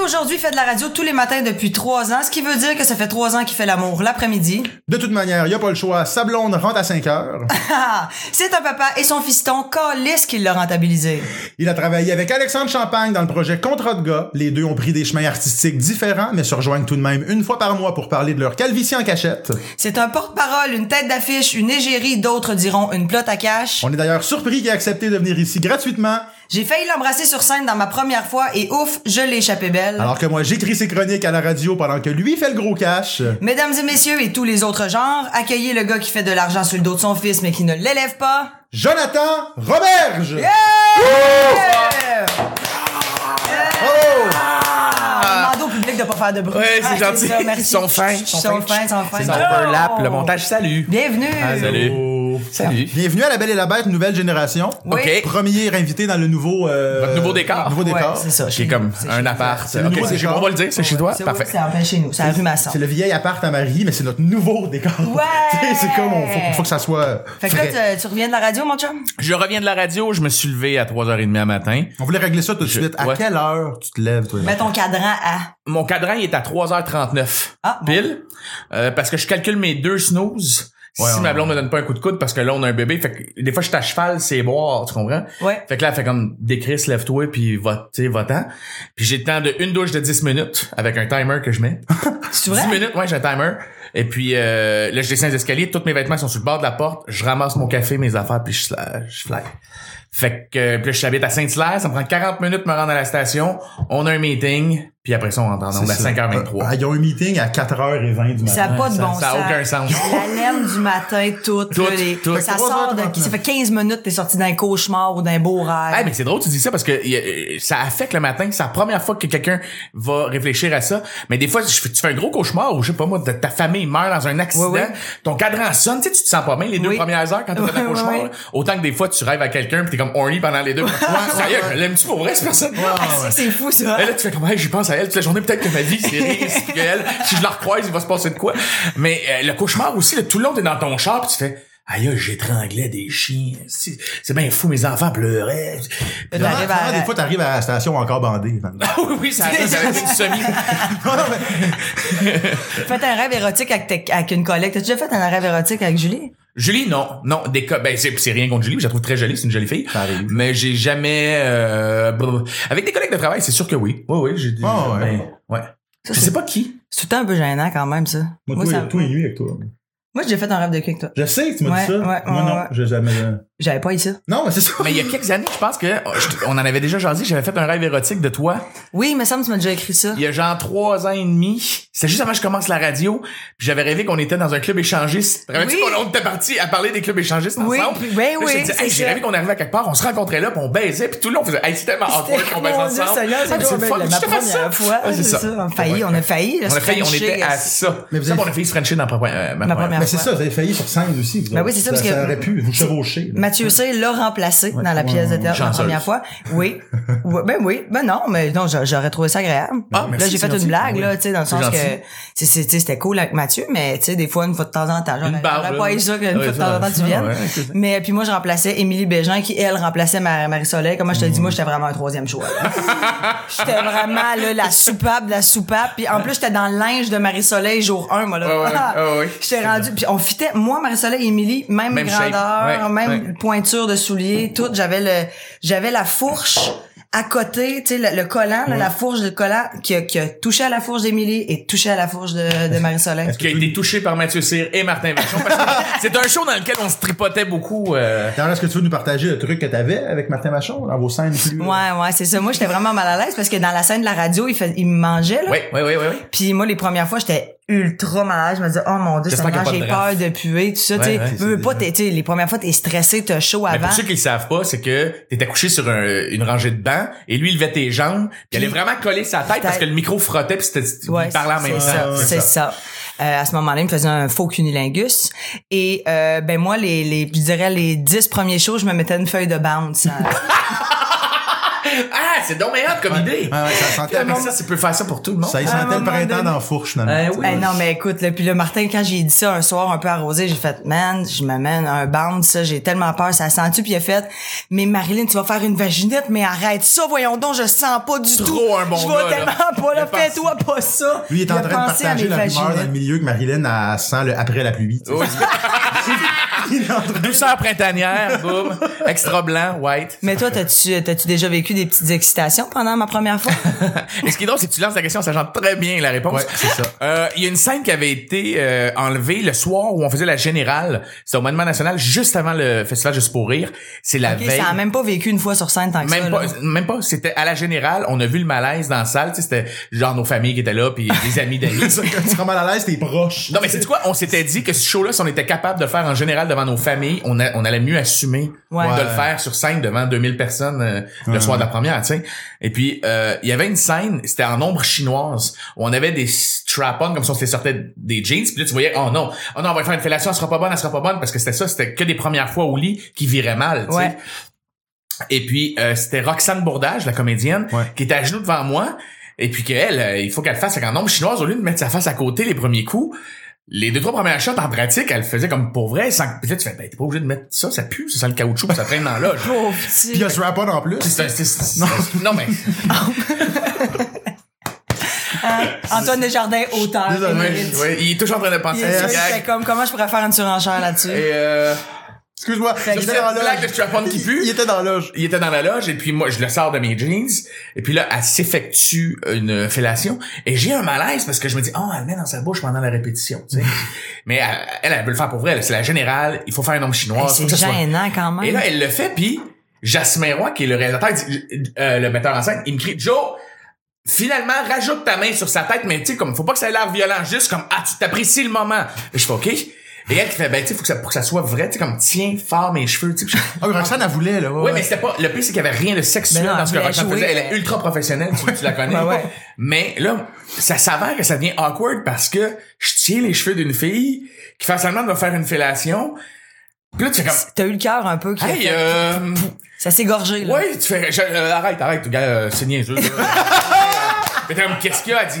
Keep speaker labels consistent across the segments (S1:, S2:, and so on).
S1: d'aujourd'hui fait de la radio tous les matins depuis trois ans, ce qui veut dire que ça fait trois ans qu'il fait l'amour l'après-midi.
S2: De toute manière, il a pas le choix. Sa blonde rentre à 5 heures.
S1: Ah, c'est un papa et son fiston Calis qui l'a rentabilisé.
S2: Il a travaillé avec Alexandre Champagne dans le projet Contrat de gars. Les deux ont pris des chemins artistiques différents, mais se rejoignent tout de même une fois par mois pour parler de leur calvitie en cachette.
S1: C'est un porte-parole, une tête d'affiche, une égérie, d'autres diront une plotte à cash.
S2: On est d'ailleurs surpris qu'il ait accepté de venir ici gratuitement,
S1: J'ai failli l'embrasser sur scène dans ma première fois et ouf, je l'ai échappé belle.
S2: alors que moi j'écris ses chroniques à la radio pendant que lui fait le gros cash.
S1: Mesdames et messieurs et tous les autres genres, accueillez le gars qui fait de l'argent sur le dos de son fils mais qui ne l'élève pas.
S2: Jonathan Roberge!
S1: Yeah! Ah, demandez au public de pas faire de bruit.
S3: Ouais, c'est
S1: Ah,
S3: gentil.
S1: ça, merci.
S3: Ils sont fins, ils
S1: Ils
S3: sont
S1: sont
S3: fins.
S1: fins, ils sont fins.
S3: C'est un overlap, le montage. Salut.
S1: Bienvenue.
S3: Salut.
S2: Oh.
S3: Salut.
S2: Bienvenue à La Belle et la Bête, nouvelle génération.
S1: Oui.
S3: OK.
S2: Premier invité dans le nouveau... euh,
S3: Votre nouveau décor.
S2: nouveau décor.
S1: Ouais, c'est ça.
S3: J'ai
S1: Chez
S3: comme
S1: nous, c'est chez
S3: un
S1: nous.
S3: appart.
S2: le
S3: Ok,
S2: nouveau
S3: c'est chez
S2: décor.
S3: moi, on va le dire, c'est chez toi.
S1: C'est-
S3: Parfait.
S1: C'est en plein chez nous, c'est la rue Masson.
S2: C'est le vieil appart à Marie, mais c'est notre nouveau décor.
S1: Ouais.
S2: Tu sais, c'est comme, on faut, faut que ça soit.
S1: Fait que
S2: frais.
S1: là, tu, tu reviens de la radio, mon chum?
S3: Je reviens de la radio, je me suis levé à 3h30 à matin.
S2: On voulait régler ça tout de
S3: Je-
S2: suite. À
S3: ouais.
S2: quelle heure tu te lèves, toi?
S1: Mets ton cadran à...
S3: Mon cadran il est à 3h39.
S1: Ah, bon.
S3: Pile. Euh, parce que je calcule mes deux snooze.
S2: Ouais,
S3: si
S2: ouais,
S3: ma blonde me donne pas un coup de coude parce que là on a un bébé, fait que des fois je suis à cheval, c'est boire, tu comprends?
S1: Ouais.
S3: Fait que là, elle fait comme décris, lève-toi puis va, tu sais, va-t'en. Puis j'ai le temps de une douche de 10 minutes avec un timer que je mets.
S1: C'est vrai?
S3: 10 minutes, ouais, j'ai un timer. Et puis euh, là, je descends les escaliers, tous mes vêtements sont sur le bord de la porte, je ramasse mon café, mes affaires, puis je, sla- je fly. Fait que euh, puis là, je habite à Saint-Hilaire, ça me prend 40 minutes de me rendre à la station, on a un meeting, puis après ça, on rentre en onde à 5h23.
S2: Ah, Ils ont un meeting à 4h20 du matin.
S1: Ça n'a pas de
S3: ça-
S1: bon sens.
S3: ça a aucun sens.
S1: La laine du matin, toute.
S3: Tout,
S1: là, les-
S3: tout.
S1: Ça sort de...
S2: 3h39.
S1: Ça fait 15 minutes que t'es sorti d'un cauchemar ou d'un beau rêve.
S3: Ah, mais c'est drôle que tu dis ça parce que y a- euh, ça affecte le matin. C'est la première fois que quelqu'un va réfléchir à ça. Mais des fois, je fais- tu fais un gros cauchemar ou je sais pas moi, ta- ta famille meurt dans un accident,
S1: Oui,
S3: ton cadran sonne, tu sais, tu te sens pas bien les deux
S1: Oui.
S3: premières heures quand t'as fait
S1: Oui,
S3: un
S1: oui,
S3: cauchemar.
S1: oui.
S3: là. Autant que des fois, tu rêves à quelqu'un pis t'es comme horny pendant les deux. Ouais, sérieux, je l'aime-tu pour vrai, cette personne?
S1: Ah, si, c'est fou, ça.
S3: Et là, tu fais comme, hey, j'y pense à elle toute la journée, peut-être que ma vie, c'est rire, c'est que elle, si je la recroise, il va se passer de quoi. Mais euh, le cauchemar aussi, là, tout le long, t'es dans ton char, puis tu fais, aïe, j'étranglais des chiens, c'est c'est bien fou, mes enfants pleuraient.
S1: Là,
S2: Comment-
S1: t'arrives à-
S2: comment Ah, des fois, t'arrives à la station encore bandée. Van?
S3: Ah Euh, oui, oui, ça arrive, ça arrive, c'est du semi.
S1: Faites un rêve érotique avec, ta- avec une collègue. T'as déjà fait un rêve érotique avec Julie?
S3: Julie, non, non, des co- ben c'est c'est rien contre Julie, je la trouve très jolie, c'est une jolie fille.
S2: Ça arrive.
S3: Mais j'ai jamais euh, brr. avec des collègues de travail, c'est sûr que oui. Oui oui, j'ai dit
S2: Ah ouais.
S3: ben, ouais. Je sais pas qui.
S1: C'est tout le temps un peu gênant quand même, ça.
S2: Moi, tout,
S1: ça-
S2: tout est nuit avec toi.
S1: moi, j'ai fait un rêve de cul avec toi.
S2: Je sais que tu m'as
S1: Ouais,
S2: dit ça.
S1: ouais,
S2: Moi,
S1: ouais,
S2: non,
S1: ouais.
S2: j'ai jamais.
S1: J'avais pas eu ça.
S2: Non, mais c'est ça.
S3: Mais il y a quelques années, je pense que oh, je- on en avait déjà jasé, j'avais fait un rêve érotique de toi.
S1: Oui, il me semble que tu m'as déjà écrit ça.
S3: Il y a genre trois ans et demi, c'était juste avant que je commence la radio, puis j'avais rêvé qu'on était dans un club échangiste. Te rappelles-tu
S1: Oui.
S3: qu'on on était parti à parler des clubs échangistes
S1: Oui,
S3: ensemble?
S1: puis- ben
S3: Là,
S1: oui,
S3: j'ai dit,
S1: c'est
S3: Hey, j'ai
S1: ça.
S3: rêvé qu'on arrivait à quelque part, on se rencontrait là, puis on baisait, puis tout le long, on faisait, hey, c'est tellement awkward qu'on baise
S1: Mon Dieu,
S3: ensemble.
S1: Seigneur, c'est
S3: Ah, mais
S1: drôle,
S3: le
S1: mais
S3: fun,
S1: la
S3: je te fais ça.
S1: première fois.
S3: Ah,
S1: c'est ça. On a failli, on a failli. là,
S3: On a
S1: se
S3: failli, on
S1: frencher,
S3: était à
S1: euh,
S3: ça.
S2: Mais vous
S3: Ça,
S2: avez-
S3: on a failli se frencher dans ma première, euh, ma
S1: Ma
S3: première
S1: première
S2: Mais c'est
S1: fois.
S2: ça, vous avez failli sur scène aussi. vous
S1: Ben
S2: autres.
S1: oui, c'est ça, parce que-
S2: Ça aurait pu vous chevaucher. là.
S1: Mathieu C l'a remplacé dans la pièce de théâtre la
S3: Chanceuse.
S1: première fois. Oui. Ouais, ben oui. Ben non, mais non, j'a- j'aurais trouvé ça agréable.
S3: Ah, merci,
S1: là, j'ai
S3: c'est
S1: fait
S3: gentil.
S1: une blague,
S3: Oui.
S1: là, tu sais, dans le
S3: C'est
S1: sens que,
S3: gentil.
S1: c'est- c'est- tu sais, c'était cool avec Mathieu, mais, tu sais, des fois, une fois de temps en temps, genre,
S3: Une barre,
S1: j'aurais
S3: là.
S1: pas eu ça qu'une
S3: Ouais,
S1: fois de
S3: ça,
S1: temps en temps, tu
S3: ouais,
S1: viennes.
S3: ouais, écoute.
S1: mais, puis moi, je remplaçais Émilie Bégin, qui, elle, remplaçait Mar- Marie-Soleil. Comme moi, je te dis, moi, j'étais vraiment un troisième choix. là. j'étais vraiment, là, la soupape, de la soupape. Puis en plus, j'étais dans le linge de Marie-Soleil jour 1, moi, là.
S3: Ouais, Ah ouais, ouais, ouais.
S1: J'étais rendu, puis on fitait, moi, Marie-Soleil et Émilie, même,
S3: Même shape.
S1: grandeur,
S3: Ouais,
S1: même
S3: ouais.
S1: pointure de soulier, tout. J'avais le, j'avais la fourche à côté, tu sais, le, le collant, là, la fourche de collant qui a, qui a touché à la fourche d'Émilie et touché à la fourche de, de Marie-Soleil.
S3: qui a été touché par Mathieu Cyr et Martin Vachon. parce que C'est un show dans lequel on se tripotait beaucoup. euh,
S2: D'ailleurs, est-ce que tu veux nous partager le truc que t'avais avec Martin Machon dans vos scènes plus.
S1: Ouais, ouais, c'est ça. Moi, j'étais vraiment mal à l'aise parce que dans la scène de la radio, il, fait, il me mangeait, là.
S3: Ouais, ouais, ouais, ouais. ouais.
S1: Puis moi, les premières fois, j'étais ultra malade. Je me disais, oh mon dieu,
S3: J'espère
S1: Seigneur,
S3: qu'il y
S1: j'ai
S3: a pas
S1: peur
S3: de
S1: de puer, tout ça,
S3: Ouais,
S1: tu
S3: ouais,
S1: sais.
S3: c'est
S1: Veux, veux pas, t'es- tu sais, les premières fois, t'es stressé, t'as chaud
S3: Mais
S1: avant.
S3: pour ceux qui le savent pas, c'est que t'étais couché sur un- une rangée de bancs et lui, il levait tes jambes, puis il allait vraiment coller sa tête parce que le micro frottait puis c'était il
S1: Ouais,
S3: parlait en
S1: c'est
S3: même
S1: ça,
S3: temps.
S1: C'est ça. Euh, à ce moment-là, il me faisait un faux cunilingus. Et euh, ben moi, les, les, je dirais les dix premiers shows, je me mettais une feuille de bounce.
S3: Ah, c'est donc bien hot comme idée.
S2: Ah ouais, ça
S3: Puis
S2: sentait,
S3: après ça, tu peux faire ça pour tout le monde.
S2: ça y
S1: À un
S2: sentait le
S1: moment
S2: printemps
S1: donné-
S2: dans la fourche, finalement.
S4: Eh oui.
S1: Eh non, mais écoute, là, puis le matin, quand j'ai dit ça un soir un peu arrosé, j'ai fait, man, je m'amène un bounce, ça, j'ai tellement peur, ça sent-tu? Puis il a fait, mais Marilyn, tu vas faire une vaginette, mais arrête ça, voyons donc, je sens pas du
S3: Trop
S1: tout.
S3: un bon
S1: Je
S3: gars,
S1: vais
S3: là.
S1: tellement pas, là,
S3: Il a pensé-
S1: fais-toi pas ça.
S2: Lui, il est en
S1: a
S2: train de
S1: pensé à
S2: partager
S1: mes
S2: la rumeur dans le
S1: vaginettes.
S2: milieu que Marilyn, elle sent le après la pluie. tu sais.
S3: Oui.
S2: Il est en train-
S3: Douceur printanière, boum. Extra blanc, white.
S1: Mais toi, t'as-tu, t'as-tu déjà vécu des petites excitations pendant ma première fois?
S3: Et ce qui est drôle, c'est que tu lances la question, sachant très bien la réponse.
S2: Ouais, c'est ça.
S3: Euh, Il y a une scène qui avait été euh, enlevée le soir où on faisait la générale. C'était au Monument National, juste avant le festival Juste pour rire. C'est la
S1: Ok,
S3: veille.
S1: ça a même pas vécu une fois sur scène tant que ça.
S3: Même pas,
S1: là.
S3: même pas. C'était à la générale, on a vu le malaise dans la salle. Tu sais, C'était genre nos familles qui étaient là, puis des amis d'amis.
S2: Ça, Quand tu seras mal à l'aise, t'es proche.
S3: Non mais c'est quoi On s'était dit que ce show-là, si on était capable de le faire en général devant nos familles, on, a- on allait mieux assumer
S1: Ouais.
S3: de le
S2: Ouais.
S3: faire sur scène devant 2000 personnes euh, le soir de la première, tu sais. Et puis euh, il y avait une scène, c'était en ombre chinoise, où on avait des strap-on comme si on se les sortait des jeans, puis là tu voyais oh non, oh non, on va faire une fellation, elle sera pas bonne, elle sera pas bonne parce que c'était ça, c'était que des premières fois au lit qui viraient mal, tu sais.
S1: Ouais.
S3: Et puis euh, c'était Roxane Bourdage, la comédienne,
S2: Ouais.
S3: qui était à genoux devant moi. Et puis qu'elle, euh, il faut qu'elle fasse en ombre chinoise, au lieu de mettre sa face à côté les premiers coups, les deux, trois premières shots en pratique, elle faisait comme pour vrai, sans que puis là, tu fais, ben, t'es pas obligé de mettre ça, ça pue, ça sent le caoutchouc, puis ça traîne dans l'âge.
S1: Pauvre petit.
S2: Puis il y a ce rap-on en plus.
S3: C'est un- c'est- c'est- non, mais.
S1: Antoine Desjardins, auteur.
S2: Désolé,
S3: Ouais,
S1: émérite.
S3: ouais, il est toujours en train de penser
S1: Il
S3: à
S1: est
S3: ses
S1: sûr,
S3: gags.
S1: c'est comme, comment je pourrais faire une surenchère là-dessus?
S3: Et euh,
S2: Excuse-moi, il
S3: c'est
S2: était dans
S3: une
S2: la
S3: blague de
S2: loge.
S3: strap-on qui pue.
S2: Il- Il était dans la loge.
S3: il était dans la loge et puis moi je le sors de mes jeans et puis là elle s'effectue une fellation et j'ai un malaise parce que je me dis oh elle le met dans sa bouche pendant la répétition tu sais mais elle, elle elle veut le faire pour vrai là. c'est la générale il faut faire un homme
S1: Hey,
S3: chinois faut
S1: c'est
S3: que ça soit-
S1: gênant quand même.
S3: et là elle le fait puis Jasmin Roy qui est le réalisateur dit- euh, le metteur en scène il me crie Joe Finalement, rajoute ta main sur sa tête, mais tu sais, comme, faut pas que ça ait l'air violent, juste comme, ah, tu t'apprécies le moment. Et je fais, ok. Et elle qui fait, ben, tu sais, faut que ça, pour que ça soit vrai, tu sais, comme, tiens fort mes cheveux, tu sais. Puis je-
S2: Ah oui, Roxane, elle voulait, là. ouais,
S3: oui,
S2: ouais.
S3: mais c'était pas. Le pire, c'est qu'il y avait rien de sexuel
S1: Ben non,
S3: dans ce que
S1: elle voulait
S3: Roxane
S1: jouer.
S3: faisait. Elle est ultra professionnelle, tu, tu la connais.
S1: Ben ouais.
S3: Mais là, ça s'avère que ça devient awkward parce que je tiens les cheveux d'une fille qui fait seulement de me faire une fellation. Puis là, tu fais comme.
S1: T'as eu le cœur un peu qui a
S3: Hey,
S1: fait-
S3: euh.
S1: Ça s'est gorgé, là.
S3: Ouais, tu fais. je- euh, arrête, arrête, gars, euh, c'est niaiseux. là. euh, Mais t'es comme, qu'est-ce qu'il y a? Elle dit,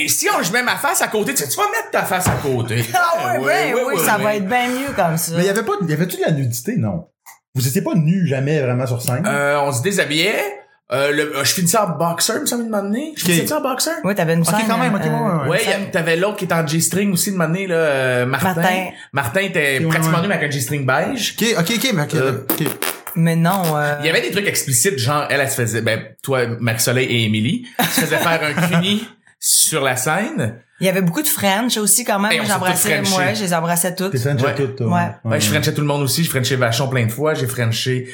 S3: hey, si on, je mets ma face à côté, tu, sais, tu vas mettre ta face à côté.
S1: Ah ouais,
S3: Euh,
S1: ouais, ouais, ça
S3: ouais.
S1: va être bien mieux comme ça.
S2: Mais il y avait pas, il y avait-tu de la nudité, non? Vous étiez pas nus jamais vraiment sur scène?
S3: Euh, on se déshabillait. Euh, le, euh, je finissais en boxer, me semble, une année. Je
S2: Ok.
S3: finissais en boxer?
S1: Ouais, t'avais une
S2: Ok,
S1: scène,
S2: quand même, ok,
S1: euh,
S2: ouais, ouais,
S3: Ouais, y a-
S1: scène.
S3: t'avais l'autre qui était en G-string aussi de m'amener, là, euh, Martin.
S1: Martin.
S3: Martin. était pratiquement
S2: ouais.
S3: nu mais avec un G-string beige.
S2: Ok, ok, ok, mais ok,
S3: Euh,
S2: ok.
S1: Mais non, euh,
S3: Il y avait des trucs explicites, genre, elle, elle se faisait, ben, toi, Max Soleil et Émilie, se faisaient faire un cuni sur la scène.
S1: il y avait beaucoup de French aussi quand même.
S3: Hey, on s'est
S1: J'embrassais,
S3: tous
S1: moi,
S3: Frenchés.
S1: je les embrassais toutes.
S2: T'es Sancho
S3: Ouais.
S2: tout, toi.
S1: Ouais.
S3: Ben, je frenchais tout le monde aussi, j'ai frenché Vachon plein de fois, j'ai frenché,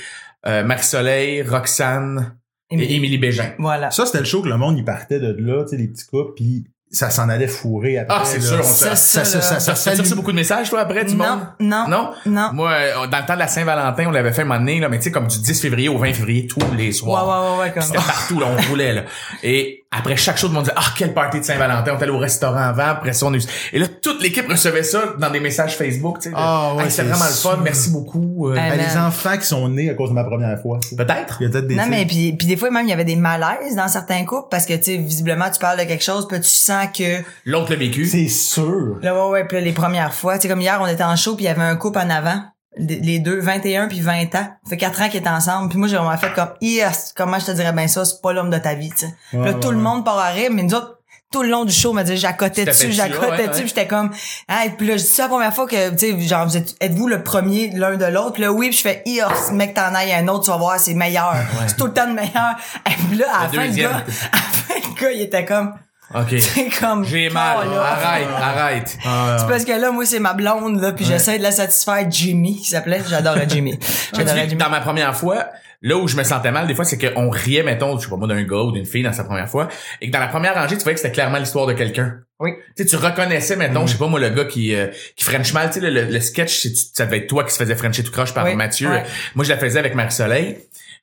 S3: euh, Max Soleil, Roxane et
S1: Émilie.
S3: Émilie Bégin.
S1: Voilà.
S2: Ça, c'était le show que le monde, il partait de là, tu sais, les petits couples, puis ça s'en allait fourrer après.
S3: Ah, c'est
S2: là.
S3: sûr, on s'en-
S1: Ça, ça,
S2: Ça, ça, ça,
S1: là.
S2: ça,
S3: Ça
S2: ça,
S3: reçu beaucoup de messages, toi, après, du monde?
S1: Non, non, non,
S3: Non? Moi, euh, dans le temps de la Saint-Valentin, on l'avait fait un moment donné, là, mais tu sais, comme du 10 février au 20 février, tous les
S1: Ouais,
S3: soirs.
S1: ouais, ouais, ouais,
S3: C'était
S1: comme.
S3: partout, là, on roulait, là. Et après chaque show, tout le monde disait, ah, quelle party de Saint-Valentin, on est allé au restaurant avant, après ça, on est... Et là, toute l'équipe recevait ça dans des messages Facebook, tu sais.
S2: Ah,
S3: de,
S2: ouais,
S3: Hey, c'est
S2: c'est
S3: vraiment le fun,
S2: sûr.
S3: merci beaucoup. euh,
S1: Hey.
S2: Ben, les
S1: Amen.
S2: enfants qui sont nés à cause de ma première fois. tu sais.
S3: Peut-être.
S2: Il y a peut-être des.
S1: Non, mais puis, puis des fois, même, il y avait des malaises dans certains couples parce que, tu sais, visiblement, tu parles de quelque chose, puis tu sens que,
S3: L'autre l'a vécu.
S2: C'est sûr.
S1: Là, ouais, ouais, puis là, les premières fois, tu sais, comme hier, on était en show, puis il y avait un couple en avant, les les deux, 21 puis 20 ans. Ça fait 4 ans qu'ils étaient ensemble, puis moi, j'ai vraiment fait comme, yes, comment je te dirais bien ça, c'est pas l'homme de ta vie, tu sais. Puis
S2: Ouais,
S1: là,
S2: ouais,
S1: tout le
S2: ouais.
S1: monde part à rire, mais nous autres, tout le long du show, on m'a dit, j'accotais
S3: Tu
S1: dessus,
S3: tapais dessus, ouais,
S1: j'accotais
S3: ouais.
S1: dessus, puis j'étais comme, hey, puis là, je dis ça la première fois que, tu sais, genre, vous êtes, êtes-vous le premier l'un de l'autre? Puis là, oui, puis je fais, yes, mec, t'en ailles à un autre, tu vas voir, c'est meilleur. C'est tout le temps de meilleur. Et puis là, à la
S3: Le
S1: fin, le
S3: deuxième.
S1: gars, à la fin, le gars, il était comme,
S3: OK.
S1: c'est comme,
S3: J'ai mal.
S1: Oh, là.
S3: Arrête, arrête.
S1: C'est parce que là, moi, c'est ma blonde, là, puis j'essaie de la satisfaire, Jimmy, qui s'appelait. J'adorais Jimmy.
S3: Mais tu
S1: J'adorais
S3: sais,
S1: Jimmy.
S3: dans ma première fois, là où je me sentais mal, des fois, c'est qu'on riait, mettons, je sais pas moi, d'un gars ou d'une fille dans sa première fois, et que dans la première rangée, tu voyais que c'était clairement l'histoire de quelqu'un.
S1: Oui.
S3: Tu sais, tu reconnaissais, mettons, je sais pas moi, le gars qui, euh, qui French mal, tu sais, le, le- le sketch, c'est- tu- ça devait être toi qui se faisais Frencher tout croche par
S1: Oui.
S3: Mathieu.
S1: Ouais.
S3: Moi, je la faisais avec Marie-Soleil.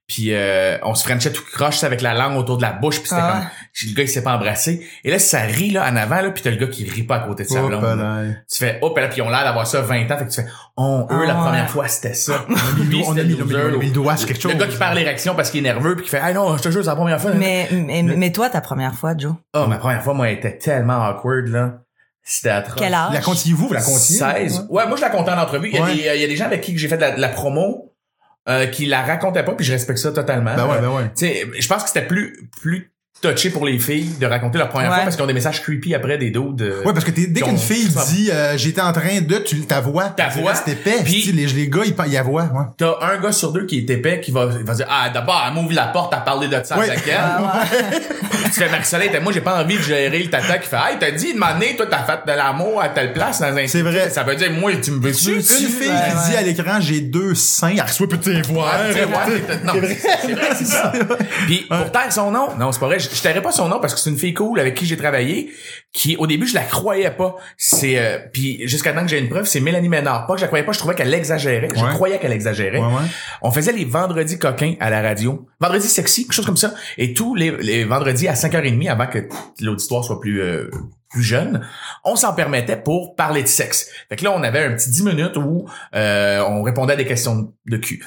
S3: Puis euh, on se frenchait tout croche ça, avec la langue autour de la bouche. Puis c'était
S1: Ah.
S3: comme... Le gars, il s'est pas embrassé. Et là, ça rit là en avant, là, puis t'as le gars qui rit pas à côté de sa blonde.
S2: ben
S3: Tu fais, hop, là, puis ils ont l'air d'avoir ça 20 ans. Fait que tu fais, on, eux, la
S1: Ah.
S3: première fois, c'était ça. Lui,
S2: on a
S3: c'était
S2: mis le-
S3: loser,
S2: on a mis le doigt sur quelque chose.
S3: Le gars qui parle l'érection parce qu'il est nerveux, puis qui fait, ah non, je te jure, c'est la première fois.
S1: Mais, mais, mais toi, ta première fois, Joe.
S3: Oh, ma première fois, moi, elle était tellement awkward, là. C'était atroce.
S1: Quel âge?
S2: La continuez-vous, vous la continuez?
S3: 16. Ouais, moi, je la comptais en entrevue. Il y, a
S2: Ouais.
S3: des, euh, il y a des gens avec qui que j'ai fait de la, de la promo euh, qui la racontaient pas, puis je respecte ça totalement. Euh,
S2: Ben ouais, ben ouais.
S3: Tu sais, je pense que c'était plus, plus touché pour les filles de raconter leur première
S1: Ouais.
S3: fois parce qu'ils ont des messages creepy après des euh, dos de...
S2: Ouais, parce que t'es- dès
S3: Ton-
S2: qu'une fille
S3: ça-
S2: dit euh, j'étais en train de, tu ta voix,
S3: Ta
S2: tu
S3: voix,
S2: restes épais,
S3: puis-
S2: puis les, les gars ils pa- ils la voient, ouais.
S3: T'as un gars sur deux qui est épais qui va, il va dire Ah d'abord elle m'ouvre la porte à parler de ça
S2: Ouais.
S3: avec elle. tu fais Marcelin, t'as- moi j'ai pas envie de gérer le tata qui fait Hey, t'as dit de m'amener, toi t'as fait de l'amour à telle place dans un
S2: C'est vrai.
S3: Ça veut dire moi tu me veux
S2: Une
S3: tu
S2: fille qui dit à l'écran j'ai deux seins, elle reçoit plus tes voix.
S3: non, c'est vrai, c'est ça. Puis pour taire son nom, non, c'est pas vrai, je, je tairai pas son nom parce que c'est une fille cool avec qui j'ai travaillé qui au début je la croyais pas. C'est euh, puis jusqu'à temps que j'ai une preuve, c'est Mélanie Ménard. Pas que je la croyais pas, je trouvais qu'elle exagérait, je
S2: Ouais.
S3: croyais qu'elle exagérait.
S2: Ouais, ouais.
S3: On faisait les vendredis coquins à la radio. Vendredi sexy, quelque chose comme ça. Et tous les, les vendredis à 5h30 avant que l'auditoire soit plus, euh, plus jeune, on s'en permettait pour parler de sexe. Fait que là, on avait un petit 10 minutes où euh, on répondait à des questions de cul.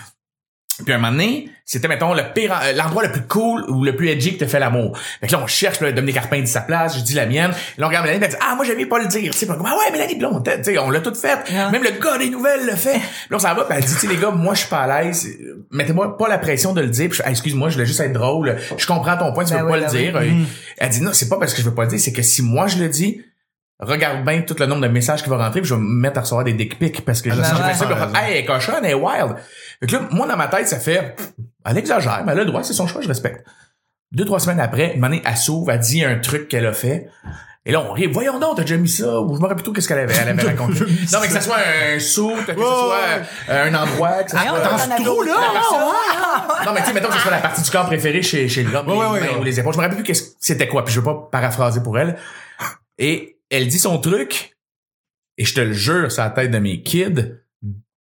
S3: Puis un moment donné, c'était, mettons, le pire, euh, l'endroit le plus cool ou le plus edgy que t'as fait l'amour. Fait que là, on cherche, là, Dominique Carpin dit sa place, je dis la mienne. Et là, on regarde Mélanie, puis elle dit, ah, moi, j'aimais pas le dire. Tu sais, puis on est comme, ah ouais, Mélanie, puis là, on, était- tu sais, on l'a tout fait.
S1: Ah.
S3: Même le gars des nouvelles le fait. Puis là, on s'en va, puis elle dit, tu sais, les gars, moi, je suis pas à l'aise. Euh, Mettez-moi pas la pression de le dire. Puis je fais, Ah, excuse-moi, je voulais juste être drôle. Je comprends ton point, tu
S1: Ben
S3: veux
S1: oui,
S3: pas
S1: ben
S3: le dire. Euh, Elle dit, non, c'est pas parce que je veux pas le dire, c'est que si moi, je le dis, regarde bien tout le nombre de messages qui va rentrer puis je vais me mettre à recevoir des dick pics parce que
S2: Ah,
S3: j'ai
S2: ben
S3: fait
S1: ouais.
S3: ça puis on fait, hey elle est cochonne elle est wild fait que là moi dans ma tête ça fait pff, elle exagère mais elle a le droit c'est son choix je respecte deux trois semaines après une année elle s'ouvre elle dit un truc qu'elle a fait et là on rit voyons donc t'as déjà mis ça ou je me rappelle plutôt qu'est-ce qu'elle avait elle avait raconté
S2: J'ai mis
S3: non mais que ça soit un saut que ça
S2: Ouais,
S3: soit
S2: ouais.
S3: euh, un endroit que ça
S1: Voyons,
S3: soit
S1: t'en as d'autres, la personne.
S3: non, mais tu sais, mettons que ce soit la partie du corps préférée chez, chez l'homme,
S2: Ouais,
S3: les
S2: ouais, ouais,
S3: mains
S2: ouais.
S3: ou les épaules. Je me rappelle plus qu'est-ce- c'était quoi, puis je veux pas paraphraser pour elle. Et elle dit son truc, et je te le jure, c'est la tête de mes kids.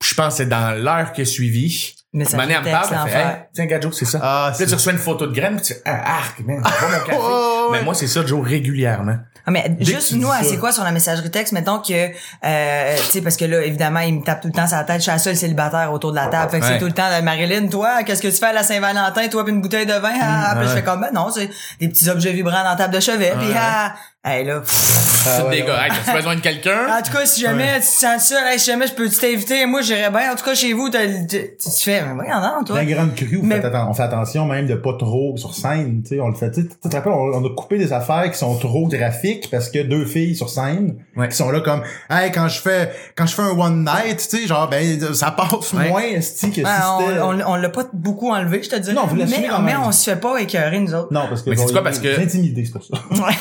S3: Je pense que c'est dans l'heure qui a suivi.
S1: Mais ça
S3: Une année, elle me parle,
S1: fait
S3: elle fait, hey, tiens, gadjo, c'est ça.
S2: Ah,
S3: Puis
S2: c'est
S3: là, tu reçois une photo de graine, puis tu fais, ah, arc, man, c'est pas mon café.
S2: Oh, ouais.
S3: Mais moi, c'est ça, Joe, régulièrement.
S1: Ah, mais
S2: que
S1: juste
S2: tu dis
S1: nous,
S2: ça.
S1: c'est quoi sur la messagerie texte? Mettons que, euh, tu sais, parce que là, évidemment, il me tape tout le temps sa tête. Je suis la seule célibataire autour de la table. Fait que
S3: Ouais.
S1: c'est tout le temps, là, Marilyn, toi, qu'est-ce que tu fais à la Saint-Valentin? Toi, puis une bouteille de vin? Ah, puis je fais comme, ben non, c'est des petits objets vibrants dans la table de chevet. Puis, ah, hey, là. pff.
S2: Ah,
S3: c'est des gars, hey, t'as-tu besoin de quelqu'un?
S1: En tout cas, si jamais tu te sens ça, hey, si jamais je peux t'inviter, moi, j'irais bien. En tout cas, chez vous, t'as le- tu tu fais, mais voyons donc, toi.
S2: La grande crue, vous
S1: Mais-
S2: faites atten- on fait attention même de pas trop sur scène, tu sais, on le fait, tu sais, tu te rappelles, on, on a coupé des affaires qui sont trop graphiques parce que deux filles sur scène,
S3: Ouais.
S2: qui sont là comme, hey, quand je fais, quand je fais un one night, tu sais, genre, ben, ça passe
S3: Ouais.
S2: moins, esti, que si
S1: Ouais,
S2: c'était...
S1: Ben, on on- on l'a pas beaucoup enlevé, je te dis.
S2: Non, vous
S1: mais,
S2: l'assumez quand
S1: mais
S2: même.
S1: on se fait pas écœurer, nous autres.
S2: Non, parce que...
S3: Mais c'est quoi, parce que-
S2: Intimidé, c'est pour ça.
S1: Ouais.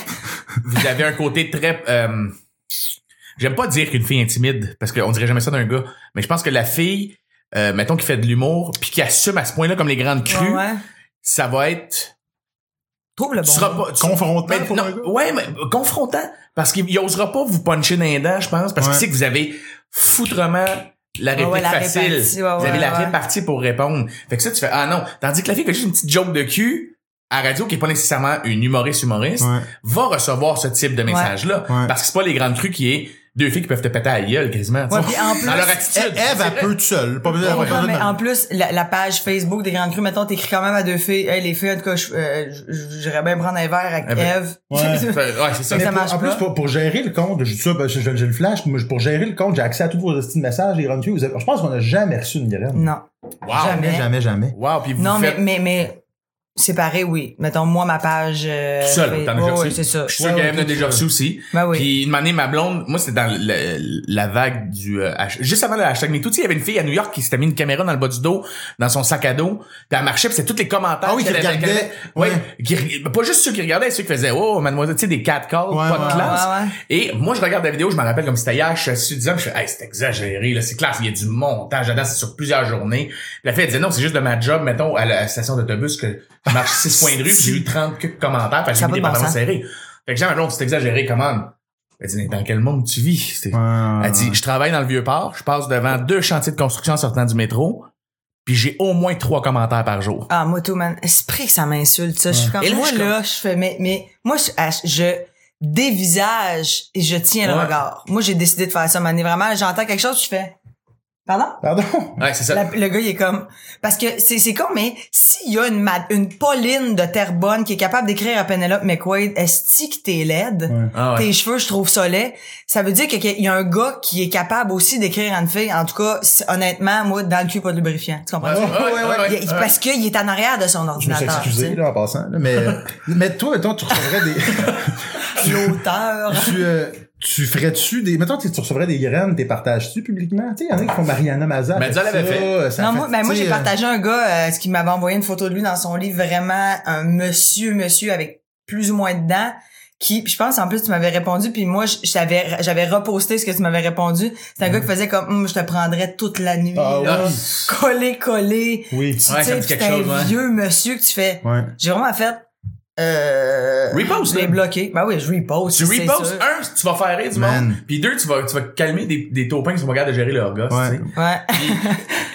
S3: vous avez un côté très euh, j'aime pas dire qu'une fille est intimide parce qu'on dirait jamais ça d'un gars mais je pense que la fille euh, mettons qui fait de l'humour puis qui assume à ce point-là comme les grandes crues
S1: Ouais, ouais.
S3: ça va être
S1: Trouve le
S3: tu
S1: bon.
S3: seras pas tu-
S2: Confrontant
S3: mais
S2: pour
S3: non,
S2: un gars.
S3: ouais mais confrontant parce qu'il il osera pas vous puncher dans les dents je pense parce
S2: Ouais.
S3: qu'il sait que vous avez foutrement la réplique
S1: ouais, la
S3: facile
S1: répartie, ouais,
S3: vous
S1: ouais,
S3: avez la
S1: ouais.
S3: répartie pour répondre fait que ça tu fais ah non tandis que la fille qui a juste une petite joke de cul à radio qui est pas nécessairement une humoriste humoriste
S2: Ouais.
S3: va recevoir ce type de message-là.
S2: Ouais.
S3: Parce que c'est pas les grandes crues qui est deux filles qui peuvent te péter à la gueule quasiment. tu
S1: Ouais,
S3: sais.
S1: puis en plus-
S3: dans leur attitude.
S2: Eve, elle,
S3: c'est
S2: elle
S3: vrai.
S2: peut toute seule. Pas besoin
S1: Ouais,
S2: pas besoin de
S1: mais
S2: demander.
S1: en plus, la, la page Facebook des Grandes Crues, mettons, t'écris quand même à deux filles. Hey, les filles, en tout cas, je- euh, je- j'irais bien prendre un verre avec
S3: Eh ben,
S1: Eve.
S2: ouais.
S3: Fait- Ouais, c'est ça.
S2: Mais
S1: ça
S2: pour-
S1: marche
S2: en plus,
S1: pas.
S2: pour, pour gérer le compte, je dis ça, ben, je- je- j'ai le flash, mais pour gérer le compte, j'ai accès à tous vos styles de messages, les grandes filles. vous avez- Je pense qu'on a jamais reçu une graine.
S1: non.
S3: Wow.
S1: Jamais.
S2: Jamais, jamais, jamais.
S3: Wow, puis vous
S1: Non, mais,
S3: faites...
S1: mais, mais, séparé, oui. Mettons, moi, ma page. Euh,
S3: Tout seul,
S1: Facebook-
S3: t'en as déjà
S1: Ouais,
S3: reçu.
S1: ouais, c'est ça.
S3: Je suis
S2: Ouais,
S3: sûr
S2: ouais,
S3: qu'Eve
S2: tout
S3: l'a déjà
S2: ça.
S3: reçu aussi.
S1: Ben oui.
S3: Puis une année, ma blonde, moi, c'était dans le- la vague du... euh, hash- juste avant le hashtag MeToo, tu sais, il y avait une fille à New York qui s'était mis une caméra dans le bas du dos, dans son sac à dos, puis elle marchait, puis c'était tous les commentaires.
S2: Ah oui,
S3: qu'elle
S2: qui
S3: avait-
S2: regardait.
S3: qu'elle- Ouais. qui re- pas juste ceux qui regardaient, ceux qui faisaient « Oh, mademoiselle », tu sais, des cat calls,
S2: Ouais,
S3: pas de
S2: ouais,
S3: classe.
S1: Ah, ouais, ouais.
S3: Et moi, je regarde la vidéo, je me rappelle comme c'était hier, je suis assis disant, je fais « Hey, c'est exagéré, là, c'est classe, il y a du montage, là-dedans, c'est sur plusieurs journées. » Puis la fille, elle disait « Non, c'est juste de ma job, mettons, à la station d'autobus, que je marche 6 points de rue, puis j'ai eu 30 quelques commentaires, parce que
S1: Ça
S3: j'ai mis
S1: a
S3: des
S1: pas de bon
S3: pantalons
S1: sens.
S3: serrés. » Fait que j'ai dit, Madelon, c'est exagéré, comment? Elle dit, mais dans quel monde tu vis? C'est- Elle dit, je travaille dans le vieux port, je passe devant deux chantiers de construction en sortant du métro, puis j'ai au moins trois commentaires par jour.
S1: Ah, moi, tout, man. C'est près que ça m'insulte, ça. Je suis comme,
S3: Et là,
S1: moi,
S3: je suis
S1: là, je fais, mais, mais, moi, je, ah, je dévisage et je tiens le
S3: Ouais.
S1: regard. Moi, j'ai décidé de faire ça, man. Et vraiment, j'entends quelque chose, je fais, pardon?
S2: Pardon?
S3: Ouais, c'est ça.
S1: Ah, La- le gars, il est comme... Parce que c'est, c'est con, mais s'il y a une, ma- une Pauline de terre bonne qui est capable d'écrire à Penelope McQuaid « Esti que t'es laide?
S2: Ouais.
S3: Ah ouais.
S1: Tes cheveux, je trouve ça laid. Ça veut dire que- qu'il y a un gars qui est capable aussi d'écrire à une fille. En tout cas, c'est- honnêtement, moi, dans le cul, pas de lubrifiant. Tu comprends?
S2: Ouais, ouais, ouais, ouais.
S1: Il- il- parce qu'il est en arrière de son
S2: Je me suis
S1: ordinateur.
S2: excusé, là, en passant. là, mais, mais toi, mettons, tu recevrais des...
S1: tu sais. L'auteur.
S2: tu, euh, tu ferais-tu des... Mettons, tu tu recevrais des graines, t'es partages-tu publiquement? Tu sais, il y en a qui font Mariana Mazza.
S3: Mazza
S2: avec
S3: l'avait
S2: ça,
S3: fait.
S2: ça
S1: Non, moi, ben, moi
S2: tu sais,
S1: j'ai
S2: euh,
S1: partagé un gars euh, ce qui m'avait envoyé une photo de lui dans son lit, vraiment un monsieur, monsieur avec plus ou moins de dents. Qui, puis je pense en plus tu m'avais répondu, puis moi je- j'avais j'avais reposté ce que tu m'avais répondu. C'est un
S3: Mm.
S1: gars qui faisait comme Hum, je te prendrais toute la nuit,
S2: Ah
S1: là.
S2: ouais.
S1: collé collé.
S2: Oui.
S1: Tu
S3: Ouais, ça
S1: sais,
S3: me dit
S1: puis
S3: quelque
S1: t'es
S3: chose, ouais.
S1: un vieux monsieur que tu fais.
S2: Ouais.
S1: J'ai vraiment fait. Euh,
S3: Repost,
S1: je l'ai
S3: là.
S1: bloqué. Ben oui, je reposte.
S3: Tu
S1: c'est
S3: repostes,
S1: sûr.
S3: un, tu vas faire rire du
S2: Man.
S3: monde, puis deux, tu vas, tu vas calmer des, des taupins qui sont pas capables de gérer leur gosse,
S2: Ouais.
S3: tu sais.
S1: Ouais. Ben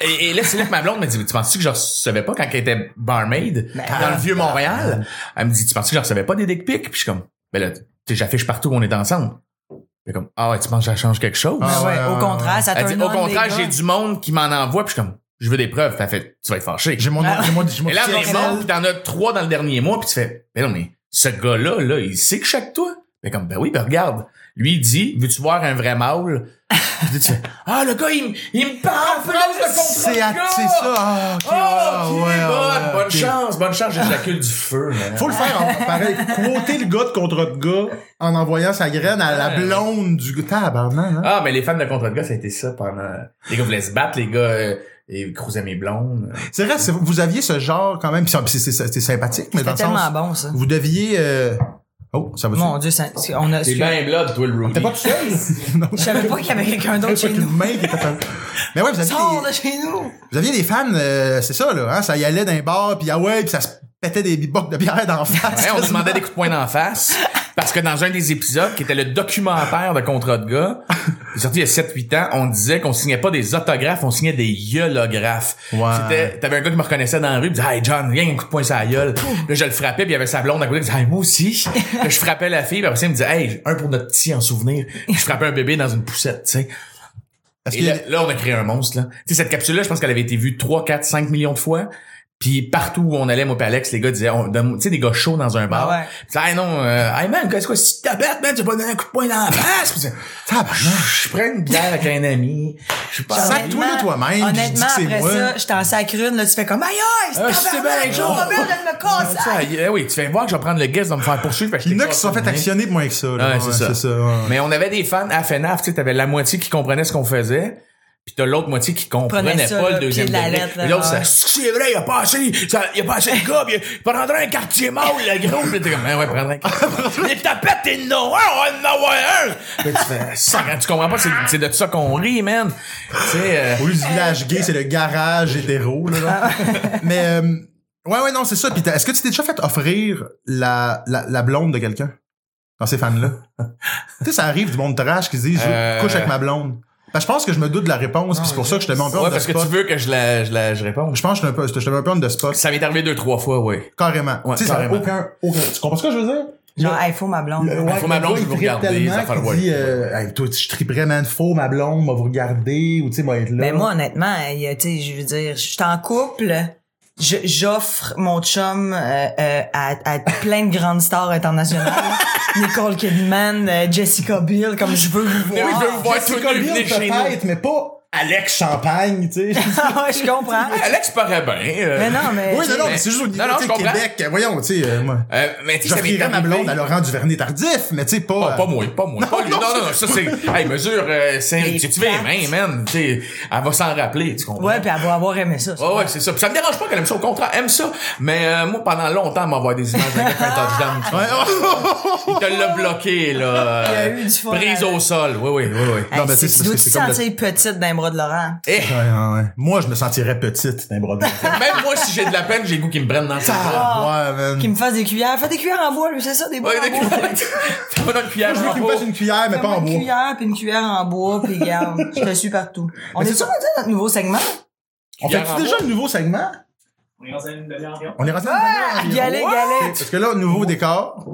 S3: Et, et là, c'est là que ma blonde me dit, tu penses-tu que je recevais pas quand elle était barmaid
S1: Ben,
S3: dans
S1: ah,
S3: le vieux Montréal? Elle me dit, tu penses-tu que je recevais pas des dick pics? Puis je suis comme, ben là, tu sais, j'affiche partout qu'on est ensemble. Elle est comme, ah ouais, tu penses que ça change quelque chose?
S1: Ben
S2: Ah
S1: ouais,
S2: ouais,
S1: au
S2: ouais,
S1: contraire, ça
S3: Elle
S1: turn
S3: dit, au
S1: on, les
S3: contraire,
S1: gars.
S3: j'ai du monde qui m'en envoie, puis je suis comme, je veux des preuves. Puis elle fait, tu vas être fâché.
S2: J'ai mon,
S1: Ah.
S2: j'ai mon, j'ai mon
S3: Et là,
S2: petit
S3: elle me
S2: Excel.
S3: montre, puis t'en as trois dans le dernier mois, puis tu fais, ben non, mais ce gars-là, là, il sait que je suis avec toi. Ben comme, ben oui, ben regarde. Lui, il dit, veux-tu voir un vrai mâle? Puis là, tu fais, ah, le gars, il, me- il me parle en phrase de contrat de
S2: C'est à-
S3: gars!
S2: c'est ça. Ah, ok,
S3: Oh,
S2: ah,
S3: ok,
S2: ouais,
S3: bonne,
S2: ouais,
S3: bonne
S2: ok.
S3: chance, bonne chance, j'éjacule du feu. man.
S2: Faut le faire, en- pareil. Quoter le gars de contrat de gars en envoyant sa graine à la
S3: Ouais.
S2: blonde du gars. Tabarnak, hein?
S3: Ah, mais les fans de contrat de gars, ça a été ça pendant... Les gars voulaient se battre, les gars euh, ils cruisaient mes blondes.
S2: C'est vrai, c'est- vous aviez ce genre quand même, pis c'est- c'est c'est- c'est sympathique, mais dans
S1: C'était
S2: le sens,
S1: tellement bon ça.
S2: vous deviez... euh, Oh, ça va
S1: Mon Dieu, ça, on a.
S3: C'est bien blood, toi, le Rudy.
S2: T'es pas tout seul? non.
S1: Je savais pas qu'il y avait quelqu'un
S2: Pas
S1: d'autre chez
S2: qu'une
S1: nous.
S2: main qui était à- Mais ouais, vous aviez,
S1: Sors de
S2: des,
S1: chez nous!
S2: vous aviez des fans, euh, c'est ça, là. Hein, ça y allait d'un bar, puis ah ouais, puis ça se pétait des bocs de bière d'en face.
S3: Ouais, on se demandait des coups de poing d'en face. Parce que dans un des épisodes, qui était le documentaire de contrat de gars, qui est sorti il y a 7-8 ans, on disait qu'on signait pas des autographes, on signait des yolographes.
S2: Ouais.
S3: C'était, t'avais un gars qui me reconnaissait dans la rue, il disait, hey John, viens, un coup de poing sur la gueule. Là, je le frappais, puis il y avait sa blonde à côté, il disait, hey, moi aussi. Là, je frappais la fille, puis après ça, il me disait, hey, un pour notre petit en souvenir. Puis Je frappais un bébé dans une poussette, tu sais.
S2: Parce
S3: Et
S2: que-
S3: là, là, on a créé un monstre, là. Tu sais, cette capsule-là, je pense qu'elle avait été vue 3, 4, 5 millions de fois. Puis partout où on allait, moi pis Alex, les gars disaient, on- donne- tu sais, des gars chauds dans un bar.
S1: Ah ouais.
S3: Ils disaient, hey non, euh, hey man, qu'est-ce que si tu t'abattes, man, tu vas donner un coup de poing dans la face. Puis c'est-
S2: Tabarnak.
S3: je prends une bière avec un ami. Je suis pas...
S2: Sac-toi
S1: Honnêtement-
S2: de toi-même, puis je dis
S1: Honnêtement,
S2: que c'est
S1: après
S2: moi.
S1: ça, j'étais en sacrune, là, tu fais comme, aïe, aïe,
S3: Ah,
S1: c'est
S3: c'est
S1: tabarnak,
S3: bien
S1: Joe
S3: drôle.
S1: Robert, elle me casse!
S3: Ça, eh oui, tu fais voir que je vais prendre le guest, on me faire poursuivre. parce que
S2: Il y en a
S3: je
S2: qui se sont fait
S3: t'ai-
S2: actionner pour moins que ça. là.
S3: Ouais, c'est ça.
S2: ouais.
S3: Mais on avait des fans à FNAF, tu sais, t'avais la moitié qui comprenait ce qu'on faisait. Puis t'as l'autre moitié qui comprenait
S1: Prenait ça,
S3: pas
S1: là,
S3: le
S1: pied
S3: deuxième
S1: de la
S3: degré.
S1: lettre, là,
S3: Et l'autre, ça,
S1: ouais.
S3: c'est vrai, il a pas assez, ça, il a pas assez de gars, pis il prendrait un quartier mâle, le gros, pis t'es comme, ben ouais, ouais, prendrait un quartier. Les tapettes, t'es de non, un, on va en avoir un! Puis tu fais, ça, quand tu comprends pas, c'est, c'est de ça qu'on rit, man. Tu sais, euh,
S2: Au lieu du village gay, c'est le garage hétéro, là. là. Mais, euh, ouais, ouais, non, c'est ça. Puis, t'as- est-ce que tu t'es déjà fait offrir la, la, la blonde de quelqu'un? Dans ces fans-là? tu sais, ça arrive du monde trash qui se dit, je
S3: Euh.
S2: couche avec ma blonde. Ben, je pense que je me doute de la réponse, puis c'est pour ça que je te mets un peu
S3: ouais,
S2: on the
S3: parce que
S2: spot.
S3: tu veux que je la, je la, je réponde.
S2: Je pense que je te mets un peu- je te mets un peu on the spot.
S3: Ça m'est arrivé deux, trois fois, ouais.
S2: Carrément. Euh,
S3: Ouais,
S2: tu sais, ça n'a
S3: carrément.
S2: aucun, aucun- Tu comprends ce que je veux dire?
S1: Genre, hey, faut ma blonde.
S2: Le-
S3: faut ma
S2: le
S3: blonde,
S2: gars, il
S3: je vais vous
S2: trippe
S3: regarder,
S2: tellement
S3: ça fait le
S2: qu'il
S3: ouais.
S2: dit, euh, Hey, toi, tu- je triperais, man, faux, ma blonde, va vous regarder, ou tu sais, va être là.
S1: Mais Ben, moi, honnêtement, il y a, tu sais, je veux dire, je suis en couple, je- j'offre mon chum euh, euh, à, à plein de grandes stars internationales. Nicole Kidman, euh, Jessica Bill, comme je veux vous
S3: Mais oui, je veux
S1: voir.
S3: vous voir tout
S2: Jessica
S3: nu,
S2: Bill,
S3: venez chez nous.
S2: peut-être, mais pas Alex Champagne, tu sais.
S1: Ouais, je comprends.
S3: Alex paraît bien. euh,
S1: Mais non, mais...
S2: Oui, non, non, mais
S3: mais
S2: c'est juste au niveau
S3: non, non,
S2: tu
S3: je
S2: sais,
S3: comprends.
S2: Québec. euh, Voyons, tu sais, euh, moi.
S3: euh, mais tu sais, ça m'est
S2: J'offrirais ma
S3: arrivé-
S2: blonde à Laurent Duvernay tardif, mais tu sais, pas.
S3: Pas,
S2: euh,
S3: pas moi, pas moi.
S2: Non,
S3: pas lui.
S2: non,
S3: Non, non, ça c'est. Hey, mesure, euh, c'est.
S1: Les
S3: Tu tu fais les
S1: pattes.
S3: mains, man. Tu sais, elle va s'en rappeler, tu comprends?
S1: Ouais, puis elle va avoir aimé ça. ça.
S3: Ouais, ouais, c'est ça. Puis ça me dérange pas qu'elle aime ça, au contraire, elle aime ça. Mais euh, moi, pendant longtemps, elle m'envoie des images d'un gars qui fait un touchdown. tu sais. Il te l'a bloqué, là.
S1: Il y a eu du fun
S3: Prise
S1: avec.
S3: au sol. Oui, oui, oui, oui.
S1: Hey,
S2: euh, Non, mais
S1: c'est- tu
S2: c'est- c'est-
S1: dois te
S2: c'est comme le-
S1: sentir petite dans les bras de Laurent.
S3: Eh,
S2: Ouais, ouais, ouais. Moi, je me sentirais petite d'un bras de
S3: même moi, si j'ai de la peine, j'ai le goût qu'ils me prennent dans le bras.
S2: Ah, ouais, man.
S1: Qui me fasse des cuillères. Fais des cuillères en bois, lui, c'est ça, des bois
S3: Ouais,
S1: en
S3: des
S1: bois.
S3: cuillères. Fais pas notre cuillère,
S2: Je veux
S3: j'en
S2: qu'il me fasse une cuillère, mais pas en
S1: Fais-moi Une
S2: bois.
S1: cuillère, puis une cuillère en bois, puis garde. je te suis partout. On est
S2: c'est
S1: sur notre nouveau segment?
S2: On fait
S3: Cuillère en
S2: déjà
S3: bois.
S2: le nouveau segment?
S4: On est rendu à une demi-heure environ.
S2: On est rentré
S1: Ah,
S2: dans le dernier.
S1: galet,
S2: Ouais.
S1: galet.
S2: Parce que là, nouveau décor,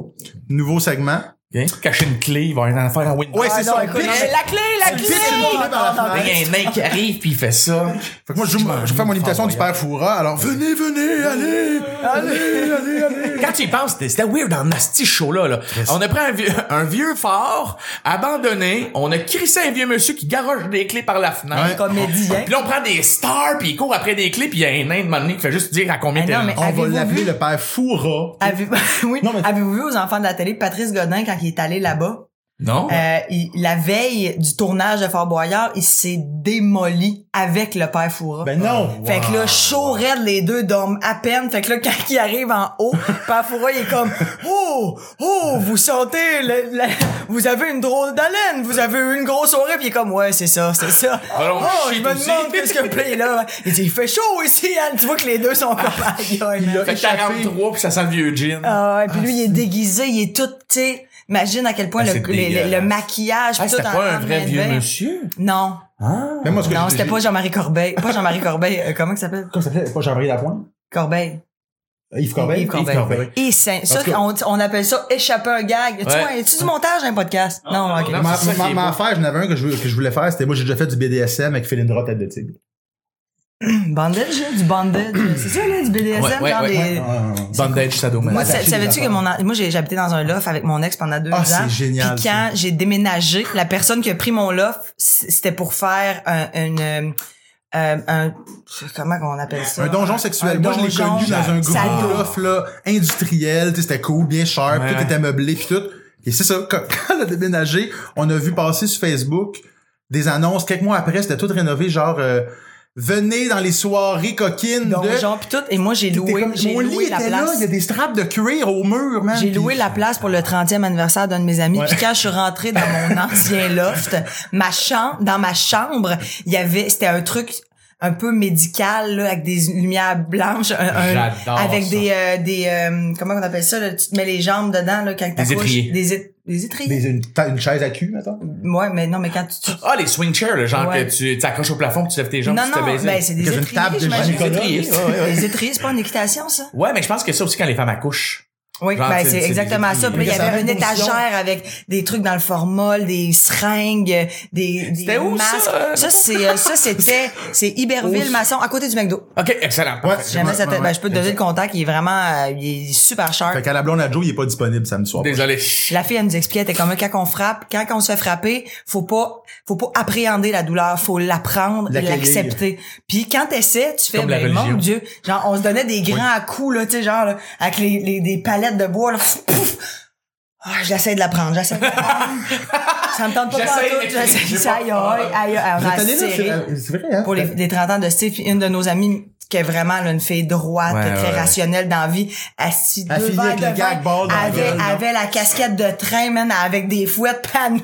S2: nouveau segment.
S3: Viens cacher Hein? une clé, il va aller en faire un window.
S2: Ouais, c'est
S1: non,
S2: ça.
S1: écoute,
S2: bitch.
S1: non, mais la clé, la
S2: Bitch,
S1: clé!
S2: c'est une clé par la
S3: Il y a un mec qui arrive puis il fait ça.
S2: Fait que moi, je joue- je vais faire mon imitation du père Foura. Alors, venez, venez, allez, allez, allez, allez.
S3: Quand tu y penses, c'était c'était weird en nasty show là. là. On a pris un vieux, un vieux fort, abandonné, on a crissé un vieux monsieur qui garoche des clés par la fenêtre.
S2: Ouais.
S1: Comédien.
S3: Puis là, on prend des stars, puis il court après des clés, puis il y a un nain de moment donné qui fait juste dire à combien
S1: Ah
S3: t'es
S1: non,
S3: rendu.
S1: mais-
S2: On va
S1: Avez-vous
S2: l'appeler
S1: vu?
S2: le père Foura.
S1: Avez-vous oui.
S2: Non, mais-
S1: Avez vu aux enfants de la télé Patrice Godin quand il est allé là-bas?
S3: Non?
S1: Euh, il- la veille du tournage de Fort Boyard, il s'est démoli avec le père Foura.
S2: Ben non.
S1: Fait que là, chaud raide, les deux dorment à peine. Fait que là, quand il arrive en haut, Pafoura, il est comme, oh, oh, vous sentez, le- la- vous avez une drôle d'haleine, vous avez eu une grosse soirée, puis il est comme, ouais, c'est ça, c'est ça.
S3: Alors,
S1: oh,
S3: shit
S1: je me
S3: aussi.
S1: demande qu'est-ce que plaît là. Il dit, il fait chaud ici, Anne. Tu vois que les deux sont comme,
S3: Ah,
S1: aïe, aïe, man.
S3: Fait que 43, puis ça sent le vieux jean.
S1: Ah ouais, puis lui, il est déguisé, il est tout, tu sais, imagine à quel point
S3: Ah,
S1: le,
S3: c'est
S1: le- le, le
S3: dégueulasse.
S1: maquillage,
S3: Ah,
S1: puis tout
S3: c'était
S1: en-
S3: pas
S1: en
S3: un vrai
S1: main de
S3: vieux
S1: bain.
S3: monsieur?
S1: Non.
S3: Ah.
S2: Mais moi, ce que
S1: Non,
S2: j'ai-
S1: c'était
S2: j'ai-
S1: pas Jean-Marie Corbeil. Pas Jean-Marie Corbeil. euh, comment que ça s'appelle?
S2: Comment ça s'appelait? Pas Jean-Marie Lapointe?
S1: Corbeil.
S2: Yves Corbeil?
S1: Yves Corbeil. Et c'est- ça,
S2: En tout cas-
S1: on, on appelle ça échapper un gag. Tu vois,
S3: Ouais.
S1: est-tu du montage dans un podcast? Non,
S4: Non,
S1: ok.
S4: non,
S2: Ma,
S4: non.
S3: C'est ça qui
S2: ma,
S3: est
S2: ma
S3: beau.
S2: affaire, j'en avais un que je, que je voulais faire, c'était moi, j'ai déjà fait du BDSM avec Féline Droit, tête de tigre.
S1: Bandage, hein, du bandage. C'est ça, là, du BDSM,
S3: Ouais, ouais,
S1: genre
S3: ouais,
S1: des...
S3: ouais.
S1: Euh,
S3: Bandage
S1: Moi,
S3: sadomas.
S1: sa-
S2: Attacher
S1: savais-tu
S2: les
S1: que mon, en- moi, j'ai j'habitais dans un loft avec mon ex pendant deux
S2: Ah,
S1: ans.
S2: c'est génial,
S1: Puis quand j'ai déménagé, la personne qui a pris mon loft, c- c'était pour faire un, une, euh, euh, un, comment qu'on appelle ça?
S2: Un donjon sexuel.
S1: Un
S2: Moi, je l'ai
S1: donjon.
S2: connu dans un gros
S1: Sado.
S2: loft, là, industriel, tu sais, c'était cool, bien sharp,
S3: Ouais.
S2: tout était meublé pis tout. Et c'est ça, quand, quand elle a déménagé, on a vu passer sur Facebook des annonces. Quelques mois après, c'était tout rénové, genre, euh, venez dans les soirées coquines de...
S1: Donjon, puis tout. Et moi, j'ai
S2: T'es
S1: loué,
S2: comme,
S1: j'ai
S2: mon lit
S1: loué la
S2: était là,
S1: place.
S2: il y a des straps de cuir au mur, man.
S1: J'ai
S2: pis-
S1: loué la place pour le 30e anniversaire d'un de mes amis. Puis quand je suis rentrée dans mon ancien loft, ma chambre, dans ma chambre, il y avait, c'était un truc un peu médical là, avec des lumières blanches, un- un-
S3: J'adore
S1: avec
S3: ça.
S1: des euh, des euh, comment on appelle ça là, tu te mets les jambes dedans là quand t'accouches.
S3: étriers.
S1: des, é- des étriers.
S2: Des, une, ta- une chaise à cul, mettons.
S1: Ouais, mais non, mais quand tu, tu-
S3: Ah, les swing chairs, le genre
S1: Ouais.
S3: que tu t'accroches au plafond, puis tu lèves tes jambes,
S1: non
S3: puis tu te
S1: non,
S3: baises.
S1: ben c'est des
S2: Que j'ai une
S1: étriers.
S2: table de
S1: j'imagine.
S2: gynécologue.
S1: Des étriers, c'est pas une équitation ça
S3: Ouais, mais je pense que ça aussi quand les femmes accouchent.
S1: Oui,
S3: Genre,
S1: ben
S3: c'est-
S1: c'est
S3: c'est
S1: exactement
S3: des-
S1: ça. Puis là, il y
S2: des- des-
S1: avait une
S2: des-
S1: étagère avec des trucs dans le formol, des seringues, des, des
S3: C'était où, ça,
S1: masques.
S3: euh,
S1: Ça, c'est euh, ça c'était c'est Iberville Masson à côté du McDo.
S3: OK, excellent.
S2: Ouais.
S1: Si Jamais
S2: Ouais,
S1: ça te-
S2: ouais,
S1: ben, je peux te donner le contact, il est vraiment euh, il est super cher.
S2: Fait qu'à la blonde à Joe, il est pas disponible samedi soir.
S3: Désolé.
S1: La fille elle nous expliquait elle était comme quand on frappe, quand on se fait frapper, faut pas faut pas appréhender la douleur, faut l'apprendre, et
S2: L'accueillir.
S1: l'accepter. Puis quand t'essaies, tu fais
S3: Comme la
S1: ben,
S3: religion.
S1: mon dieu, genre on se donnait des grands à coups là, tu sais genre là, avec les, les- des palettes de bois là. pouf! Ah, j'essaie de la prendre, j'essaie de la prendre. ça me tente pas
S3: J'essaie,
S1: pantoute,
S3: mais
S1: j'essaie
S3: j'ai
S1: de
S3: pas-
S1: aïe aïe aïe aïe, on
S2: Vous
S1: a
S2: êtes allé là,
S1: serré.
S2: c'est- c'est vrai, hein?
S1: pour les, les 30 ans de Steve, une de nos amies qui est vraiment là, une fille droite,
S3: Ouais,
S1: très
S3: ouais, ouais.
S1: rationnelle dans la vie, assise deux
S2: Affiliée
S1: verres
S2: avec
S1: de
S2: le
S1: vin,
S2: gag ball dans la
S1: avait,
S2: gueule, là.
S1: avait la casquette de train, man, avec des fouettes, pan.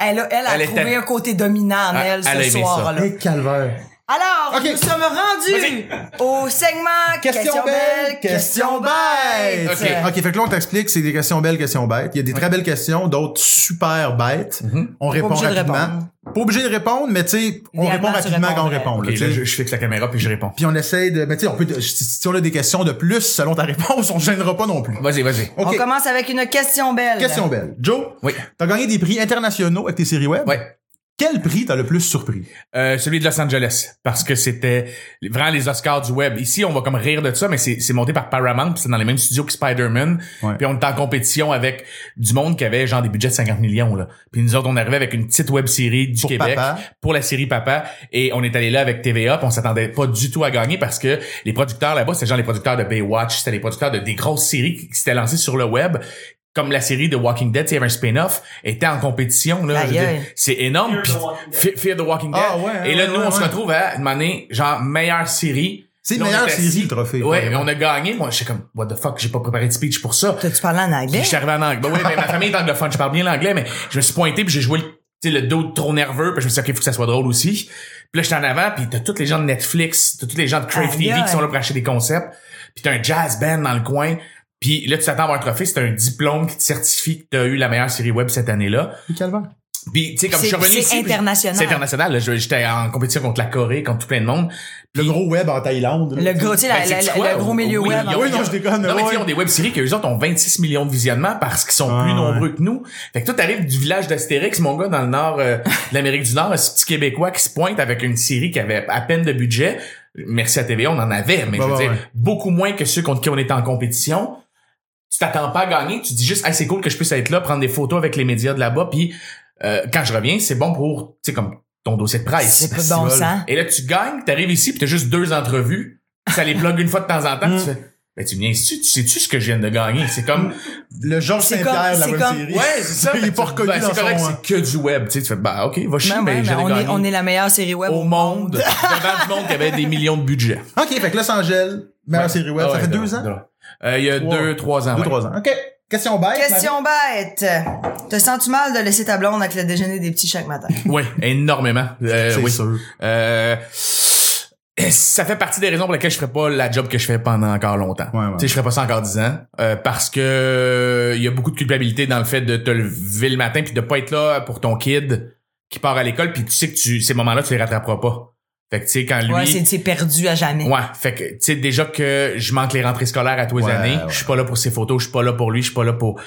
S1: Elle a, elle a
S3: Elle
S1: trouvé
S3: était-
S1: un côté dominant en
S3: Ah,
S1: elle,
S3: elle a
S1: ce
S3: aimé ça.
S1: soir-là.
S2: Et calvaire.
S1: Alors,
S2: Ok.
S1: nous sommes rendus au segment
S2: Question, belle, question bête.
S1: bête.
S2: Ok, fait que là on t'explique, c'est des questions belles, questions bêtes. Il y a des très belles questions, d'autres super bêtes. On répond
S1: Mm-hmm. obligé de
S2: rapidement.
S1: répondre.
S2: Pas obligé de répondre, mais tu sais, on
S1: Idéalement,
S2: répond
S1: tu
S2: rapidement quand on
S1: répondrais.
S2: répond.
S3: OK,
S2: là, tu
S3: là,
S2: sais.
S3: je, je fixe la caméra, puis je réponds.
S2: Puis on essaye de, mais tu sais, on peut, si, si on a des questions de plus selon ta réponse, on se gênera pas non plus.
S3: Vas-y, vas-y.
S2: Ok,
S1: On commence avec une question belle.
S2: question belle. Joe,
S3: Oui.
S2: t'as gagné des prix internationaux avec tes séries web.
S3: Ouais.
S2: Quel prix t'as le plus surpris?
S3: Euh, celui de Los Angeles parce que c'était vraiment les Oscars du web. Ici, on va comme rire de ça, mais c'est c'est monté par Paramount, puis c'est dans les mêmes studios que Spider-Man.
S2: Ouais.
S3: Puis on était en compétition avec du monde qui avait genre des budgets de 50 millions là. Puis nous autres, on arrivait avec une petite web série du
S2: Pour
S3: Québec
S2: papa.
S3: pour la série Papa et on est allé là avec TVA, puis on s'attendait pas du tout à gagner parce que les producteurs là-bas, c'était genre les producteurs de Baywatch, c'était les producteurs de des grosses séries qui qui s'étaient lancées sur le web. Comme la série de Walking Dead, il y avait un spin-off, était en compétition. là.
S1: Aïe,
S3: Je veux dire,
S1: aïe.
S3: C'est énorme.
S4: Fear the
S3: Puis-
S4: Walking Dead.
S3: Fe- Fear the Walking Dead.
S2: Ah, ouais,
S3: et là,
S2: ouais,
S3: nous,
S2: ouais,
S3: on se
S2: ouais.
S3: retrouve à demander, genre, meilleure série.
S2: C'est
S3: Là, on
S2: meilleure
S3: est
S2: série,
S3: assis.
S2: le trophée,
S3: Ouais, mais
S2: carrément.
S3: on a gagné. Moi, je suis comme, what the fuck, j'ai pas préparé de speech pour ça.
S1: T'as-tu parlé en
S3: Puis
S1: anglais?
S3: je suis arrivé en anglais. Ben oui, mais ma famille est anglophone, je parle bien l'anglais, mais je me suis pointé puis j'ai joué le, tu sais, le dos trop nerveux, puis je me suis dit, OK, faut que ça soit drôle aussi. Puis là, j'étais en avant, puis t'as tous les gens de Netflix, t'as tous les gens de Crave
S1: Aïe,
S3: TV
S1: aïe.
S3: qui sont là pour acheter des concepts, puis t'as un jazz band dans le coin, puis là, tu t'attends à avoir un trophée, c'est un diplôme qui te certifie que t'as eu la meilleure série web cette année-là.
S2: Calvaire.
S3: Puis, tu sais, comme je
S1: C'est-
S3: suis revenu
S1: c'est
S3: ici, puis-
S1: international.
S3: C'est international. là. Je- J'étais en compétition contre la Corée, contre tout plein de monde.
S2: Le gros web en Thaïlande. là.
S1: Le gros, tu sais, la-
S3: Ben,
S1: la-
S3: c'est
S1: la-
S3: quoi?
S1: le gros milieu
S3: Oui,
S1: web.
S3: ils ont-
S1: hein.
S2: Oui, non, je déconne,
S3: Non, mais tu sais,
S2: ouais.
S3: ils ont des web séries qui, eux autres, ont 26 millions de visionnements parce qu'ils sont
S2: Ah,
S3: plus
S2: ouais.
S3: nombreux que nous. Fait que toi, t'arrives du village d'Astérix, mon gars, dans le nord euh, de l'Amérique du Nord, un petit Québécois qui se pointe avec une série qui avait à peine de budget. Merci à TVA, on en avait, mais
S2: Bah,
S3: je veux
S2: bah,
S3: dire,
S2: ouais.
S3: beaucoup moins que ceux contre qui on était en compétition. Tu t'attends pas à gagner, tu dis juste, ah, c'est cool que je puisse être là, prendre des photos avec les médias de là-bas, puis euh, quand je reviens, c'est bon pour, tu sais, comme ton dossier de presse.
S1: C'est pas de bon sens.
S3: Et là, tu gagnes, t'arrives ici, pis t'as juste deux entrevues, pis ça les plug une fois de temps en temps, pis tu
S2: Mm.
S3: fais, ben, tu viens ici, tu sais-tu ce que je viens de gagner? C'est comme,
S2: Le Georges
S1: C'est
S2: Saint-Pierre de la
S1: comme-
S2: web
S1: c'est
S2: série.
S3: ouais, c'est ça.
S2: Il est pas reconnu
S3: Ben,
S2: dans
S3: c'est correct,
S2: son... hein.
S3: c'est que du web, tu sais, tu fais, bah, ok, va chier,
S1: Ben
S3: mais
S1: ouais,
S3: j'ai
S1: mais on,
S3: gagné.
S1: est, on est la meilleure série web
S3: au monde, devant du monde qui avait des millions de budget.
S2: OK, fait que Los Angeles, meilleure
S3: Ouais.
S2: série web,
S3: Ah
S2: ça
S3: ouais,
S2: fait
S3: de-
S2: deux ans?
S3: de- Euh, il y a
S2: Trois.
S3: deux, trois ans.
S2: Deux,
S3: ouais.
S2: trois ans. OK. Question bête.
S1: Question bête. Te sens-tu mal de laisser ta blonde avec le déjeuner des petits chaque matin?
S3: Oui, énormément. Euh,
S2: C'est
S3: oui.
S2: sûr.
S3: Euh, ça fait partie des raisons pour lesquelles je ferai pas la job que je fais pendant encore longtemps.
S2: Ouais, ouais.
S3: Tu sais, je ferai pas ça encore 10 ans euh, parce que euh, il y a beaucoup de culpabilité dans le fait de te lever le matin puis de pas être là pour ton kid qui part à l'école puis tu sais que tu ces moments-là tu les rattraperas pas. Fait que tu sais quand lui
S1: Ouais, c'est c'est perdu à jamais.
S3: Ouais, fait que tu sais déjà que je manque les rentrées scolaires à tous les
S2: Ouais,
S3: années,
S2: ouais.
S3: je suis pas là pour ses photos, je suis pas là pour lui, je suis pas là pour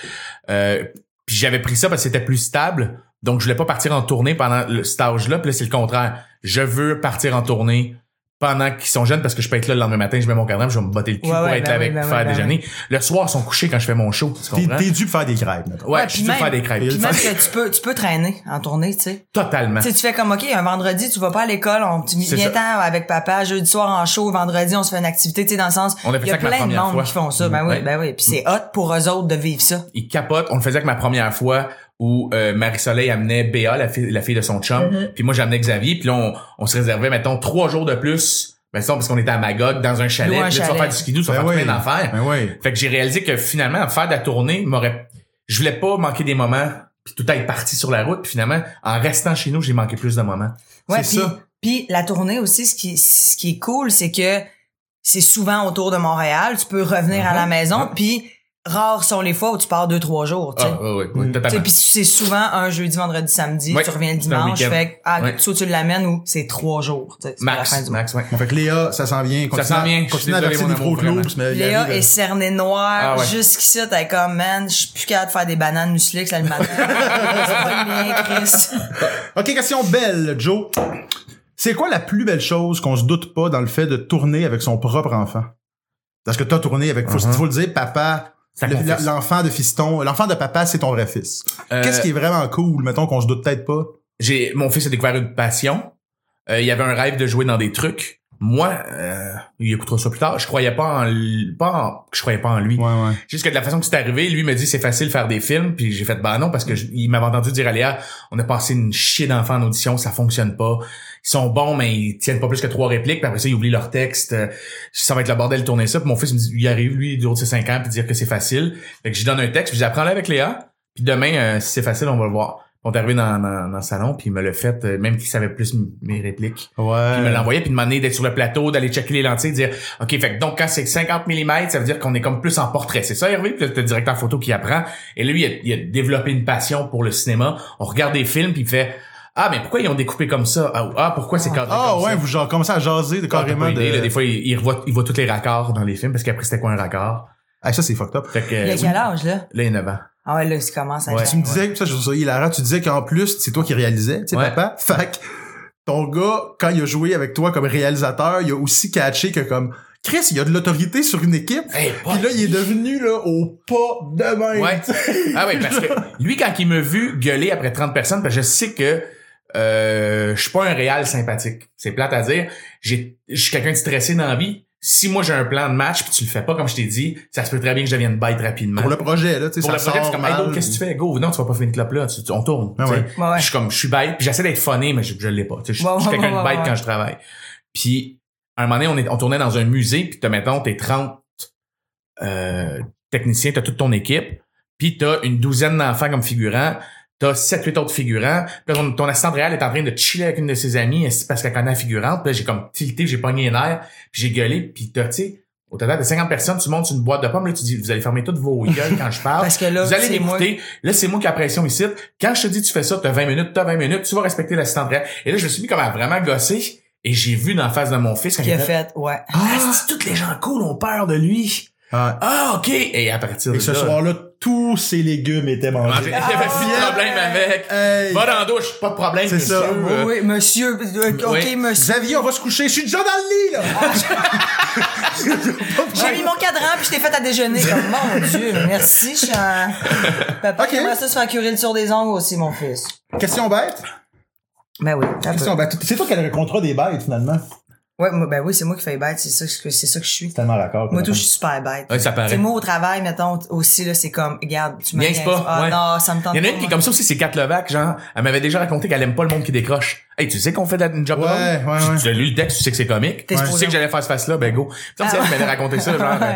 S3: euh, puis j'avais pris ça parce que c'était plus stable, donc je voulais pas partir en tournée pendant le, cet âge-là, puis là c'est le contraire. Je veux partir en tournée pendant qu'ils sont jeunes parce que je peux être là le lendemain matin, je mets mon cadran, puis je vais me botter le cul
S1: Ouais,
S3: pour
S1: ouais,
S3: être
S1: ben
S3: là avec
S1: oui, ben
S3: faire
S1: oui, ben
S3: déjeuner. Le soir ils sont couchés quand je fais mon show, tu
S2: T'es
S3: comprends
S2: t'es dû pour faire des crêpes, mettons.
S3: Ouais,
S1: Ouais,
S3: je
S1: puis
S3: suis dû
S1: même-
S3: faire des crêpes.
S1: Puis même que tu peux, tu peux traîner en tournée, tu sais.
S3: Totalement.
S1: Tu sais, tu fais comme, OK, un vendredi, tu vas pas à l'école, on tu
S3: C'est
S1: viens ten avec papa, jeudi soir en show, vendredi, on se fait une activité, tu sais, dans le sens,
S3: On a fait
S1: il y a
S3: ça avec ma
S1: plein de
S3: première
S1: monde
S3: fois.
S1: qui font ça. Ben
S3: Mm,
S1: oui,
S3: ouais.
S1: ben oui. Puis c'est hot pour eux autres de vivre ça.
S3: il capote. On le faisait avec ma première fois où euh, Marie-Soleil amenait Béa, la fille, la fille de son chum,
S1: Mm-hmm.
S3: puis moi j'amenais Xavier, puis là on, on se réservait, mettons, trois jours de plus, mettons, parce qu'on était à Magog dans un chalet,
S1: Louer un
S3: puis là, tu vas
S1: chalet.
S3: faire du skidoo, tu vas
S2: Ben
S3: faire
S2: oui.
S3: plein d'affaires.
S2: Ben oui.
S3: Fait que j'ai réalisé que finalement, faire de la tournée m'aurait... Je voulais pas manquer des moments, puis tout être parti sur la route, puis finalement, en restant chez nous, j'ai manqué plus de moments.
S1: Ouais,
S2: C'est
S1: puis-
S2: ça.
S1: Puis la tournée aussi, ce qui, ce qui est cool, c'est que c'est souvent autour de Montréal. Tu peux revenir à la
S3: Mhm.
S1: maison.
S3: Mhm.
S1: Puis rares sont les fois où tu pars deux, trois jours. tu sais.
S3: Ah, oui, oui,
S2: Mm.
S3: oui,
S1: Tu sais,
S3: totalement.
S1: Puis c'est souvent un jeudi, vendredi, samedi.
S3: Ouais,
S1: tu reviens le
S3: c'est un
S1: dimanche.
S3: week-end.
S1: Fait que, ah,
S3: Ouais.
S1: soit tu l'amènes ou c'est trois jours. tu sais, c'est la fin
S3: Max,
S1: du
S3: Max, ouais.
S2: Bon, fait que Léa, ça s'en vient. Continue
S3: s'en
S2: à-
S3: vient. Je suis
S2: Continue à
S3: désolé,
S2: verser
S3: mon
S2: des
S3: amour,
S2: Froot Loops,
S3: vraiment.
S2: mais il y a
S1: Léa
S2: des-
S1: est cernée noire
S3: Ah ouais.
S1: jusqu'ici. T'es comme, man, je suis plus capable de faire des bananes muslix là, le matin. c'est pas le mien, Chris.
S3: Eh
S2: OK, question belle, Joe. C'est quoi la plus belle chose qu'on se doute pas dans le fait de tourner avec son propre enfant? Parce que t'as tourné avec, faut,
S3: Mhm.
S2: faut le dire, papa,
S3: Ça
S2: le-
S3: confesse.
S2: l'enfant de fiston, l'enfant de papa, c'est ton vrai fils.
S3: Euh,
S2: Qu'est-ce qui est vraiment cool, mettons, qu'on se doute peut-être pas?
S3: j'ai mon fils a découvert une passion. Euh, il avait un rêve de jouer dans des trucs. Moi, euh, il écoutera ça plus tard. Je croyais pas en, l- pas en- je croyais pas en lui.
S2: ouais.
S3: Juste que de la façon que c'est arrivé, lui me dit c'est facile de faire des films, puis j'ai fait bah non parce que je- il m'avait entendu dire à Léa, on a passé une chier d'enfants en audition, ça fonctionne pas. Ils sont bons mais ils tiennent pas plus que trois répliques, puis après ça ils oublient leur texte. Euh, Ça va être le bordel de tourner ça. Puis mon fils me dit il arrive lui durant ses cinq ans puis dire que c'est facile. Fait que je lui donne un texte, puis j'apprends là avec Léa, puis demain euh, si c'est facile on va le voir. On est arrivé dans, dans, dans le salon, puis il me l'a fait, euh, même qu'il savait plus m- mes répliques.
S2: Ouais.
S3: Puis il me l'envoyait, puis il demandait d'être sur le plateau, d'aller checker les lentilles, de dire OK, fait que donc quand c'est 50 mm, ça veut dire qu'on est comme plus en portrait. C'est ça, Hervé? Puis là, t'as le directeur photo qui apprend. Et lui, il a, il a développé une passion pour le cinéma. On regarde des films, puis il fait Ah, mais pourquoi ils ont découpé comme ça? Ah, ah, pourquoi c'est cadré
S2: Ah
S3: comme
S2: ouais,
S3: ça?
S2: vous genre, commencez à jaser de-
S3: Ah, t'as
S2: carrément
S3: pas
S2: de...
S3: idée, là. des fois, il, il revoit, il voit tous les raccords dans les films, parce qu'après, c'était quoi un raccord?
S2: Ah, ça, c'est fucked up.
S3: Fait que,
S1: Il a
S3: euh,
S1: quel âge, là?
S3: là, il a 9 ans.
S1: Ah ouais, là, tu commences à
S3: Ouais.
S2: Tu me disais, ça, je trouve ça hilarant, tu disais qu'en plus, c'est toi qui réalisais, tu sais,
S3: Ouais.
S2: papa. Fait que ton gars, quand il a joué avec toi comme réalisateur, il a aussi catché que comme, Chris, il a de l'autorité sur une équipe.
S3: Hey,
S2: Puis là, il est devenu là au pas de même.
S3: Ouais.
S2: tu sais.
S3: Ah oui, parce que lui, quand il me vu gueuler après 30 personnes, parce que je sais que euh, je suis pas un réel sympathique. C'est plate à dire. J'ai- Je suis quelqu'un de stressé dans la vie. Si moi j'ai un plan de match puis tu le fais pas comme je t'ai dit, ça se peut très bien que je devienne bête rapidement.
S2: Pour le projet, là, tu sais,
S3: Pour
S2: ça
S3: le projet,
S2: sort
S3: c'est comme,
S2: mal.
S3: hey, go, qu'est-ce que tu fais? Go, non, tu vas pas faire une clope là, tu- tu- on tourne.
S2: Ah
S3: tu sais.
S2: ouais.
S1: Ouais, ouais.
S3: Je suis comme, je suis bête, puis j'essaie d'être funny, mais je, je l'ai pas. Tu sais, Je,
S1: Ouais,
S3: je suis
S1: ouais,
S3: quelqu'un
S1: ouais,
S3: de bête
S1: ouais, ouais.
S3: quand je travaille. Puis, à un moment donné, on, est, on tournait dans un musée, puis t'as, mettons, t'es 30 euh, techniciens, t'as toute ton équipe, puis t'as une douzaine d'enfants comme figurants, t'as 7-8 autres figurants, puis ton, ton assistant réel est en train de chiller avec une de ses amies est-ce- parce qu'elle connaît la figurante, puis là, j'ai comme tilté, j'ai pogné les nerfs, puis j'ai gueulé, puis t'as, tu sais, Au total de 50 personnes, tu montes une boîte de pommes, là, tu dis, vous allez fermer toutes vos gueules quand je parle.
S1: Parce que là,
S3: vous allez
S1: c'est moi-
S3: m'écouter. Là, c'est moi qui ai la pression ici. Quand je te dis, tu fais ça, t'as 20 minutes, t'as 20 minutes, tu vas respecter l'assistant réel. Et là, je me suis mis comme à vraiment gosser. Et j'ai vu dans la face de mon fils quand
S1: Qui
S3: il
S1: a
S3: fait,
S1: fait, ouais.
S3: ah, c'est toutes les gens cool ont peur de lui.
S2: Ah.
S3: Ah, ok. Et à partir
S2: Et
S3: de
S2: ce
S3: là,
S2: soir-là, tous ses légumes étaient
S3: manger-
S2: mangés.
S3: Ah, il y avait plus de
S1: Ah.
S3: problème avec.
S2: Hey.
S3: Va dans la douche, pas de problème.
S2: C'est ça.
S3: monsieur. Euh,
S1: oui, monsieur, euh, ok,
S3: oui.
S1: monsieur.
S2: Xavier, on va se coucher. Je suis déjà dans le lit, là!
S1: Ah. J'ai mis mon cadran puis je t'ai fait à déjeuner. Comme, mon Dieu, merci, Jean. Papa,
S2: Ok.
S1: j'aimerais ça se faire curer le sur des ongles aussi, mon fils.
S2: Question bête.
S1: Ben oui. t'as
S2: Question
S1: peu.
S2: bête. C'est toi qui as le contrat des bêtes, finalement.
S1: Ouais, moi, ben oui, c'est moi qui fais bête, c'est ça, que- c'est ça que je suis.
S2: C'est tellement d'accord.
S1: Moi, tout, je suis super bête.
S3: Ouais, ça
S1: C'est
S3: paraît.
S1: moi au travail, mettons, aussi, là, c'est comme, regarde, tu me
S3: Niaise pas,
S1: Ah
S3: ouais.
S1: non, ça me tente
S3: Il y en a
S1: pas,
S3: une qui est
S1: moi.
S3: comme ça aussi, c'est Kat Levac, genre, elle m'avait déjà raconté qu'elle aime pas le monde qui décroche. Hey, tu sais qu'on fait de la- une job
S2: Ouais,
S3: drôle?
S2: ouais,
S3: Tu-
S2: ouais.
S3: Tu as lu le texte, tu sais que c'est comique.
S1: T'es
S3: Tu
S1: supposé-
S3: sais que j'allais faire ce face-là, ben go. Tu sais,
S1: Ah
S3: elle
S1: ouais.
S3: m'avait raconté ça, genre,
S1: Ouais.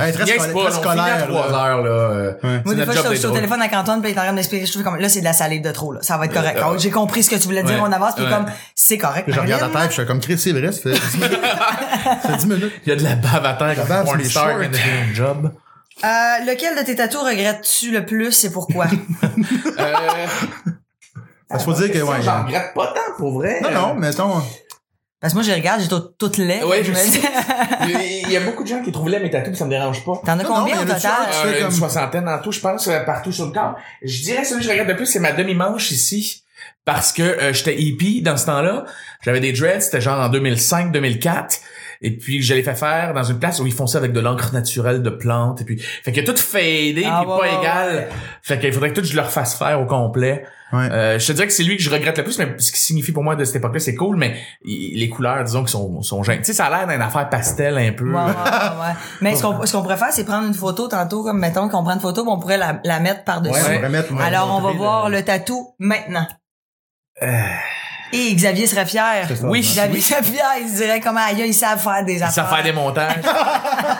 S3: euh,
S2: Hey, très
S3: niaise
S2: scola- très
S3: pas, là, on finit à
S2: scolaire,
S3: trois
S2: là.
S3: heures, là. euh,
S1: Moi,
S3: c'est
S1: des
S3: notre
S1: fois, je
S3: job
S1: suis- je
S3: d'être
S1: suis au
S3: drôle.
S1: téléphone avec Antoine, puis il est en train de m'expliquer, je trouve comme, là, c'est de la salade de trop, là. Ça va être correct.
S3: Euh,
S1: Ah, J'ai compris ce que tu voulais dire,
S3: ouais.
S1: on avance, puis
S3: Ouais.
S1: comme, c'est correct.
S2: Je regarde la
S1: Marilyn,
S2: tête, je suis comme Chris, c'est vrai, ça fait 10 minutes. Ça fait 10 minutes.
S3: Il y a de la bave à terre,
S2: bave,
S3: comme porn
S2: c'est
S3: star
S2: short.
S3: in a job.
S1: Euh, lequel de tes tatous regrettes-tu le plus et pourquoi?
S3: Euh,
S2: Ça se faut dire que, ouais.
S3: J'en regrette pas tant, pour vrai.
S2: Non, non, mettons.
S1: Parce que moi, je les regarde, j'ai tout- toutes les.
S3: Ouais, je
S1: me
S3: sais.
S1: dis-
S3: Il y a beaucoup de gens qui trouvent là mes tatous, ça me dérange pas.
S1: T'en as
S2: Non, non,
S1: combien
S2: mais
S1: au
S2: y en a-tu un
S1: total?
S2: qui- Tu fais
S3: Euh,
S2: comme-
S3: Une soixantaine en tout, je pense, euh, partout sur le corps. Je dirais celui que je regarde le plus, c'est ma demi-manche ici. Parce que euh, j'étais hippie dans ce temps-là. J'avais des dreads, c'était genre en 2005-2004. Et puis, je l'ai fait faire dans une place où ils font ça avec de l'encre naturelle de plantes. Et puis, fait que tout fadé,
S1: Ah,
S3: puis
S1: ouais,
S3: pas
S1: ouais,
S3: égal. Fait qu'il faudrait que tout je le refasse faire au complet.
S2: Ouais.
S3: Euh, je te dirais que c'est lui que je regrette le plus, mais ce qui signifie pour moi de cette époque-là, c'est cool, mais il- les couleurs, disons, qui sont, sont gênantes. Tu sais, ça a l'air d'une affaire pastel un peu.
S1: Ouais, ouais, ouais,
S2: Hmm.
S1: ouais. Mais ce qu'on, ce qu'on pourrait faire, c'est prendre une photo tantôt, comme mettons qu'on prend une photo, puis on pourrait la, la mettre
S2: Ouais,
S1: par-dessus.
S2: on pourrait mettre-
S1: Alors, on va
S2: montrer Euh.
S1: voir le tatou maintenant. Et Xavier serait fier.
S2: C'est ça,
S3: Oui,
S2: hein.
S1: Xavier serait fier. Il se dirait comment, aïe, ils savent faire des
S3: Ça
S1: affaires.
S3: fait des montages.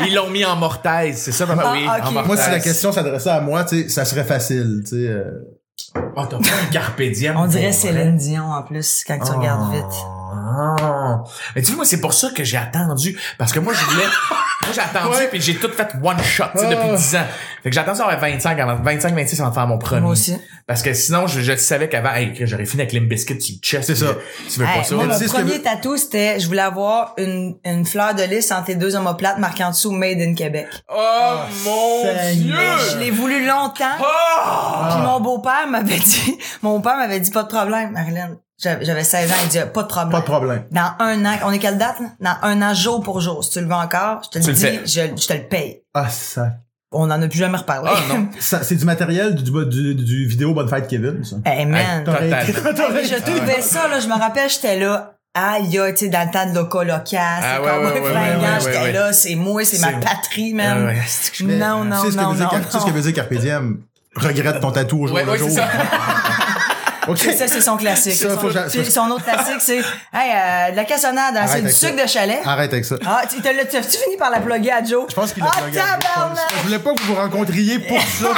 S3: Ils l'ont mis en mortaise, c'est ça, papa?
S1: Ah,
S3: oui,
S1: ok.
S3: en mortaise.
S2: Moi, si la question s'adressait à moi, tu sais, ça serait facile, tu sais. euh,
S3: Oh, t'as pas un carpe diem.
S1: On dirait
S3: pour
S1: Céline Dion, en plus, quand tu
S3: vrai.
S2: Oh.
S1: regardes vite.
S3: Ah. Mais tu vois, moi, c'est pour ça que j'ai attendu. Parce que moi, je voulais... moi, j'ai attendu, puis j'ai tout fait one shot, tu sais,
S2: Ah.
S3: depuis 10 ans. Fait que j'ai attendu à 25, avant, 25, 26 avant de faire mon premier.
S1: Moi aussi.
S3: Parce que sinon, je, je savais qu'avant, hey, que j'aurais fini avec Limp Biscuit sur le chest.
S2: C'est ça.
S3: Tu veux
S1: Hey,
S3: pas ça.
S1: moi,
S2: Tu
S1: mon
S2: sais ce que
S1: premier
S2: veut-
S1: tatou, c'était, je voulais avoir une, une fleur de lys entre tes deux omoplates marquant en dessous Made in Québec.
S3: Oh, mon
S2: Seigneur.
S1: Je
S3: Dieu!
S1: l'ai voulu longtemps.
S3: Oh!
S1: Puis mon beau-père m'avait dit, mon père m'avait dit pas de problème, Marilyn. J'avais j'avais 16 ans, il dit pas de problème.
S2: Pas de problème.
S1: Dans un an, on est quelle date là? Dans un an, jour pour jour. Si tu le veux encore, je te le
S3: Tu le
S1: dis,
S3: fais.
S1: je, je te le paye.
S2: Ah, ça.
S1: On n'en a plus jamais reparlé.
S3: Ah, non.
S2: ça c'est du matériel du, du, du vidéo Bonne Fête Kevin, ça.
S1: hey man.
S3: Hey,
S2: T'aurais
S3: Total.
S2: été- t'aurais
S1: Hey, je
S2: été-
S1: trouvais ça, là, je me rappelle, j'étais là. Aïe, aïe, tu sais, dans le temps de Loco Loca, c'est
S3: Ah, ouais,
S1: comme
S3: ouais, ouais,
S1: fringant,
S3: ouais, ouais,
S1: j'étais
S3: ouais.
S1: là, c'est moi, c'est ma
S3: C'est-
S1: patrie,
S3: Ah
S1: man.
S3: ouais, c'est que je-
S1: Non,
S2: Tu
S1: non,
S2: sais ce que
S1: non,
S2: veut dire
S1: non,
S2: Car- tu sais ce que
S1: non.
S2: veut dire Carpe Diem? Regrette ton tatou au jour
S3: Ouais,
S2: le
S3: ouais,
S2: jour.
S3: c'est ça.
S2: OK.
S1: C'est ça, c'est son classique.
S2: Ça, faut
S1: son,
S2: que j'a-
S1: puis son autre classique, c'est hey, euh, de la cassonade, hein, c'est
S2: Arrête
S1: du
S2: avec ça.
S1: sucre de chalet.
S2: Arrête avec ça.
S1: Ah, tu t'as- l'as- t'as-tu fini par la plugger à Joe?
S2: Je pense qu'il a
S1: Ah,
S2: blogué à Joe, je pense.
S1: tabarnak!
S2: Je voulais pas que vous vous rencontriez pour ça.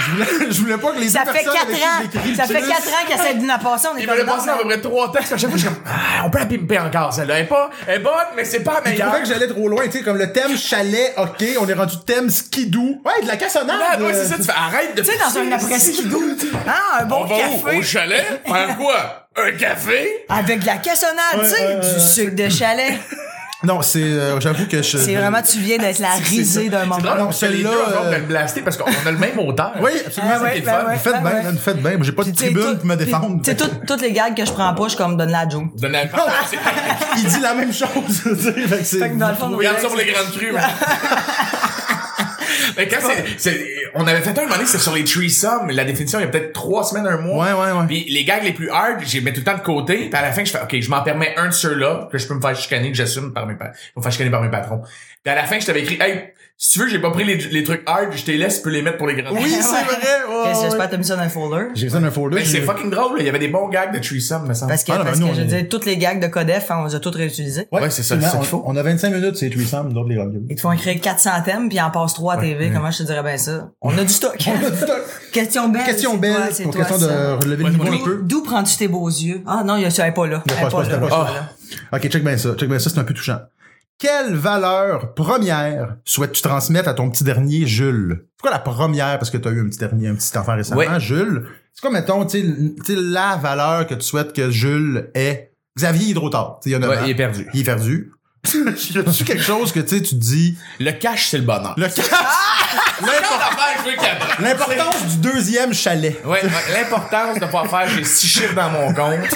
S2: je, voulais, je voulais pas que les
S1: Ça
S2: deux
S1: fait
S2: personnes
S1: quatre
S2: avec qui j'ai écrit
S1: ans!
S2: le
S1: Ça fait
S2: plus-
S1: quatre ans qu'elle essaie de nous la passer, on est
S3: Il
S1: comme
S3: me l'a
S1: non,
S3: passé à peu près trois textes. À chaque fois, je suis comme, ah, on peut la pimper encore, celle-là. Elle est pas, elle est bonne, mais c'est pas
S2: Je
S3: la meilleure.
S2: trouvais que j'allais trop loin, tu sais, comme le thème chalet, ok, on est rendu thème skidou. Ouais, de la cassonade!
S3: Ah,
S2: euh,
S3: ouais, c'est ça, tu fais, arrête de
S1: Tu sais, dans un après-ski qui goûte. Ah, un
S3: On
S1: bon
S3: va où?
S1: café.
S3: Au chalet? Faire quoi? Un café?
S1: Avec de la cassonade, tu sais,
S2: ouais, ouais,
S1: du
S2: ouais.
S1: sucre de chalet.
S2: Non, c'est, euh, j'avoue que je...
S1: C'est vraiment, tu viens d'être la risée d'un
S3: C'est
S1: moment.
S3: drôle,
S2: Non,
S3: parce que les deux,
S2: celui-là,
S3: on va
S2: euh,
S3: me le blaster parce qu'on a le même auteur.
S2: Oui, absolument.
S1: Ah ouais,
S2: c'est
S1: ben
S2: fun.
S1: ouais,
S2: Vous faites
S1: ben
S2: bien,
S1: ouais.
S2: man, vous faites bien. J'ai pas de
S1: Puis, tu sais,
S2: tribune
S1: tout-
S2: pour me
S1: puis,
S2: défendre.
S1: Tu sais, tout- toutes les gags que je prends pas, je comme donne la à Joe.
S3: Donnez un c'est-
S2: Il dit la même chose. tu sais, fait que c'est-
S1: Fait que dans le fond, nos
S3: Regarde
S1: gags,
S3: ça pour les grandes crues. Mais quand c'est, c'est- on avait fait un moment donné, c'était sur les threesomes. La définition, il y a peut-être trois semaines, un mois.
S2: Ouais, ouais, ouais.
S3: Puis les gags les plus hard, j'ai mets tout le temps de côté. Puis à la fin, je fais, OK, je m'en permets un de ceux-là que je peux me faire chicaner, que j'assume par mes patrons. Je me faire chicaner par mes patrons. Puis à la fin, je t'avais écrit, hey, si tu veux, j'ai pas pris les, les trucs hard, je te les laisse, tu peux les mettre pour les grands.
S2: Oui, c'est
S1: Ouais.
S2: vrai. ouais,
S1: Chris, J'espère
S2: ouais.
S1: que t'as mis ça dans un folder.
S2: J'ai besoin d'un folder.
S3: Mais c'est
S2: j'ai-
S3: fucking drôle, là. il y avait des bons gags de threesome, me semble.
S1: Parce que,
S2: Ah, non,
S1: parce
S2: ben,
S1: que
S2: nous,
S1: je
S2: on
S1: veux
S2: est-
S1: dire, toutes les gags de Codef, hein, on les a toutes réutilisées.
S3: Ouais, c'est ça,
S2: absolument.
S3: c'est ça qu'il faut.
S2: On, on a 25 minutes, c'est 800, nous autres, les gars.
S1: Ils te font écrire 400 thèmes, puis ils en passent 3 à TV. Comment je te dirais bien ça? On a du stock.
S2: On a du stock.
S1: question belle.
S2: Question
S1: c'est
S2: belle,
S1: toi, c'est
S2: pour
S1: toi,
S2: question
S1: ça.
S2: de relever
S3: Ouais,
S2: le niveau
S3: moi,
S2: un
S3: je-
S2: peu.
S1: D'où prends-tu tes beaux yeux? Ah non, il y a ça, elle est pas là.
S2: Il y a
S1: Elle est
S2: pas-
S1: pas
S2: c'est
S1: là.
S2: pas-
S1: Elle est pas
S3: Ah.
S1: là.
S2: Ok, check bien ça. Check bien ça, c'est un peu touchant. Quelle valeur première souhaites-tu transmettre à ton petit dernier Jules? Pourquoi la première? Parce que tu as eu un petit dernier, un petit enfant récemment,
S3: Oui.
S2: Jules. C'est quoi, mettons, tu sais, l- tu sais, la valeur que tu souhaites que Jules ait? Xavier Hydrotard, tu sais, il y en a
S3: Ouais,
S2: un.
S3: il est perdu.
S2: Il est perdu. y a-tu quelque chose que tu sais, tu te dis,
S3: Le cash, c'est le bonheur.
S2: le L'impor-
S3: L'affaire, je veux qu'il y ait-
S2: l'importance du deuxième chalet.
S3: Ouais, ouais, l'importance de pas faire j'ai six chiffres dans mon compte.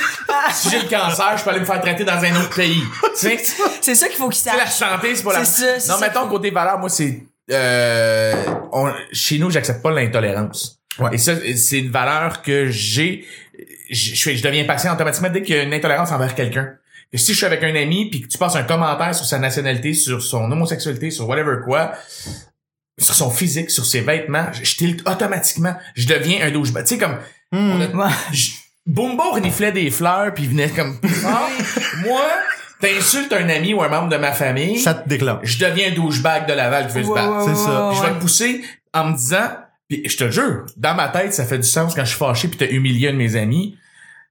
S3: Si j'ai le cancer, je peux aller me faire traiter dans un autre pays. Tu sais, tu sais,
S1: Ah. C'est ça qu'il faut qu'ils
S3: la
S1: sachent.
S3: santé, c'est pas la.
S1: C'est ça, c'est
S3: non,
S1: ça.
S3: mettons côté valeur, moi c'est euh, on- chez nous, j'accepte pas l'intolérance.
S2: Ouais.
S3: Et ça, c'est une valeur que j'ai. Je, je, suis- je deviens patient automatiquement dès qu'il y a une intolérance envers quelqu'un. Et si je suis avec un ami puis que tu passes un commentaire sur sa nationalité, sur son homosexualité, sur whatever quoi, sur son physique, sur ses vêtements, je, je tilte automatiquement. Je deviens un douchebag. Tu sais comme on a-
S1: Ouais.
S3: je- Bumbo reniflait des fleurs puis il venait comme Ah, moi t'insultes un ami ou un membre de ma famille
S2: Ça te déclenche.
S3: je deviens un douchebag de Laval qui veut se
S1: Ouais,
S3: battre
S1: ouais,
S2: c'est ça.
S1: ouais,
S3: je
S1: ouais.
S3: vais te pousser en me disant puis je te le jure dans ma tête ça fait du sens quand je suis fâché puis t'as humilié un de mes amis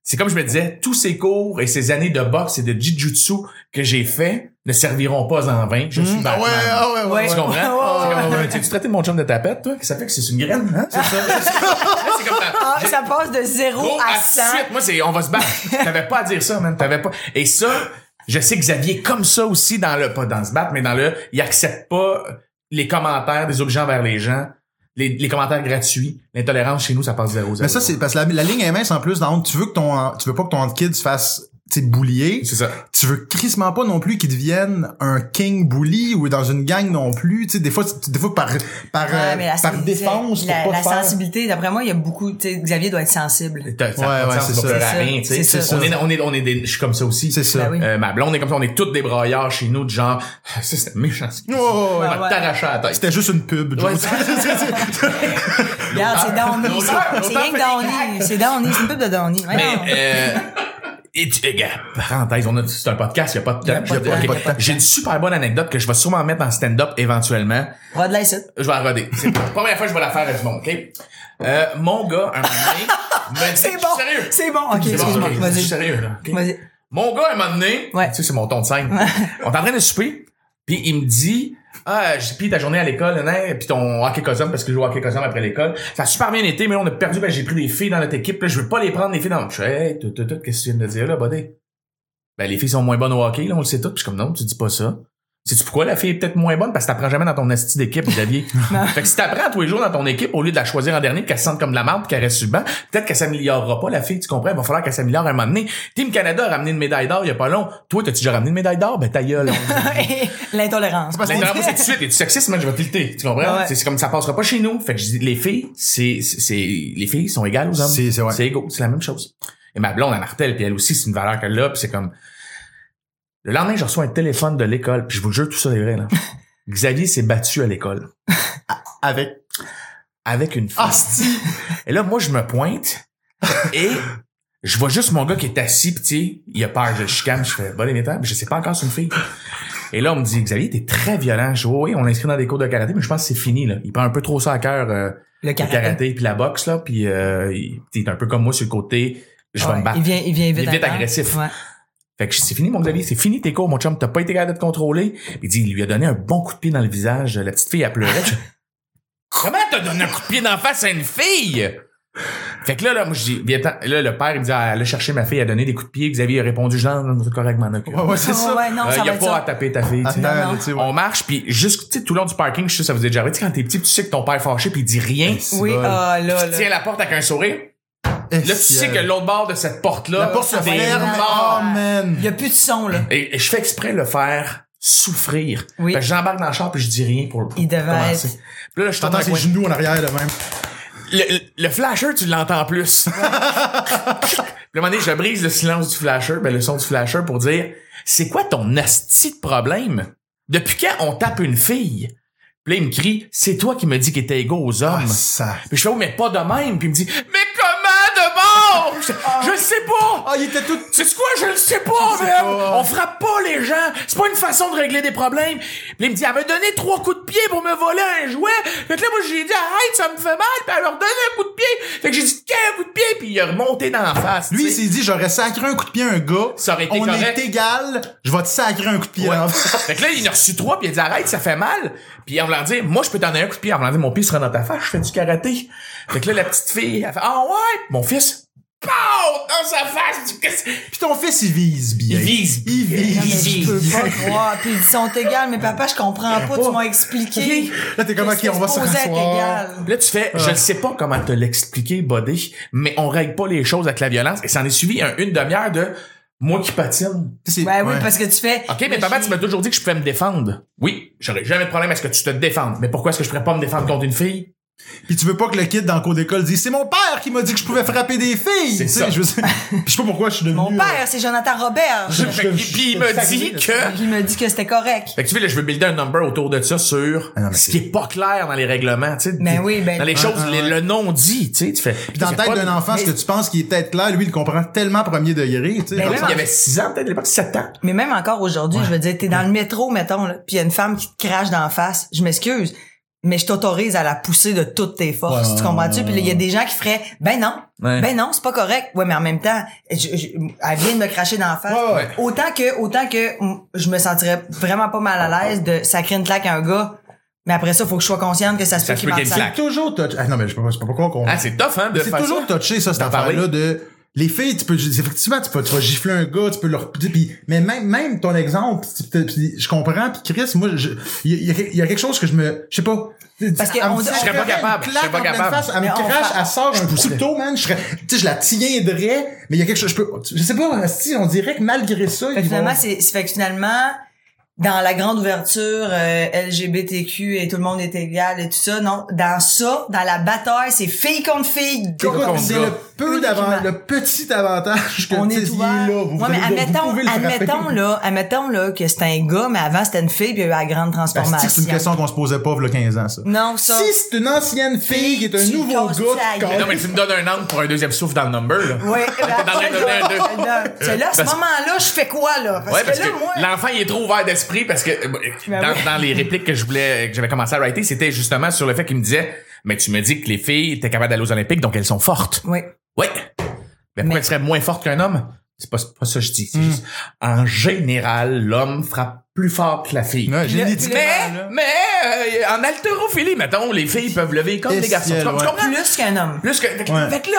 S3: c'est comme je me disais tous ces cours et ces années de boxe et de jujutsu que j'ai fait ne serviront pas en vain je suis
S2: Ah
S3: Batman
S2: ouais, ah ouais, ouais, ouais.
S3: tu comprends?
S1: Ouais, ouais,
S3: C'est comme,
S2: ouais.
S3: tu traitais mon chum de tapette, toi? Ça fait que c'est une graine, hein? C'est ça. c'est comme ça.
S1: Ah, ça passe de 0
S3: Gros, Oh, à
S1: à 100.
S3: suite. Moi, c'est, on va se battre. T'avais pas à dire ça, man. T'avais pas. Et ça, je sais que Xavier est comme ça aussi dans le, pas dans se battre, mais dans le, il accepte pas les commentaires des objets envers les gens, les, les commentaires gratuits. L'intolérance chez nous, ça passe zéro, zéro.
S2: Mais ça, c'est parce que la, la ligne est mince en plus. Dans, tu veux que ton, tu veux pas que ton kid se fasse, tu sais, boulier.
S3: C'est ça.
S2: Tu veux crissement pas non plus qu'il devienne un king bully ou dans une gang non plus. Tu sais, des fois, tu- des fois par, par, euh,
S1: Ouais, mais la-
S2: par défense,
S1: la,
S2: pour pas
S1: la
S2: faire.
S1: sensibilité, d'après moi, il y a beaucoup, tu sais, Xavier doit être sensible.
S3: T'as- ça a pas
S2: Ouais,
S3: de
S2: ouais,
S3: sens,
S2: c'est
S3: ça
S2: ça.
S3: sert à
S1: C'est
S3: rien, tu sais.
S1: ça.
S2: C'est
S3: On
S2: ça.
S3: est, on est, on est des, je suis comme ça aussi.
S2: C'est ça.
S1: Ben oui.
S3: Euh, ma blonde est comme ça, on est tous des broyards chez nous, de genre, ça, c'est méchant. ce qui-
S2: Ouais, ouais, ouais.
S3: On va
S1: ouais.
S3: t'arracher la tête.
S2: C'était juste une pub. Joe.
S3: Ouais,
S1: Regarde, c'est Downey.
S3: L'auteur,
S1: C'est c'est
S3: l'auteur
S1: rien que
S3: fait
S1: Downey. C'est Downey. C'est une pub de Downey. Ouais, Ah non.
S3: Mais, euh, et tu- eh, gars, parenthèse, on a, c'est un podcast, il n'y a pas de temps.
S1: Il y a pas de
S3: Ok.
S1: temps, il y a pas de temps.
S3: J'ai une super bonne anecdote que je vais sûrement mettre en stand-up éventuellement.
S1: On va de la ici.
S3: Je vais la roder. C'est la première fois que je vais la faire à du monde, ok? Euh, mon gars, un moment donné, me dit,
S1: C'est bon.
S3: Je suis sérieux.
S1: C'est bon. Ok,
S3: C'est bon,
S1: excuse-moi.
S3: ok, Je suis
S1: Vas-y.
S3: sérieux, là. ok?
S1: Vas-y.
S3: Mon gars, un moment donné,
S1: Ouais.
S3: tu sais, c'est mon ton de scène. on est en train de souper, puis il me dit, ah, j'ai pis ta journée à l'école, nan, nan, puis ton hockey cosum, parce que je joue au hockey cosum après l'école. Ça a super bien été, mais là, on a perdu, ben, j'ai pris des filles dans notre équipe, là, je veux pas les prendre, les filles dans... Je fais, hey, tout, tout, tout, qu'est-ce que tu viens de dire, là, buddy? Ben, les filles sont moins bonnes au hockey, là, on le sait tout. Puis je suis comme, non, tu dis pas ça. Sais-tu pourquoi la fille est peut-être moins bonne? Parce que t'apprends jamais dans ton esti d'équipe, Xavier. fait que si t'apprends tous les jours dans ton équipe, au lieu de la choisir en dernier, puis qu'elle se sente comme de la merde, puis qu'elle reste sur le banc, peut-être qu'elle s'améliorera pas, la fille, tu comprends? Il va falloir qu'elle s'améliore à un moment donné. Team Canada a ramené une médaille d'or il y a pas long. Toi, t'as-tu déjà ramené une médaille d'or? Ben, ta gueule. on-
S1: L'intolérance.
S2: parce
S3: L'intolérance, c'est tout de suite. Et du sexisme, je vais tilter. Tu comprends?
S1: Ouais.
S3: C'est c'est comme ça passera pas chez nous. Fait que je dis, les filles, c'est, c'est, c'est- les filles sont égales aux hommes.
S2: C'est- c'est vrai.
S3: égaux. C'est la même chose. Et ma blonde, elle martèle, puis elle aussi, c'est une valeur qu'elle a, puis c'est comme, le lendemain, je reçois un téléphone de l'école, puis je vous le jure, tout ça est vrai, là. Xavier s'est battu à l'école.
S2: Avec. Ah,
S3: Avec une fille. Et là, moi, je me pointe, et je vois juste mon gars qui est assis, pis tu sais, il a peur, je le chicane, je fais, bon, les mais je sais pas encore si c'est une fille. Et là, on me dit, Xavier, t'es très violent. Je dis, oui, oui, on l'inscrit dans des cours de karaté, mais je pense que c'est fini, là. Il prend un peu trop ça à cœur, euh,
S1: Le
S3: le
S1: caractère.
S3: karaté, puis la boxe, là, puis euh, il t'es un peu comme moi sur le côté, je vais
S1: Ouais,
S3: me battre.
S1: Il vient, il vient vite.
S3: Il est vite
S1: avant.
S3: agressif.
S1: Ouais.
S3: Fait que je dis, c'est fini, mon Xavier, c'est fini tes cours, mon chum, t'as pas été capable de te contrôler. Il dit, il lui a donné un bon coup de pied dans le visage. La petite fille, elle pleurait. Je- Comment t'as donné un coup de pied d'en face à une fille? Fait que là, là, moi, je dis, viens, t'en- là, le père, il me dit, ah, allez chercher ma fille, elle a donné des coups de pied. Xavier a répondu, genre, non, c'est correct, m'en occupe.
S2: Ouais, ouais, c'est
S1: Oh,
S2: ça.
S1: ouais, non,
S3: Euh,
S1: ça
S3: y a
S1: va être
S3: pas à
S1: ça.
S3: taper ta fille, tu sais.
S1: Non,
S2: Attends,
S1: non.
S2: tu sais, ouais.
S3: On marche, puis juste, tu sais, tout le long du parking, je suis sûr, ça vous est déjà arrivé, tu sais, quand t'es petit, tu sais que ton père est fâché, puis il dit rien.
S1: Oui,
S2: Bon.
S1: ah, là,
S3: Tu tiens
S1: là.
S3: la porte avec un sourire.
S2: Eh,
S3: Là, tu sais
S2: ciel.
S3: que l'autre bord de cette porte-là,
S2: La porte se
S3: c'est
S2: ferme.
S3: mort.
S2: Oh, man.
S1: Ah, ben, Il y a plus de son, là.
S3: Et, et je fais exprès de le faire souffrir.
S1: Oui.
S3: Fait que j'embarque dans le char puis je dis rien pour pour
S1: Il devait
S3: commencer.
S1: être-
S3: Puis là, je t'entends
S2: T'entends ses genoux en arrière, là, même.
S3: Le, le- le flasher, tu l'entends plus. Puis à un moment donné, je brise le silence du flasher, ben le son du flasher pour dire c'est quoi ton asti de problème Depuis quand on tape une fille Puis là, il me crie c'est toi qui me dis qu'il était égaux aux hommes.
S2: Ah, ça.
S3: Puis je fais, oh, mais pas de même. Puis il me dit, mais comment de bord? Puis j'étais, Je le sais pas!
S2: Ah, il était tout...
S3: C'est quoi, je le sais pas,
S2: sais
S3: man.
S2: pas.
S3: On frappe pas les gens. C'est pas une façon de régler des problèmes. Puis il me dit, elle m'a donné trois coups de pied pour me voler un jouet. Fait que là, moi, j'ai dit, arrête, ça me fait mal. Puis elle m'a redonné un coup de pied. Fait que j'ai dit, quel coup de pied? Puis il a remonté dans la face.
S2: Lui,
S3: tu
S2: il
S3: sais.
S2: s'est dit, j'aurais sacré un coup de pied à un gars.
S3: Ça aurait été
S2: On
S3: correct.
S2: est égal, je vais te sacrer un coup de pied
S3: Ouais.
S2: dans la face.
S3: fait que là, il en a reçu trois, puis il a dit arrête, ça fait mal. Puis en voulant dire, moi, je peux t'en donner un coup de pied. En voulant dire, mon pied sera dans ta face, je fais du karaté. Fait que là, la petite fille, elle fait, ah ouais, mon fils, pow, dans sa face. Je dis, Qu'est-ce-
S2: Puis ton fils, il vise bien.
S3: Il vise.
S2: Il
S1: Non, mais
S2: vise.
S1: je peux
S3: Easy.
S1: pas croire. Puis ils sont égales, mais papa, je comprends pas, tu m'as expliqué.
S2: Là, t'es comme,
S1: Qu'est-ce
S2: OK,
S1: que
S2: on va
S1: c'est
S2: se
S1: supposé être
S2: rasseoir.
S1: égal?
S3: Là, tu fais, je ne sais pas comment te l'expliquer, Buddy, mais on règle pas les choses avec la violence. Et ça en est suivi un- une demi-heure de moi qui patine.
S2: C'est-
S1: Ben oui,
S2: ouais.
S1: parce que tu fais.
S3: OK, mais papa, tu m'as toujours dit que je pouvais me défendre. Oui, j'aurais jamais de problème à ce que tu te défendes. Mais pourquoi est-ce que je pourrais pas me défendre contre une fille?
S2: Puis tu veux pas que le kid dans le cours d'école dise c'est mon père qui m'a dit que je pouvais frapper des filles.
S3: C'est
S2: Tu sais,
S3: ça.
S2: Je, veux dire- Puis je sais pas pourquoi je suis devenu.
S1: Mon
S2: euh,
S1: père, c'est Jonathan Robert.
S2: Je-
S3: Fait que-
S2: je-
S3: Puis il me
S2: je- je-
S3: dit
S2: je-
S3: que...
S1: Il me dit que c'était correct.
S3: Fait que tu vois, là, je veux builder un number autour de ça sur
S2: Ah non, mais
S3: ce
S2: c'est-
S3: qui est pas clair dans les règlements, tu sais.
S1: Ben oui, ben-
S3: Dans les choses,
S2: ah,
S3: les-
S2: ouais.
S3: le non dit, tu sais, tu fais.
S2: Puis dans la tête d'un enfant, ce que
S1: mais-
S2: tu penses qui est peut-être clair, lui, il comprend tellement premier degré. Tu sais,
S1: Ben
S2: Dans
S3: Là,
S2: le
S1: là,
S2: sens-
S3: il y avait 6 ans, peut-être, à l'époque, 7 ans.
S1: Mais même encore aujourd'hui, je veux dire, t'es dans le métro, mettons, là, puis y a une femme qui te crache dans la face. Je m'excuse, mais je t'autorise à la pousser de toutes tes forces.
S2: Ouais,
S1: tu comprends-tu?
S2: ouais,
S1: Puis là, il y a
S2: ouais.
S1: des gens qui feraient, ben non,
S3: Ouais.
S1: ben non, c'est pas correct. Ouais, mais en même temps, je- je- elle vient de me cracher dans la face.
S2: Ouais, ouais.
S1: Autant que, autant que mm, je me sentirais vraiment pas mal à l'aise de sacrer une claque à un gars. Mais après ça, faut que je sois consciente que ça se
S3: Ça
S1: peut
S3: se
S1: qu'il
S3: peut qu'il y ait
S1: marche
S3: une
S1: ça.
S3: claque.
S2: toujours touché. Ah non, mais je sais pas, je sais pas pourquoi qu'on.
S3: Ah, c'est tough, hein, de
S2: c'est
S3: faire
S2: toujours
S3: ça.
S2: touché, ça, cette
S3: De
S2: affaire-là
S3: parler.
S2: de. Les filles, tu peux, effectivement, tu peux, tu vas gifler un gars, tu peux leur, puis, mais même, même ton exemple, tu- tu- puis je comprends, puis Chris, moi, je- il y, a- il y a quelque chose que je me, je sais pas.
S1: Parce que
S2: Elle me
S1: on- on- Je serais
S3: pas
S2: elle me
S3: capable,
S2: claque
S3: je serais pas
S2: en pleine
S3: capable.
S2: face, elle me
S1: Mais on
S2: crache,
S1: fa-
S2: elle sort un
S3: pousserais.
S2: couteau, man, je serais, tu sais, je la tiendrais, mais il y a quelque chose, je peux, je sais pas, si on dirait que malgré ça,
S1: Fait que
S2: ils vont-
S1: finalement, c'est, c'est- fait que finalement, dans la grande ouverture euh, LGBTQ et tout le monde est égal et tout ça, non, dans ça, dans la bataille, c'est fille contre fille, gars
S2: Écoute,
S1: contre
S2: c'est
S1: gars.
S2: le peu d'avantage, le petit avantage que
S1: On
S2: tu sais,
S1: est
S2: il
S1: ouvert.
S2: là, vous
S1: Ouais, mais
S2: allez- vous
S1: admettons,
S2: pouvez le frapper.
S1: admettons là, admettons là que c'était un gars, mais avant c'était une fille, puis il y a eu la grande
S2: Ben, c'est-tu que
S1: transformation.
S2: C'est une question qu'on se posait pas, v'là 15 ans, ça.
S1: Non, ça.
S2: Si c'est une ancienne fille qui est un
S1: Tu
S2: nouveau gars,
S1: casses ta
S2: tu
S1: gueule.
S3: Non, mais tu me donnes un angle pour un deuxième souffle dans le number, là.
S1: Ouais,
S3: dans le
S1: ben,
S3: deux.
S1: là, c'est là, à ce
S3: Parce-
S1: moment-là, je fais quoi là Parce
S3: Ouais, parce
S1: que là, moi,
S3: que l'enfant, il est trop ouvert d'esprit parce que euh,
S1: Ben
S3: dans,
S1: oui.
S3: dans les répliques que je voulais, que j'avais commencé à writer, c'était justement sur le fait qu'il me disait, mais tu me dis que les filles étaient capables d'aller aux Olympiques, donc elles sont fortes.
S1: oui.
S3: Ouais. Mais pourquoi
S1: Mais- Mm.
S3: elle serait moins forte qu'un homme? C'est pas, c'est pas ça que je dis. C'est juste, en général, l'homme frappe plus fort que la fille.
S2: Ouais,
S1: le-
S2: génétiquement,
S3: mais,
S2: là.
S3: mais, euh, en haltérophilie, mettons, les filles peuvent lever comme
S2: Et
S3: les garçons.
S2: ciel,
S3: Tu comprends- tu
S2: ouais.
S3: comprends?
S1: plus qu'un homme.
S3: Plus que, fait, que-
S2: Ouais.
S3: fait que là,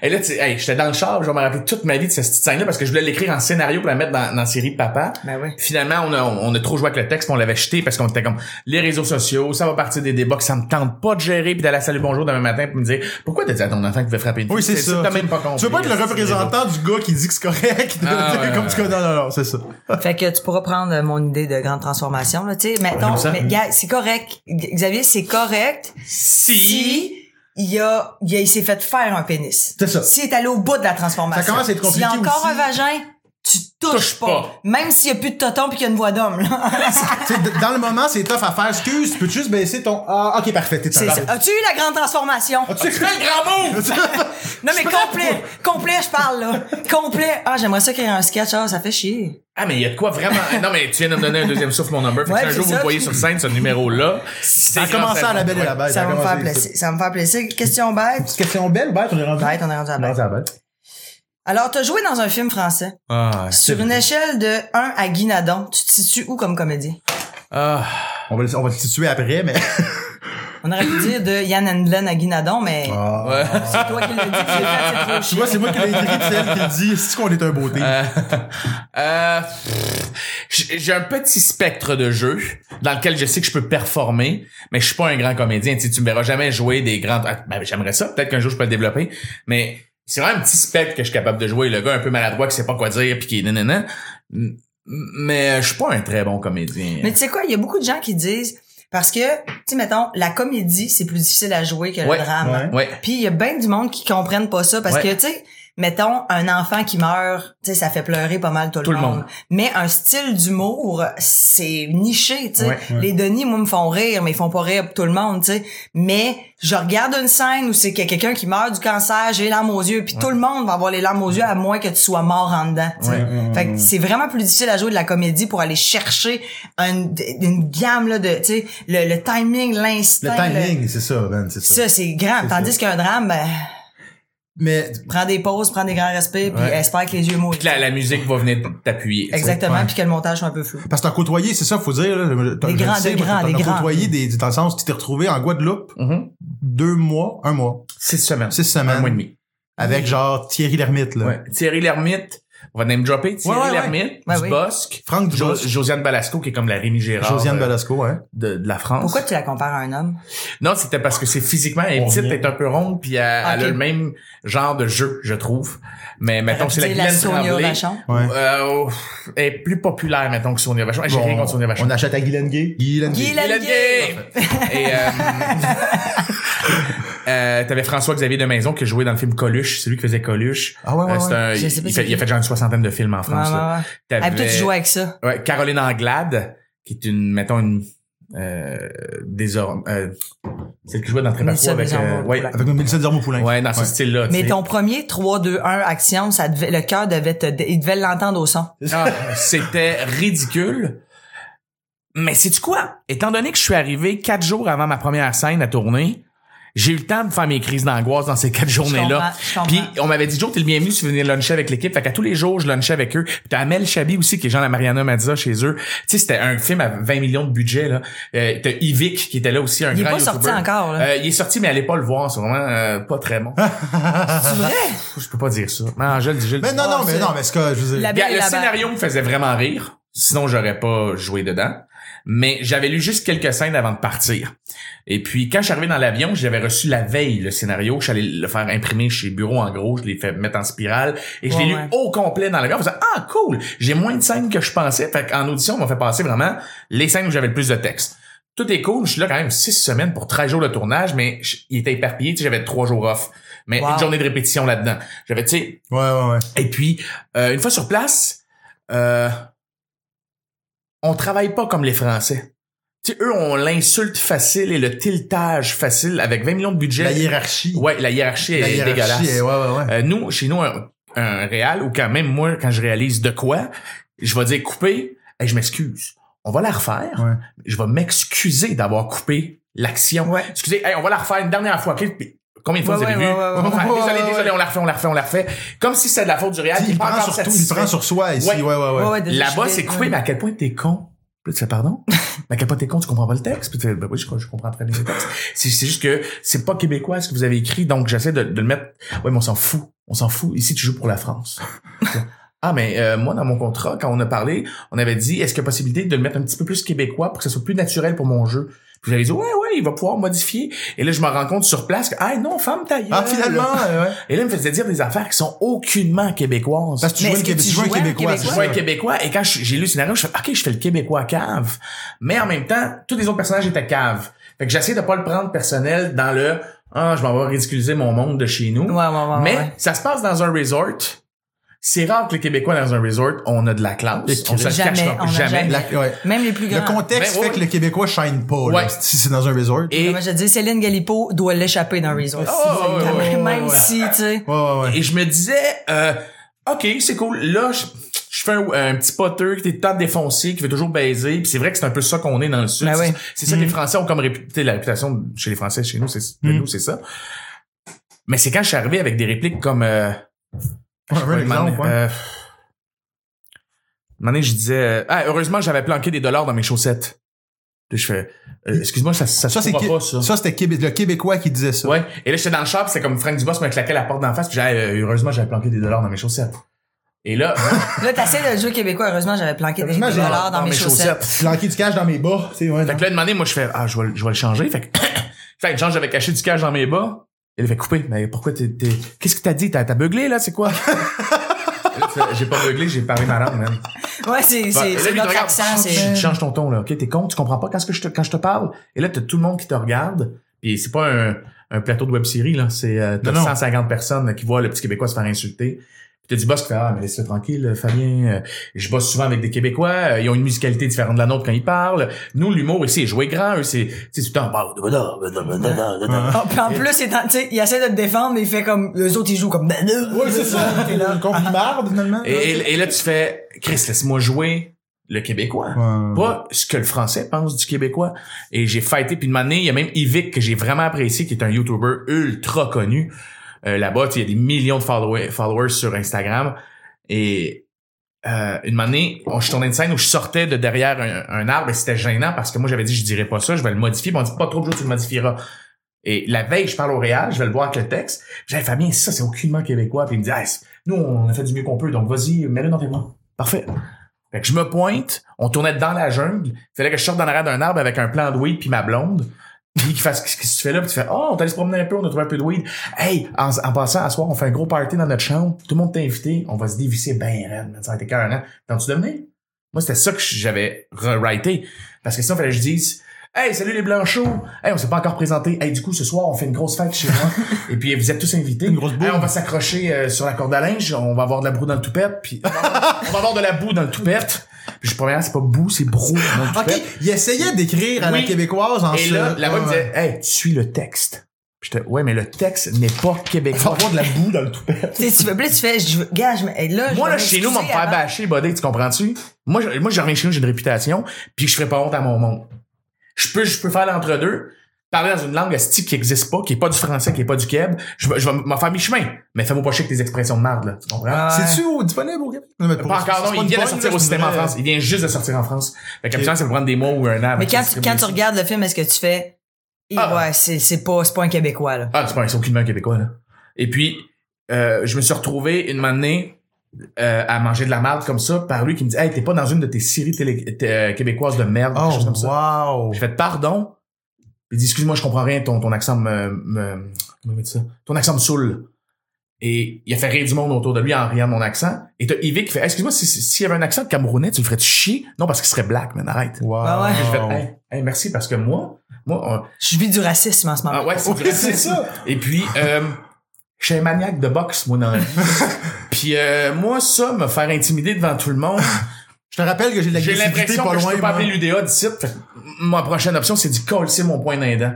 S3: et là, tu hey, j'étais dans le char, je vais me rappeler toute ma vie de cette petite scène-là parce que je voulais l'écrire en scénario pour la mettre dans, dans la série Papa.
S1: Ben oui.
S3: Finalement, on a, on a trop joué avec le texte, puis on l'avait jeté parce qu'on était comme les réseaux sociaux, ça va partir des débats que ça me tente pas de gérer, puis d'aller à la salle du bonjour demain matin pour me dire pourquoi t'as dit à ton enfant qu'il devait frapper une
S2: Oui,
S3: fille?
S2: c'est ça.
S3: T'as même pas compris.
S2: Tu veux pas être le
S3: C'est-
S2: représentant du gars qui dit que c'est correct, de-
S3: Ah, ouais,
S2: comme
S3: ouais,
S2: tu connais. Non, non, non, c'est ça.
S1: Fait que tu pourras prendre euh, mon idée de grande transformation, là, tu sais. Mettons,
S3: J'aime ça.
S1: mais gars, c'est correct. G- Xavier, c'est correct
S3: Si.
S1: si il a, il, a- il s'est fait faire un pénis.
S2: C'est ça.
S1: S'il est allé au bout de la transformation.
S2: Ça commence à être compliqué
S1: S'il y a encore
S2: aussi.
S1: un vagin, tu touches,
S3: Touche
S1: pas.
S3: pas.
S1: Même s'il n'y a plus de toton puis qu'il y a une voix d'homme, là.
S2: Tu sais, d- dans le moment, c'est tough à faire. Excuse, tu peux juste baisser ton. Ah, ok, parfait, t'es
S1: C'est ça.
S2: un
S1: As-tu eu la grande transformation?
S2: tu
S3: Ah, Tu fais le grand mot!
S1: Non, mais complet. Complet, je parle, là. Complet. Ah, j'aimerais ça créer un sketch. Ah, ça fait chier.
S3: Ah, mais il y a de quoi vraiment. Non, mais tu viens de me donner un deuxième souffle, mon number. Fait que
S1: Ouais,
S3: si un
S1: c'est
S3: jour vous
S1: ça.
S3: le voyez sur scène, ce numéro-là.
S2: Ça a commencé à la belle et la bête.
S1: Ça
S2: a
S1: va me
S2: commencé-
S1: faire plaisir. Ça va me faire plaisir. Question bête.
S2: Petite question belle, bête, on est rendu.
S1: Bête, on est rendu à
S2: On est
S1: bête.
S2: rendu à bête.
S1: Alors, t'as joué dans un film français.
S3: Ah,
S1: Sur une échelle de 1 à Guinadon, tu te situes où comme comédien?
S3: ah.
S2: On va le- on va le situer après, mais.
S1: On aurait pu dire de Yann Andlen à Guinadon, mais
S2: Ah.
S3: Ouais.
S1: c'est toi qui l'as dit, puis j'ai fait, c'est trop
S2: Tu
S1: chiant.
S2: vois, c'est moi qui l'ai écrit, pis c'est elle qui le dit. C'est qu'on est un beauté.
S3: Euh, euh, pff, j'ai j'ai un petit spectre de jeux dans lequel je sais que je peux performer, mais je suis pas un grand comédien. Tu, sais, tu me verras jamais jouer des grands. ah, ben, J'aimerais ça, peut-être qu'un jour je peux le développer, mais c'est vraiment un petit spectre que je suis capable de jouer. Le gars un peu maladroit qui sait pas quoi dire puis qui est nanana. M- Mais euh, je suis pas un très bon comédien.
S1: Mais tu sais quoi, il y a beaucoup de gens qui disent, parce que, tu sais, mettons, la comédie, c'est plus difficile à jouer que le
S3: Ouais.
S1: drame.
S2: Ouais.
S3: Ouais.
S1: Puis il y a bien du monde qui comprennent pas ça, parce
S3: Ouais.
S1: que, tu sais, mettons, un enfant qui meurt, tu sais, ça fait pleurer pas mal tout,
S3: Tout
S1: le
S3: le
S1: monde.
S3: monde.
S1: Mais un style d'humour, c'est niché, tu sais.
S3: Ouais,
S1: Les Denis, moi, me font rire, mais ils font pas rire tout le monde, tu sais. Mais je regarde une scène où c'est qu'il y a quelqu'un qui meurt du cancer, j'ai les larmes aux yeux, puis tout le monde va avoir les larmes aux yeux, à moins que tu sois mort en dedans, tu sais.
S3: Ouais, Mm.
S1: Fait que c'est vraiment plus difficile à jouer de la comédie pour aller chercher une, une gamme, là, de, tu sais, le, le timing,
S2: Le
S1: l'instinct. le-
S2: timing, c'est ça, Ben, c'est ça.
S1: ça, c'est grand.
S2: C'est
S1: Tandis
S2: ça.
S1: qu'un drame, ben,
S2: Mais
S1: prends des pauses, prends des grands respects, puis
S3: Ouais.
S1: espère que les yeux mouillent.
S3: Puis la, la musique va venir t'appuyer. tu sais.
S1: Exactement,
S2: ouais.
S1: puis que le montage soit un peu flou.
S2: parce que t'as côtoyé, c'est ça, faut dire. Là, je- t'as-
S1: Des
S2: je le
S1: grands,
S2: sais,
S1: des
S2: parce que
S1: grands,
S2: t'en
S1: des
S2: as
S1: grands.
S2: côtoyé des, dans le sens, tu t'es retrouvé en Guadeloupe
S3: Mhm.
S2: deux mois, un mois,
S3: Six semaines.
S2: six semaines,
S3: Un mois et demi.
S2: avec genre Thierry Lhermitte, là.
S3: Ouais. Thierry Lhermitte, on va name dropper. Thierry
S2: Ouais, ouais, ouais.
S3: Lhermitte,
S1: Ouais,
S3: du
S1: oui.
S3: Bosque.
S2: Franck
S3: Jo-
S2: Dubosc,
S3: Josiane Balasco, qui est comme la Rémi Gérard
S2: Josiane hein.
S3: euh,
S2: Balasco, ouais.
S3: de, de la France.
S1: Pourquoi tu la compares à un homme?
S3: Non, c'était parce que c'est physiquement, elle est
S5: On
S3: petite,
S5: revient.
S3: elle est un peu ronde, puis elle, elle
S1: Ok.
S3: a le même genre de jeu, je trouve. Mais mettons, Ben, c'est la
S1: T'aurais pu dire
S3: Guylaine
S1: Sonia
S3: Tremblay.
S1: Vachon.
S2: ouais.
S3: Euh, oh, elle est plus populaire, mettons, que Sonia Vachon. J'ai
S2: Bon,
S3: rien contre Sonia Vachon.
S2: On achète à Guylaine Gay. Guylaine Gay.
S1: Guylaine
S3: Guylaine
S1: Gay.
S3: Gay. Et euh, euh, t'avais François-Xavier de Maison qui jouait dans le film Coluche, c'est lui qui faisait Coluche.
S2: Ah ouais, ouais,
S3: Euh, c'est
S2: ouais.
S3: un-
S1: Je sais pas
S3: il,
S1: c'est
S3: fait- il a
S1: qui.
S3: fait genre une soixantaine de films en
S1: Ouais,
S3: France. là.
S1: ouais, ouais.
S3: T'avais-
S1: Habitué, tu joues avec ça.
S3: Ouais, Caroline Anglade, qui est une, mettons, une, euh, des or- euh, celle qui jouait dans Très
S1: Mélissa
S3: avec, euh,
S1: Bézard,
S3: ouais,
S1: voilà.
S2: Avec Mélissa Dermopoulin.
S3: ouais, dans ce style-là, tu
S1: Mais
S3: sais.
S1: ton premier 3, 2, 1 action, ça devait, le cœur devait te, il devait l'entendre au son.
S3: Ah, c'était ridicule. Mais c'est tu quoi? Étant donné que je suis arrivé quatre jours avant ma première scène à tourner, j'ai eu le temps de faire mes crises d'angoisse dans ces quatre journées-là.
S1: comprends, je comprends.
S3: Puis on m'avait dit, Joe, t'es le bienvenu si vous venez luncher avec l'équipe. Fait qu'à tous les jours, je lunchais avec eux. Puis t'as Amel Chabi aussi, qui est Jean la Mariana Mazza chez eux. Tu sais, c'était un film à 20 millions de budget, là. Euh, t'as Yvick qui était là aussi, un
S1: Il est
S3: grand
S1: pas sorti
S3: YouTuber.
S1: encore, là.
S3: Euh, il est sorti, mais allez pas le voir. C'est vraiment euh, pas très bon.
S1: C'est vrai?
S3: je peux pas dire ça. Mais Angèle, dis- je le
S2: Mais
S3: dis.
S2: non,
S1: Ah,
S2: non, mais
S1: c'est-
S2: non, mais ce que je veux dire.
S1: La
S3: Gars,
S1: Belle et
S3: le
S1: la Bête.
S3: scénario me faisait vraiment rire. Sinon, j'aurais pas joué dedans. Mais j'avais lu juste quelques scènes avant de partir. Et puis, quand je suis arrivé dans l'avion, j'avais reçu la veille le scénario. Je suis allé le faire imprimer chez Bureau, en gros. Je l'ai fait mettre en spirale. Et je
S1: Ouais,
S3: l'ai lu
S1: ouais.
S3: au complet dans l'avion. En faisant, ah, cool! J'ai moins de scènes que je pensais. Fait qu'en audition, on m'a fait passer vraiment les scènes où j'avais le plus de texte. Tout est cool. Je suis là quand même six semaines pour 13 jours de tournage, mais je- il était éparpillé. Tu sais, j'avais trois jours off. Mais
S1: Wow.
S3: une journée de répétition là-dedans. J'avais, tu sais,
S2: Ouais, ouais, ouais.
S3: et puis, euh, une fois sur place, euh, on travaille pas comme les Français. Tu sais, eux, on l'insulte facile et le tiltage facile avec 20 millions de budget.
S2: La hiérarchie.
S3: ouais, la hiérarchie
S2: La
S3: est
S2: hiérarchie.
S3: dégueulasse.
S2: est- Ouais, ouais, ouais.
S3: Euh, nous, chez nous, un, un réal, ou quand même moi, quand je réalise de quoi, je vais dire couper, et je m'excuse. On va la refaire.
S2: Ouais.
S3: Je vais m'excuser d'avoir coupé l'action.
S1: Ouais.
S3: Excusez, hey, on va la refaire une dernière fois. OK? Puis, Combien de fois
S1: Ouais,
S3: vous avez
S1: ouais,
S3: vu?
S1: ouais, ouais, ouais,
S3: On va faire,
S2: ouais,
S3: désolé,
S2: ouais,
S3: désolé, on la refait, on la refait, on la refait. Comme si c'était de la faute du réal.
S2: Il,
S3: qui est pas
S2: prend sur
S3: encore
S2: tout, il
S3: satisfait.
S2: prend sur soi ici.
S3: Ouais.
S2: Ouais, ouais, ouais.
S1: Ouais, ouais, de-
S3: Là-bas,
S1: je
S3: c'est
S1: vais-
S3: coupé, mais à quel point t'es con? Puis là, tu fais, pardon? mais à quel point t'es con, tu comprends pas le texte? Puis tu fais, ben oui, je, je comprends très bien le texte. C'est, c'est juste que c'est pas québécois ce que vous avez écrit, donc j'essaie de, de le mettre. Ouais, mais on s'en fout. On s'en fout. Ici, tu joues pour la France. ah, mais euh, moi, dans mon contrat, quand on a parlé, on avait dit, est-ce qu'il y a possibilité de le mettre un petit peu plus québécois pour que ça soit plus naturel pour mon jeu? Puis j'avais dit, ouais, ouais, il va pouvoir modifier. Et là, je me rends compte sur place que, ah non, femme ta gueule.
S2: Ah, finalement, euh, ouais.
S3: Et là, il me faisait dire des affaires qui sont aucunement québécoises.
S2: Parce que tu
S1: Mais
S2: joues un
S1: est-ce que
S2: Québé-
S1: tu
S2: tu joues un
S1: jouais un
S2: Québécois.
S1: Québécois?
S2: c'est
S3: je
S2: ça.
S3: vois un Québécois et quand je- j'ai lu le scénario, je fais OK, je fais le Québécois cave. Mais en même temps, tous les autres personnages étaient cave. Fait que j'essaie de pas le prendre personnel dans le Ah, je m'en vais ridiculiser mon monde de chez nous.
S1: Ouais, ouais, ouais.
S3: Mais
S1: ouais.
S3: ça se passe dans un resort. C'est rare que les Québécois dans un resort, on a de la classe. On se le
S1: Jamais,
S3: cachera
S1: on a jamais.
S2: La- ouais.
S1: Même les plus grands.
S2: Le contexte
S3: Ben, ouais.
S2: fait que le Québécois shine pas, là,
S3: Ouais.
S2: si c'est dans un resort.
S3: Et,
S1: Moi, je dis, Céline Galipo doit l'échapper dans Resort.
S3: Oh, ouais, ouais, ouais,
S1: même
S2: ouais.
S1: si, tu sais.
S2: Ouais, ouais, ouais.
S3: et je me disais euh, OK, c'est cool. Là, je, je fais un, un petit poteux qui est tout le temps défoncé, qui veut toujours baiser. Puis c'est vrai que c'est un peu ça qu'on est dans le sud.
S1: Ben
S3: C'est-
S1: oui.
S3: C'est ça que les
S2: Mhm.
S3: Français ont comme réputé la réputation de- chez les Français, chez nous, c'est de nous, c'est ça. Mais c'est quand je suis arrivé avec des répliques comme euh,
S2: Ouais, un exemple, ouais.
S3: euh, un moment donné, je disais euh, Ah, heureusement j'avais planqué des dollars dans mes chaussettes. Puis je fais Euh, excuse-moi, ça, ça,
S2: Ça,
S3: se
S2: c'est
S3: trouvera
S2: qui-
S3: pas, ça.
S2: Ça, c'était Québé- le Québécois qui disait ça.
S3: Ouais. Et là, j'étais dans le shop, c'est comme Frank Dubos me claquait la porte d'en face, puis j'avais, euh, heureusement, j'avais planqué des dollars dans mes chaussettes. Et là,
S1: Là, t'essaies de le jouer québécois. Heureusement, j'avais planqué des
S2: Heureusement, j'ai-
S1: dollars dans, mes chaussettes.
S2: Planqué du cash dans mes bas, tu sais, ouais.
S3: Fait
S2: non.
S3: que là, demandé, moi, je fais, ah, je vais, le- je vais le changer. Fait que, fait que genre, j'avais caché du cash dans mes bas. Il fait couper. Mais pourquoi t'es, t'es- qu'est-ce que t'as dit? T'as, t'as beuglé, là? C'est quoi? j'ai pas beuglé, j'ai parlé ma langue, même.
S1: Ouais, c'est,
S3: Bah,
S1: c'est, c'est notre accent, c'est.
S3: change ton ton, là. OK, t'es con, tu comprends pas quand, ce que je te, quand je te parle. Et là, t'as tout le monde qui te regarde. Puis c'est pas un, un plateau de web-série, là. C'est euh, t'as
S2: Non, non.
S3: 150 personnes là, qui voient le petit Québécois se faire insulter. Puis t'as du boss qui fait « Ah, mais laisse-le tranquille, Fabien. Euh, Je bosse souvent avec des Québécois. Euh, Ils ont une musicalité différente de la nôtre quand ils parlent. Nous, l'humour ici est joué grand. Eux, c'est... Tu sais, tout le temps... Bah, bah, bah, bah, bah, bah, bah, bah, bah.
S1: Ah, puis en plus, c'est dans- tu sais, il essaie de te défendre, mais il fait comme, les autres, ils jouent comme, ben, là,
S2: Oui, c'est ça. T'es là, marde, finalement.
S3: Et, et- et là, tu fais « Chris, laisse-moi jouer le Québécois. »
S2: Ouais.
S3: pas ce que le français pense du québécois et j'ai fighté puis de manière il y a même Yvick que j'ai vraiment apprécié qui est un youtuber ultra connu Euh, là-bas tu sais, il y a des millions de followers, followers sur Instagram et euh, une manière on je tournais une scène où je sortais de derrière un, un arbre et c'était gênant parce que moi j'avais dit je dirais pas ça je vais le modifier Puis on dit pas trop de jours tu le modifieras et la veille je parle au réal je vais le voir avec le texte j'avais Fabien ça c'est aucunement québécois puis il me dit Ah, c'est- nous on a fait du mieux qu'on peut donc vas-y mets-le dans tes mains parfait fait que je me pointe, on tournait dans la jungle, fallait que je sorte dans l'arrière d'un arbre avec un plan de weed puis ma blonde. Puis qu'il fasse qu'est-ce que tu fais là, puis tu fais "Oh, on t'allait se promener un peu, on a trouvé un peu de weed. Hey, en, en passant à soir, on fait un gros party dans notre chambre, tout le monde t'a invité, on va se dévisser ben raide, man, ça a été carrément. T'en-tu devenir Moi, c'était ça que j'avais rewrité parce que sinon fallait que je dise Hey, salut les Blanchots! Hey, on s'est pas encore présenté. Hey, du coup, ce soir, on fait une grosse fête chez moi. Et puis, vous êtes tous invités.
S2: Une grosse boule.
S3: Hey, on va s'accrocher euh, sur la corde à linge. On va avoir de la boue dans le toupette. Puis, on va avoir, on va avoir de la boue dans le toupette. Puis, je première, c'est pas boue, c'est brou dans le
S2: OK,
S3: toupette.
S2: il essayait d'écrire à la
S3: Oui.
S2: québécoise en
S3: Et là,
S2: se-
S3: la voix me
S2: Ouais,
S3: disait, hey, tu suis le texte. Puis J'étais, ouais, mais le texte n'est pas québécois. On va avoir de la boue dans le toupette.
S1: tu sais, tu veux plus, tu fais, je veux- gars, je me- hey, là, je
S3: Moi,
S1: vais
S3: là, chez nous, on va me
S1: m'excuser
S3: faire
S1: avant.
S3: bâcher, buddy, tu comprends-tu? Moi, je, moi, je reviens chez nous, j'ai une réputation, puis je ferai pas honte à mon monde. Je peux, je peux faire l'entre-deux, parler dans une langue style qui existe pas, qui est pas du français, qui est pas du keb. Je, vais- je vais m'en faire mi-chemin. Mais fais-moi pas chier avec tes expressions de marde, là. Tu comprends?
S2: C'est-tu au- disponible au Québec? Non, mais pour-
S3: Pas encore,
S2: c'est une
S3: non. Il vient de
S2: bonne,
S3: sortir
S2: là,
S3: au
S2: c'est
S3: système
S2: une
S3: en
S2: vraie-
S3: France. Il vient juste de sortir en France. Fait qu'habituellement, ça peut prendre des mois ou un an. avant
S1: Mais
S3: que
S1: quand,
S3: ça se
S1: tu- quand tu
S3: distribue.
S1: regardes le film, est-ce que tu fais, Eh,
S3: Ah.
S1: ouais, c'est, c'est pas, c'est pas un Québécois, là.
S3: Ah, c'est pas un aucunement québécois, là. Et puis, euh, je me suis retrouvé une matinée euh, à manger de la marde comme ça par lui qui me dit Hey, t'es pas dans une de tes séries télé- t- euh, québécoises de merde, quelque chose comme ça.
S2: Oh, wow.
S3: J'ai fait pardon. Il dit excuse-moi, je comprends rien, ton, ton accent me, me- comment on dit ça? Ton accent me saoule. Et il a fait rire du monde autour de lui en riant de mon accent. Et t'as Yvick qui fait Hey, excuse-moi, si- si- s'il y avait un accent de camerounais, tu le ferais chier? Non, parce qu'il serait black, man, arrête.
S2: Wow.
S1: Ah ouais.
S3: J'ai fait, hey, hey, merci parce que moi, moi, on-
S1: Je vis du racisme en ce moment.
S3: ah ouais, c'est
S2: Oui,
S3: vrai.
S2: c'est ça.
S3: Et puis, euh, je suis un maniaque de boxe, moi, dans la vie. Puis, euh, moi, ça, me faire intimider devant tout le monde,
S2: Je te rappelle que j'ai de
S3: j'ai
S2: l'agressivité
S3: l'impression
S2: pas
S3: que je
S2: loin.
S3: peux pas
S2: moi.
S3: appeler l'UDA d'ici. Fait que Ma prochaine option, c'est d'y coller mon point d'un dent.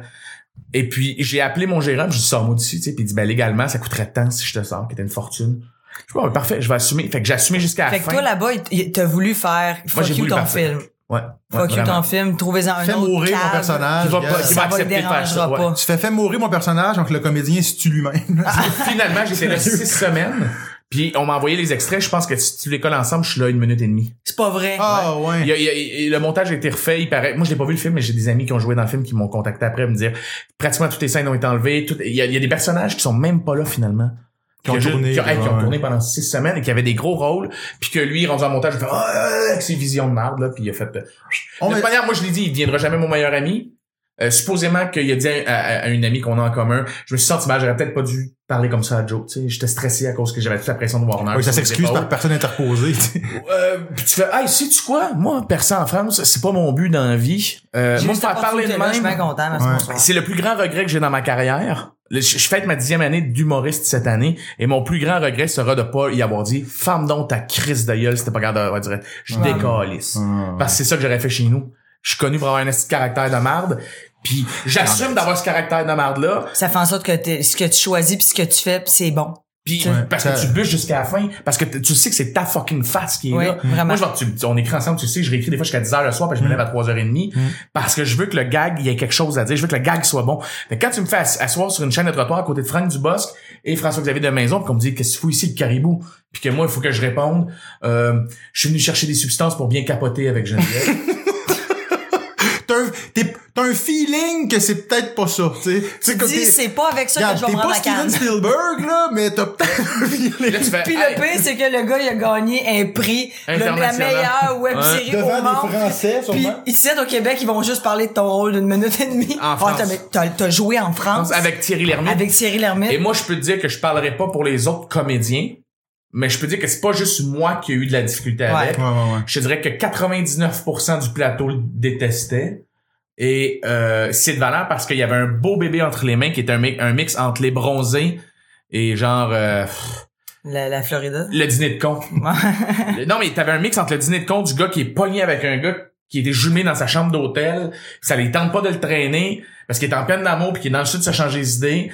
S3: Et puis, j'ai appelé mon gérant, puis je lui dis, sors-moi d'ici, tu sais. Puis il dit, ben, légalement, ça coûterait tant si je te sors, qui était une fortune. Je dis, bon, ben, parfait, je vais assumer. Fait que j'ai assumé jusqu'à la
S1: Fait que
S3: fin.
S1: toi, là-bas, il- il- t'as voulu faire, fuck
S3: j'ai
S1: you
S3: voulu
S1: ton
S3: parfait.
S1: film.
S3: ouais. ouais,
S1: Fuck you
S3: vraiment.
S1: ton film, trouvez-en un
S2: Fais
S1: autre.
S2: mourir mon
S1: cave.
S2: personnage.
S3: Qui va pas-
S2: gars.
S3: qui
S1: Ça
S3: va
S1: va le
S3: accepter de faire ça,
S1: dérangera
S3: ouais.
S1: pas.
S2: Tu fais fais mourir mon personnage, donc le comédien se tue lui-même.
S3: Finalement, j'étais là six semaines. Puis on m'a envoyé les extraits. Je pense que si tu les colles ensemble, je suis là une minute et demie.
S1: C'est pas vrai.
S2: Ah
S3: Il
S2: ouais.
S3: y a- il y a- il- le montage a été refait, il paraît. Moi, je l'ai pas vu le film, mais j'ai des amis qui ont joué dans le film qui m'ont contacté après me dire pratiquement toutes les scènes ont été enlevées. tout- il, y a, il y a des personnages qui sont même pas là finalement.
S2: Qui ont
S3: juste-
S2: tourné,
S3: qui ont, hey, qui ont
S2: ouais.
S3: tourné pendant six semaines et qui avaient des gros rôles. Puis que lui, rendu en montage, il fait Ah, ah, avec ses visions de marde, là, puis il a fait. euh,
S2: On
S3: de
S2: met-
S3: toute manière, moi, je l'ai dit, il deviendra jamais mon meilleur ami. Euh, supposément qu'il a dit à, à- à une amie qu'on a en commun, je me suis senti mal, j'aurais peut-être pas dû parler comme ça à Joe. tu sais. J'étais stressé à cause que j'avais toute la pression de Warner.
S2: Ouais, ça
S3: sur mes
S2: s'excuse
S3: épaules.
S2: par personne interposée. tu sais.
S3: Euh, puis tu fais, hey, sais-tu quoi? Moi, percer en France, c'est pas mon but dans la vie. Euh,
S1: J'ai
S3: moi,
S1: eu
S3: me
S1: cette
S3: faire parler de
S1: opportunité-là, Je suis bien
S3: même,
S1: content, merci,
S2: Ouais.
S1: bonsoir.
S3: c'est le plus grand regret que j'ai dans ma carrière. Le- Je, je fête ma dixième année d'humoriste cette année, et mon plus grand regret sera de pas y avoir dit, femme donc ta crise de gueule, c'était pas grave de dire, je
S1: Ouais.
S3: décalisse. Parce que c'est ça que j'aurais fait chez nous. Je suis connu pour avoir un esti de caractère de marde, puis j'assume d'avoir ce caractère de marde-là,
S1: Ça fait en sorte que t'es- ce que tu choisis puis ce que tu fais, puis c'est bon.
S3: Puis
S2: Ouais,
S3: parce
S2: ça-
S3: que tu bûches jusqu'à la fin, parce que t- tu sais que c'est ta fucking face qui est
S1: Ouais,
S3: là.
S1: vraiment.
S3: Moi, genre, tu, tu- on écrit ensemble, tu sais, je réécris des fois jusqu'à 10h le soir, puis je me lève à
S2: Mm.
S3: 3h30, parce que je veux que le gag, il y ait quelque chose à dire, je veux que le gag soit bon. Mais quand tu me fais ass- asseoir sur une chaîne de trottoir à côté de Franck Dubosc et François-Xavier de Maison, puis qu'on me dit, qu'est-ce que tu fous ici, le caribou? Puis que moi, il faut que je réponde, euh, je suis venu chercher des substances pour bien capoter avec Geneviève.
S2: T'as un- t'es- t'as un feeling que c'est peut-être pas ça, tu sais. Tu sais.
S1: Tu
S2: comme
S1: dis,
S2: t'es-
S1: c'est pas avec ça
S2: Regarde,
S1: que je vais
S2: t'es
S1: prendre
S2: pas
S1: la canne.
S2: Steven Spielberg, là, mais t'as peut-être un
S3: Puis là,
S2: feeling.
S3: tu fais,
S1: Puis
S3: Hey,
S1: le pire, c'est que le gars, il a gagné un prix, le, la
S3: International.
S1: meilleure web-série
S2: Devant
S1: au
S2: des
S1: monde.
S2: Français, sûrement.
S1: Puis ici, au Québec, ils vont juste parler de ton rôle d'une minute et demie.
S3: En France.
S1: Ah, t'as- t'as, t'as joué en France
S3: avec Thierry Lhermitte.
S1: avec Thierry Lhermitte.
S3: Et moi, je peux te dire que je parlerai pas pour les autres comédiens, mais je peux dire que c'est pas juste moi qui ai eu de la difficulté
S1: Ouais.
S3: avec.
S2: ouais, ouais.
S3: Je te dirais que 99% du plateau le détestait. Et euh, c'est de valeur parce qu'il y avait un beau bébé entre les mains qui est un, mi- un mix entre les bronzés et genre euh,
S1: La, la Floride.
S3: le dîner de con. Le- non, mais t'avais un mix entre le dîner de con du gars qui est pogné avec un gars qui était jumelé dans sa chambre d'hôtel. Ça les tente pas de le traîner parce qu'il est en peine d'amour puis qu'il est dans le sud de se changer les idées.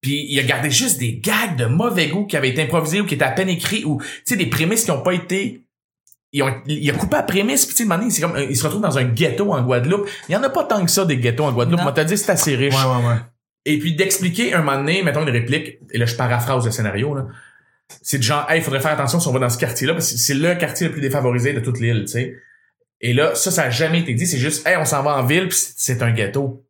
S3: Puis il a gardé juste des gags de mauvais goût qui avaient été improvisés ou qui étaient à peine écrits ou, tu sais, des prémices qui ont pas été... ils ont- il a coupé la prémisse, puis tu sais, demandé, c'est comme, euh, il se retrouve dans un ghetto en Guadeloupe. Il y en a pas tant que ça, des ghettos en Guadeloupe.
S1: Non.
S3: Moi, t'as dit, c'est assez riche.
S2: ouais, ouais.
S3: Et puis d'expliquer un moment donné, mettons une réplique, et là je paraphrase le scénario, là. C'est du genre, hey, il faudrait faire attention si on va dans ce quartier-là, parce que c'est le quartier le plus défavorisé de toute l'île, tu sais. Et là, ça, ça a jamais été dit, c'est juste, hey, on s'en va en ville, puis c'est- c'est un ghetto.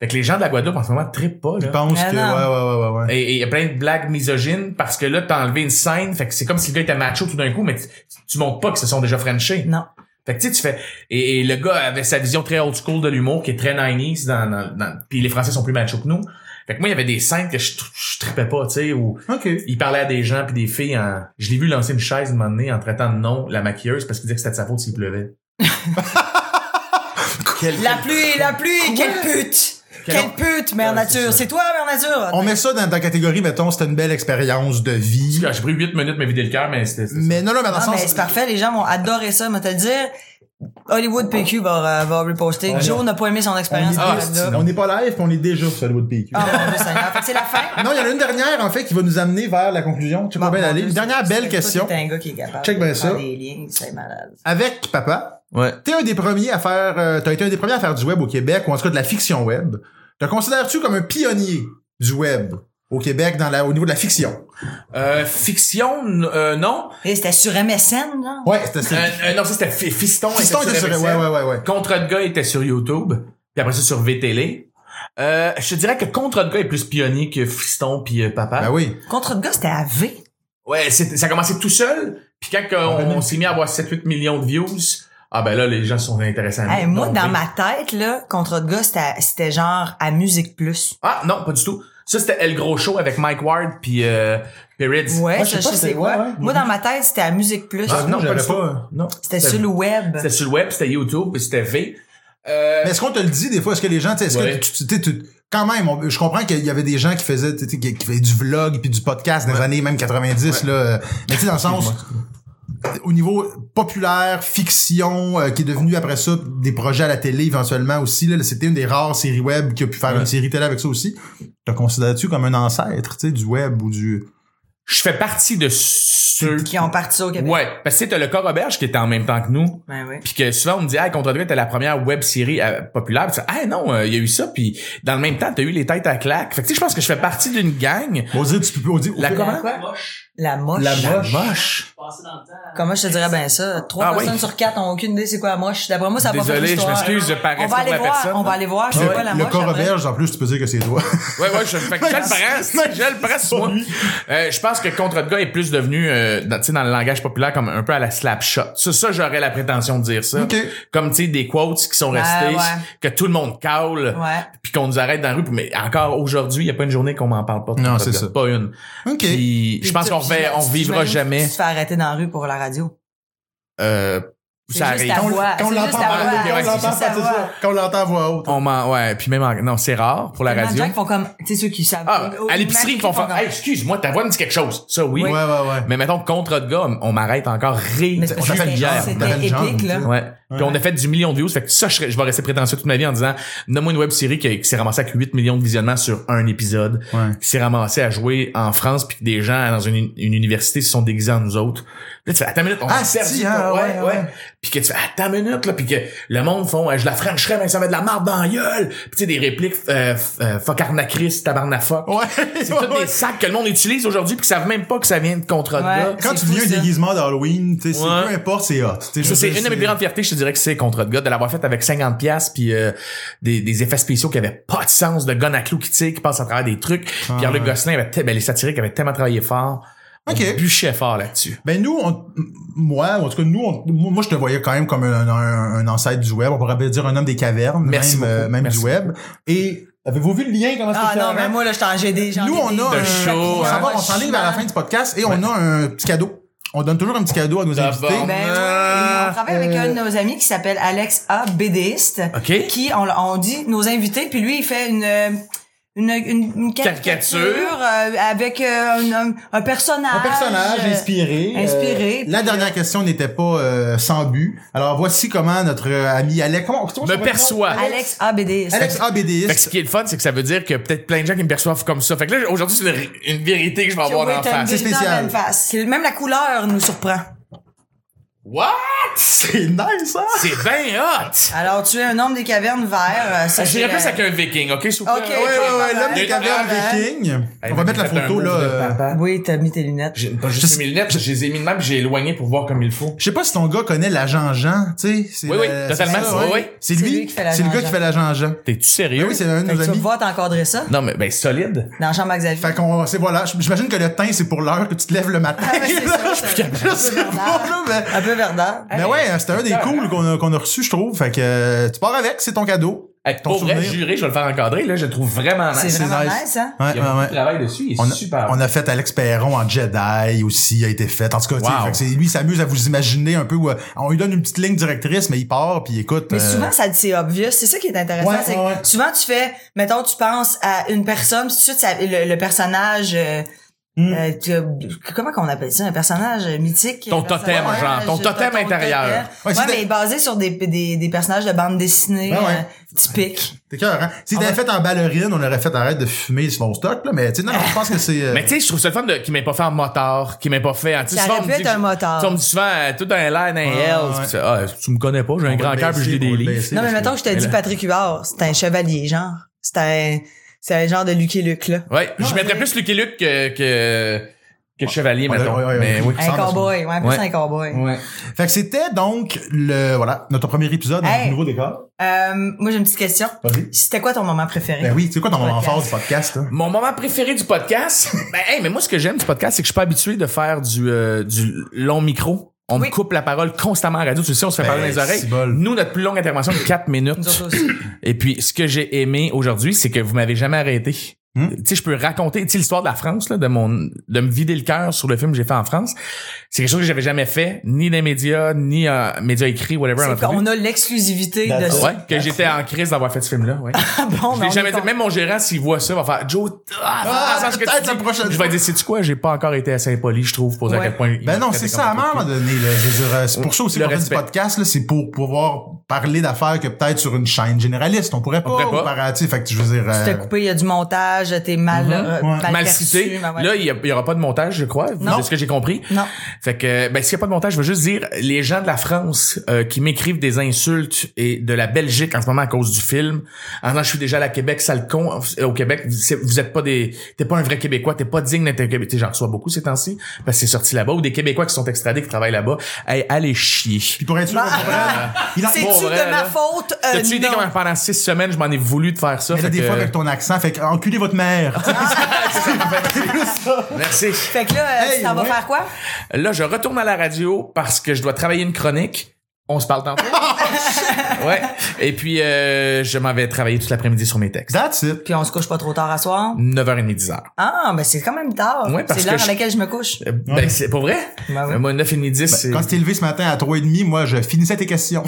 S3: Fait que les gens de la Guadeloupe en ce moment trippent pas,
S2: Ils
S3: là.
S2: pensent
S1: Mais
S2: que, ouais,
S1: Ah, non.
S2: ouais, ouais, ouais, ouais.
S3: Et et il y a plein de blagues misogynes parce que là, t'as enlevé une scène, fait que c'est comme si le gars était macho tout d'un coup, mais tu, tu montres pas que se sont déjà Frenchés.
S1: Non.
S3: Fait que tu sais, tu fais. Et, et le gars avait sa vision très old school de l'humour, qui est très 90s dans, dans, dans- Puis les Français sont plus macho que nous. Fait que moi, il y avait des scènes que je, tr- je trippais pas, tu sais, où
S2: OK.
S3: il parlait à des gens puis des filles en. Je l'ai vu lancer une chaise un moment donné en traitant de nom la maquilleuse parce qu'il disait que c'était de sa faute s'il pleuvait. Quel-
S1: La pluie, la pluie, quelle pute! Quelle
S3: Quelle-
S1: pute, mère
S3: Ouais, c'est
S1: nature!
S3: ça.
S1: C'est toi, mère nature!
S2: On met ça dans ta catégorie, mettons, c'était une belle expérience de vie.
S3: Ah, J'ai pris 8 minutes, mais vidé le cœur, mais c'était. c'était-
S2: Mais non, non, mais dans
S1: Ah,
S2: le
S1: mais
S2: sens...
S1: c'est parfait, les gens vont adorer ça, mais te le dire, Hollywood PQ va, euh, va reposter.
S2: On
S1: Joe n'a pas aimé son expérience
S2: on est-
S1: avec
S3: Ah,
S1: le
S3: c'est-
S1: gars.
S2: on n'est pas live, puis on est déjà sur Hollywood PQ.
S1: Ah, mon Dieu Seigneur. Fait que c'est la fin.
S2: Ah, Non, il y en a une dernière, en fait, qui va nous amener vers la conclusion. Tu vois bien aller. Une dernière belle question.
S1: T'es un gars qui est capable
S2: Check
S1: de
S2: bien
S1: faire
S2: ça.
S1: des liens, c'est malade.
S2: Avec papa,
S3: Ouais.
S2: T'es un des premiers à faire, euh, t'as été un des premiers à faire du web au Québec, ou en tout cas de la fiction web. Te considères-tu comme un pionnier du web au Québec dans la, au niveau de la fiction?
S3: Euh, fiction, n- euh, non.
S1: Et Eh, c'était sur MSN, là.
S2: Ouais, c'était
S3: Euh,
S2: ça.
S3: euh, non, ça c'était Fi- Fiston.
S2: Fiston
S3: était
S2: était sur-
S3: MSN.
S2: ouais, ouais, ouais, ouais.
S3: Contre de gars était sur YouTube, puis après ça sur VTL. Euh, je te dirais que Contre de gars est plus pionnier que Fiston puis euh, Papa.
S2: Ben oui.
S1: Contre de gars, c'était à V.
S3: Ouais, c'est- ça a commencé tout seul, puis quand euh, on, on s'est mis à avoir 7-8 millions de views, ah ben là, les gens sont intéressants.
S1: Hey, moi,
S3: Donc,
S1: dans
S3: oui.
S1: ma tête, là, Contre de gars, c'était à- c'était genre à Musique Plus.
S3: Ah non, pas du tout. Ça, c'était El Gros Show avec Mike Ward puis euh, puis Ritz.
S1: Ouais,
S2: Ouais, je
S1: je,
S2: sais pas,
S1: je
S2: c'est-
S1: sais quoi.
S2: ouais, ouais.
S1: Moi, dans ma tête, c'était à Musique Plus.
S3: Ah, non,
S2: j'avais
S3: pas du tout.
S2: pas-
S3: Non.
S1: c'était
S3: c'était-
S1: sur le web.
S3: C'était sur le web, c'était YouTube, puis c'était V. Euh,
S2: Mais est-ce qu'on te le dit des fois? Est-ce que les gens, tu sais, est-ce
S3: Ouais.
S2: que tu, tu- tu- tu- quand même, on- je comprends qu'il y avait des gens qui faisaient, tu sais, qui, qui faisaient du vlog puis du podcast dans les années même 90, là. euh, Mais tu sais, dans le sens, au niveau populaire, fiction, euh, qui est devenu après ça des projets à la télé éventuellement aussi, là. C'était une des rares séries web qui a pu faire
S3: Ouais.
S2: une série télé avec ça aussi. Te considères-tu comme un ancêtre, tu sais, du web ou du...
S3: je fais partie de ceux
S1: Qui ont parti au Québec.
S3: Ouais, parce que tu sais, t'as le corps Auberge qui était en même temps que nous.
S1: Ben oui.
S3: Puis que souvent on me dit, hey, Contre-Droit, t'es la première web série euh, populaire. Puis, ah non, euh, il y a eu ça. Puis dans le même temps, t'as eu les têtes à claque. Fait que tu sais, je pense que je fais partie d'une gang.
S2: On dirait, tu peux, on dit,
S3: La
S2: on peut-
S3: comment?
S1: quoi?
S4: Moche.
S1: La moche.
S2: La moche.
S4: Je passais dans le temps. à-
S1: Comment je te dirais bien ça? Trois
S3: Ah oui.
S1: personnes sur quatre ont aucune idée c'est quoi la moche. D'après moi, ça va pas fait
S3: Désolé, je
S1: l'histoire.
S3: m'excuse, je
S1: On
S3: parais
S1: va
S3: pour
S1: aller
S3: la
S1: voir,
S3: personne.
S1: on va aller voir, c'est
S3: Ah
S1: quoi la
S2: le
S1: moche.
S2: corps
S1: après.
S2: auberge, en plus, tu peux dire que c'est toi.
S3: Ouais, ouais, je, fait que je le prends. Je le prends sur moi. Euh, je pense que Contre gars est plus devenu, euh, dans, tu sais, dans le langage populaire, comme un peu à la slap shot. Ça, ça j'aurais la prétention de dire ça.
S2: OK.
S3: Comme, tu sais, des quotes qui sont
S1: Ouais,
S3: restées,
S1: ouais.
S3: que tout le monde caule.
S1: Ouais.
S3: puis qu'on nous arrête dans la rue. Mais encore aujourd'hui, il n'y a pas une journée qu'on m'en parle pas.
S2: Non, c'est ça.
S3: Pas une.
S2: OK.
S3: Puis, je pense qu'on revient- on
S1: J'imagine
S3: vivra
S1: que
S3: jamais.
S1: Tu te fais arrêter dans la rue pour la radio.
S3: Euh,
S1: C'est
S3: ça
S1: juste
S3: arrive.
S1: ta voix.
S2: Quand on
S1: C'est juste
S2: l'entend
S1: ta
S2: parler,
S1: voix.
S2: quand on
S3: Ouais,
S1: C'est
S2: l'entend
S1: juste ta
S2: faire
S1: voix.
S2: ça, quand on l'entend à voix haute.
S3: On m'en, ouais, puis même en, non, c'est rare pour la
S1: Les
S3: radio.
S1: gens qui font comme, tu sais, ceux qui savent.
S3: Ah,
S1: au- au-
S3: à l'épicerie, ils font
S1: comme-
S3: faire, hey, excuse-moi, ta voix me dit quelque chose. Ça, oui.
S2: Ouais, ouais, ouais.
S3: Mais mettons, contre de gars, on m'arrête encore ré.
S1: Mais c'est
S2: on
S1: parce que
S2: s'appelle
S1: c'était
S2: hier, on s'appelle
S1: c'était
S2: John,
S1: épique,
S2: tu
S1: là.
S2: sais.
S3: Ouais. Puis on a fait du million de views. Fait que ça, je, serais- je vais rester prétentieux toute ma vie en disant, nomme-moi une web série qui, qui s'est ramassée avec 8 millions de visionnements sur un épisode,
S2: Ouais.
S3: qui s'est ramassée à jouer en France, puis que des gens dans une, une université se sont déguisés en nous autres. Là, tu fais, attends une minute, on
S2: Ah,
S3: s'est perdu,
S2: si, hein,
S3: quoi.
S2: ouais, ouais.
S3: Puis que tu fais, attends une minute, là, puis que le monde font, euh, je la francherais, mais ça met de la marde dans la gueule. Puis tu sais, des répliques, euh, f- euh, fuck arnacris, tabarnafuck.
S2: Ouais.
S3: C'est tous des sacs que le monde utilise aujourd'hui, puis qu'ils savent même pas que ça vient de contre de
S1: Ouais.
S3: gars.
S2: Quand
S1: C'est
S2: tu
S1: fou,
S2: viens un
S1: ça.
S2: déguisement d'Halloween, tu sais, c'est-
S3: Ouais.
S2: peu importe, c'est hot. Tu sais,
S3: Ça,
S2: je
S3: c'est
S2: veux dire,
S3: une de mes plus grandes fiertés, je te dirais que c'est contre de gars, de l'avoir fait avec 50 pièces puis euh, des, des effets spéciaux qui avaient pas de sens, de gun à clous qui tire, qui passe à travers des trucs. Pierre-Luc Gosselin avait te- ben, les satiriques avaient tellement travaillé fort.
S2: Ok.
S3: On bûchait fort là-dessus.
S2: Ben nous, on- moi, en tout cas, nous, on- moi, moi, je te voyais quand même comme un, un- un ancêtre du web. On pourrait bien dire un homme des cavernes,
S3: Merci
S2: même, euh,
S3: beaucoup.
S2: même
S3: Merci
S2: du web. Et avez-vous vu le lien comment
S1: Ah,
S2: c'était
S1: non, mais
S2: carrément?
S1: moi, là, je t'en j'ai des gens.
S2: Nous, on a un
S3: De show,
S2: on s'en va-
S1: hein.
S2: hein. on s'enligne vers la fin du podcast et on a un petit cadeau. On donne toujours un petit cadeau à nos invités.
S1: Ben, oui, on travaille avec
S2: Euh,
S1: un de nos amis qui s'appelle Alex A. BDiste.
S3: OK.
S1: Qui, on, on dit nos invités, puis lui, il fait une, une, une, une caricature,
S3: Caricature.
S1: euh, avec euh, un, un- un personnage.
S2: Un personnage
S1: euh,
S2: inspiré. euh,
S1: inspiré,
S2: la
S1: puis,
S2: dernière question n'était pas euh, sans but. Alors voici comment notre euh, ami Alex... Comment, comment
S3: Me
S2: ça va,
S3: perçoit.
S1: Alex A. BDiste.
S2: Alex
S3: Fait que ce
S2: ABDiste.
S3: qui est le fun, c'est que ça veut dire que peut-être plein de gens qui me perçoivent comme ça. Fait que là, aujourd'hui, c'est une, une vérité que je vais
S1: Joey
S3: avoir en
S1: Tandon,
S3: face.
S2: C'est spécial.
S1: même face. C'est- Même la couleur nous surprend.
S3: What?
S2: C'est nice, hein?
S3: C'est bien hot!
S1: Alors, tu es un homme des cavernes verts. euh,
S2: Ah,
S1: ça, c'est,
S3: J'irais plus
S1: euh,
S3: avec un viking, OK? s'il vous
S1: Ok.
S3: plaît?
S2: Ouais, ouais, ouais, l'homme des
S3: Ouais,
S2: cavernes
S1: ouais.
S2: vikings.
S3: Hey,
S2: On va
S3: j'ai
S2: mettre la
S3: fait un
S2: photo,
S3: move
S2: là.
S3: de
S2: euh,
S3: papa.
S1: Oui, t'as mis tes lunettes.
S3: J'ai pas juste mes lunettes, je les ai mis de même, j'ai éloigné pour voir comme il faut.
S2: Je sais pas si ton gars connaît l'agent Jean, tu sais. c'est
S3: Oui, oui,
S2: la-
S3: totalement,
S2: c'est ça,
S3: oui,
S2: ouais.
S3: oui.
S2: C'est
S1: C'est lui
S2: lui,
S1: qui fait l'agent
S2: c'est le gars qui
S1: Jean. Ah
S2: fait l'agent Jean.
S3: T'es-tu
S2: Ben
S3: sérieux?
S2: oui, c'est un de
S1: Fait que
S2: nos
S1: tu vas
S2: amis.
S1: pouvoir t'encadrer ça
S3: Non, mais ben solide.
S1: dans Jean-Marc-Xavier.
S2: Fait qu'on, c'est voilà. J'imagine que le teint, c'est pour l'heure que tu te lèves le matin.
S1: Ah, ouais, c'est ça, Ah,
S2: là.
S1: ça.
S2: Je suis capable, je sais pas, là, mais. Ah,
S1: Un peu verdant.
S2: Mais ouais, c'était un des
S3: putain.
S2: cools qu'on a, qu'on a reçu, je trouve. Fait que euh, tu pars avec, c'est ton cadeau.
S3: Hey,
S2: Ton
S3: pour vrai,
S2: souvenir.
S3: juré, je vais le faire encadrer, là, je le trouve vraiment
S1: C'est
S3: nice.
S1: vraiment
S2: ben, nice.
S1: nice, hein?
S2: Ouais,
S3: Il y a beaucoup
S2: ouais,
S3: de
S2: ouais.
S3: travail dessus, il est
S2: On a,
S3: super.
S2: on a fait Alex Perron en Jedi aussi, il a été fait. En tout cas, tu sais,
S3: Wow.
S2: fait que c'est- lui, il s'amuse à vous imaginer un peu. où, euh, on lui donne une petite ligne directrice, mais il part, puis il écoute.
S1: Mais
S2: euh,
S1: souvent, ça, c'est obvious. C'est ça qui est intéressant.
S2: Ouais,
S1: c'est que
S2: ouais, ouais.
S1: Souvent, tu fais, mettons, tu penses à une personne, puis tout de suite, ça- le, le personnage, euh,
S2: Mm.
S1: euh, tu- comment qu'on appelle ça? Un personnage mythique.
S3: Ton
S1: un personnage,
S3: totem, genre, ton totem intérieur.
S1: Ouais,
S2: Ouais, c'est-
S1: mais basé sur des, des, des personnages de bande dessinée
S2: Ouais, ouais.
S1: euh, typiques.
S2: T'es cœur, hein?
S1: Ah
S2: Si t'avais fait en ballerine, on aurait fait arrête de fumer son stock, là, mais tu sais, non, non, je pense que c'est. euh,
S3: Mais tu sais, je trouve ça le fun de, qui m'ait pas fait en motard, qui m'ait pas fait en... tu sais,
S1: Ça
S3: souvent,
S1: aurait
S3: on
S1: pu
S3: me dit
S1: être
S3: que
S1: un
S3: je-
S1: motard.
S3: Tu sais, on me dit souvent, euh, tout un l'air, d'un L.
S2: ouais.
S3: Puis tu fais, Ah, tu me connais pas, j'ai un
S2: On va
S3: grand
S2: le
S3: cœur, puis je lis
S2: baisser, on va
S3: des
S2: le
S3: livres.
S2: baisser,
S1: Non, mais
S2: parce
S1: mettons que je t'ai
S3: Mais
S1: dit
S3: là-
S1: Patrick Huard, c'est un chevalier, genre. C'est un, c'est un genre de Lucky Luke, là.
S3: Ouais, je
S1: Non,
S3: mettrais
S1: mais-
S3: plus Lucky Luke que, que, que Chevalier,
S2: Ouais,
S3: mettons.
S2: ouais, ouais,
S3: mais
S2: ouais.
S3: oui.
S1: Un
S2: ressemble à ça.
S1: cowboy, ouais, plus
S3: Ouais.
S1: un cowboy.
S3: Ouais.
S2: Fait que c'était donc le. Voilà, notre premier épisode
S1: Hey.
S2: du nouveau décor.
S1: Euh, moi, j'ai une petite question.
S2: Vas-y.
S1: C'était quoi ton moment préféré?
S2: Ben oui, c'est quoi ton moment
S1: Podcast.
S2: fort du podcast, là?
S3: Mon moment préféré du podcast, ben hey, mais moi ce que j'aime du podcast, c'est que je suis pas habitué de faire du, euh, du long micro. On me
S1: Oui.
S3: coupe la parole constamment en radio. Tu le sais, on se fait
S2: Ben,
S3: parler dans les oreilles.
S2: c'est bol.
S3: Nous, notre plus longue intervention, c'est 4 minutes.
S1: Nous autres aussi.
S3: Et puis, ce que j'ai aimé aujourd'hui, c'est que vous m'avez jamais arrêté.
S2: Hmm.
S3: Tu sais, je peux raconter, tu sais, l'histoire de la France, là, de mon, de me vider le cœur sur le film que j'ai fait en France. C'est quelque chose que j'avais jamais fait, ni dans les médias, ni en médias écrits, whatever. en
S1: C'est
S3: entrevue.
S1: qu'on a l'exclusivité de
S2: D'accord.
S1: ça.
S3: Ouais, que j'étais en crise d'avoir fait ce film-là, ouais.
S1: Ah bon,
S3: Je
S1: mais on
S3: l'ai
S1: est
S3: jamais dit.
S1: content.
S3: Même mon gérant, s'il voit ça, va faire Joe. Ah,
S2: Ah,
S3: attends, ce que tu
S2: peut-être
S3: dis.
S2: la prochaine
S3: Je vais
S2: fois.
S3: dire, c'est quoi J'ai pas encore été assez impoli, je trouve, pour dire à
S1: Ouais.
S3: quel point. il
S2: Ben
S3: m'a
S2: non,
S3: traité
S2: c'est
S3: comme
S2: ça, à un
S3: un
S2: moment donné, là, je veux dire, euh, c'est pour ça aussi
S3: Le
S2: qu'on fait du
S3: respect.
S2: podcast, là, c'est pour pouvoir parler d'affaires que peut-être sur une chaîne généraliste, on pourrait pas,
S3: pourrait pas.
S2: comparer, tu sais, fait que je veux dire,
S1: Tu
S2: euh,
S1: t'es coupé, il y a du montage, t'es mal,
S3: Mhm.
S1: euh,
S2: Ouais.
S3: Mal
S1: perçu,
S3: cité.
S1: ben ouais.
S3: Là, il y a- il y aura pas de montage, je crois.
S1: Non.
S3: C'est ce que j'ai compris.
S1: non.
S3: Fait que, ben, s'il n'y a pas de montage, je veux juste dire, les gens de la France euh, qui m'écrivent des insultes et de la Belgique en ce moment à cause du film, en disant, je suis déjà allé à Québec, sale con, Euh, au Québec, vous- c'est- vous êtes pas des, t'es pas un vrai Québécois, t'es pas digne d'être un Québécois, T'sais, j'en reçois beaucoup ces temps-ci, parce que c'est sorti là-bas, ou des Québécois qui sont extradés, qui travaillent là-bas, hey, allez chier.
S1: Euh,
S2: puis pour être sûr, qu'on comprenne, il en-
S1: C'est-tu
S3: bon,
S1: de
S3: vrai,
S1: ma
S3: là.
S1: faute? Euh,
S3: T'as-tu idée
S1: non.
S3: comment pendant six semaines, je m'en ai voulu de faire ça?
S2: mais là,
S3: fait
S2: des
S3: que-
S2: fois, avec ton accent, fait que, enculez votre mère. c'est plus ça.
S3: Merci.
S1: Fait que là, euh,
S2: Hey,
S1: ça va
S2: ouais.
S1: faire quoi?
S3: Là, je retourne à la radio parce que je dois travailler une chronique. On se parle tantôt. ouais. Et puis, euh, je m'en vais travailler toute l'après-midi sur mes textes.
S2: That's it.
S1: Puis on se couche pas trop tard à soir.
S2: Mm.
S3: 9h30, 10h.
S1: Ah, ben c'est quand même tard.
S3: Ouais, parce
S1: c'est l'heure
S3: que
S1: à
S3: je-
S1: laquelle je me couche.
S3: Euh, Ben, c'est pour vrai?
S1: Ben oui.
S3: Euh, Moi, 9h30, 10, c'est...
S2: Quand tu t'es levé ce matin à 3h30, moi, je finissais tes questions.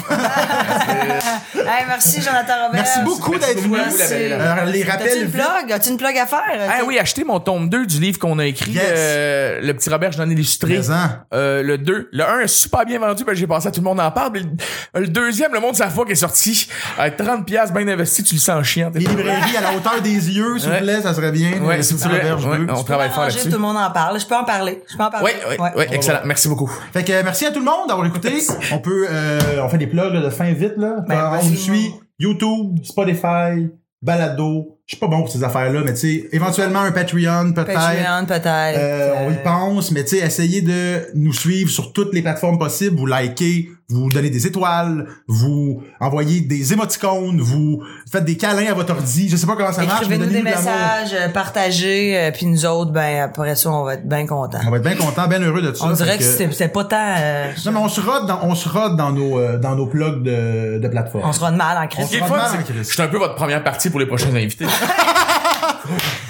S1: Hey, merci Jonathan Robert.
S2: Merci beaucoup
S3: merci
S2: d'être
S3: beaucoup
S2: venu. Euh,
S3: à vous, la belle et la belle.
S2: Alors, les
S1: T'as-tu
S2: rappels.
S1: une plug? As-tu une plug à faire?
S3: Ah oui, achetez mon tome 2 du livre qu'on a écrit,
S2: Yes. hein.
S3: euh, Le petit Robert, je l'en ai illustré.
S2: Présent.
S3: Euh, le 2. Le 1 est super bien vendu, ben j'ai passé à tout le monde en parle. mais Le, le deuxième, le monde savent pas qui est sorti. À 30$ bien investi, tu le sens chiant. t'es
S2: Les
S3: pas-
S2: librairies à la hauteur des yeux, s'il vous
S3: Ouais.
S2: plaît, ça serait bien.
S3: Ouais,
S2: Euh,
S3: s'il
S2: petit
S3: vous plaît.
S2: Roberge
S3: Ouais,
S2: bleu.
S3: on travaille fort
S1: Arranger,
S3: là-dessus.
S1: Tout le monde en parle. Je peux en parler. Je peux en
S3: Oui,
S1: parler.
S3: oui, oui, excellent. Merci beaucoup.
S2: Fait que euh, merci à tout le monde d'avoir écouté. On peut, euh, on fait des plugs là, de fin vite là.
S1: Ben,
S2: Euh, on
S1: vas-y,
S2: nous suit
S1: mon-
S2: YouTube, Spotify, Balado. Je suis pas bon pour ces affaires là, mais tu sais, éventuellement un Patreon peut-être.
S1: Patreon, peut-être.
S2: Euh, on y
S1: Euh,
S2: pense, mais tu sais, essayez de nous suivre sur toutes les plateformes possibles. Vous likez, vous donnez des étoiles, vous envoyez des émoticônes, vous faites des câlins à votre ordi. Je sais pas comment ça marche. mais
S1: Écrivez-nous des
S2: donnez-nous de l'amour.
S1: messages, euh, partagez, euh, puis nous autres, ben après ça, on va être bien contents.
S2: On va être bien content, bien heureux de Ah, ça.
S1: On dirait
S2: Fait
S1: que c'était c'était pas tant... euh,
S2: Non, mais on se rode dans, on se rode dans nos, euh, dans nos plugs de, de plateforme.
S1: on se rend de mal en
S3: Ce qui est
S1: crise.
S3: le fun,
S2: Vraiment,
S3: c'est que
S2: Chris.
S3: je suis un peu votre première partie pour les prochains invités.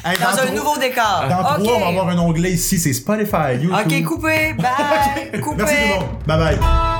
S2: Hey,
S1: Dans un
S2: trois-
S1: nouveau décor.
S2: Dans
S1: OK.
S2: trois, on va avoir un onglet ici, c'est Spotify, YouTube.
S1: OK, coupé. Bye. Coupé.
S2: Merci tout le monde. Bye bye.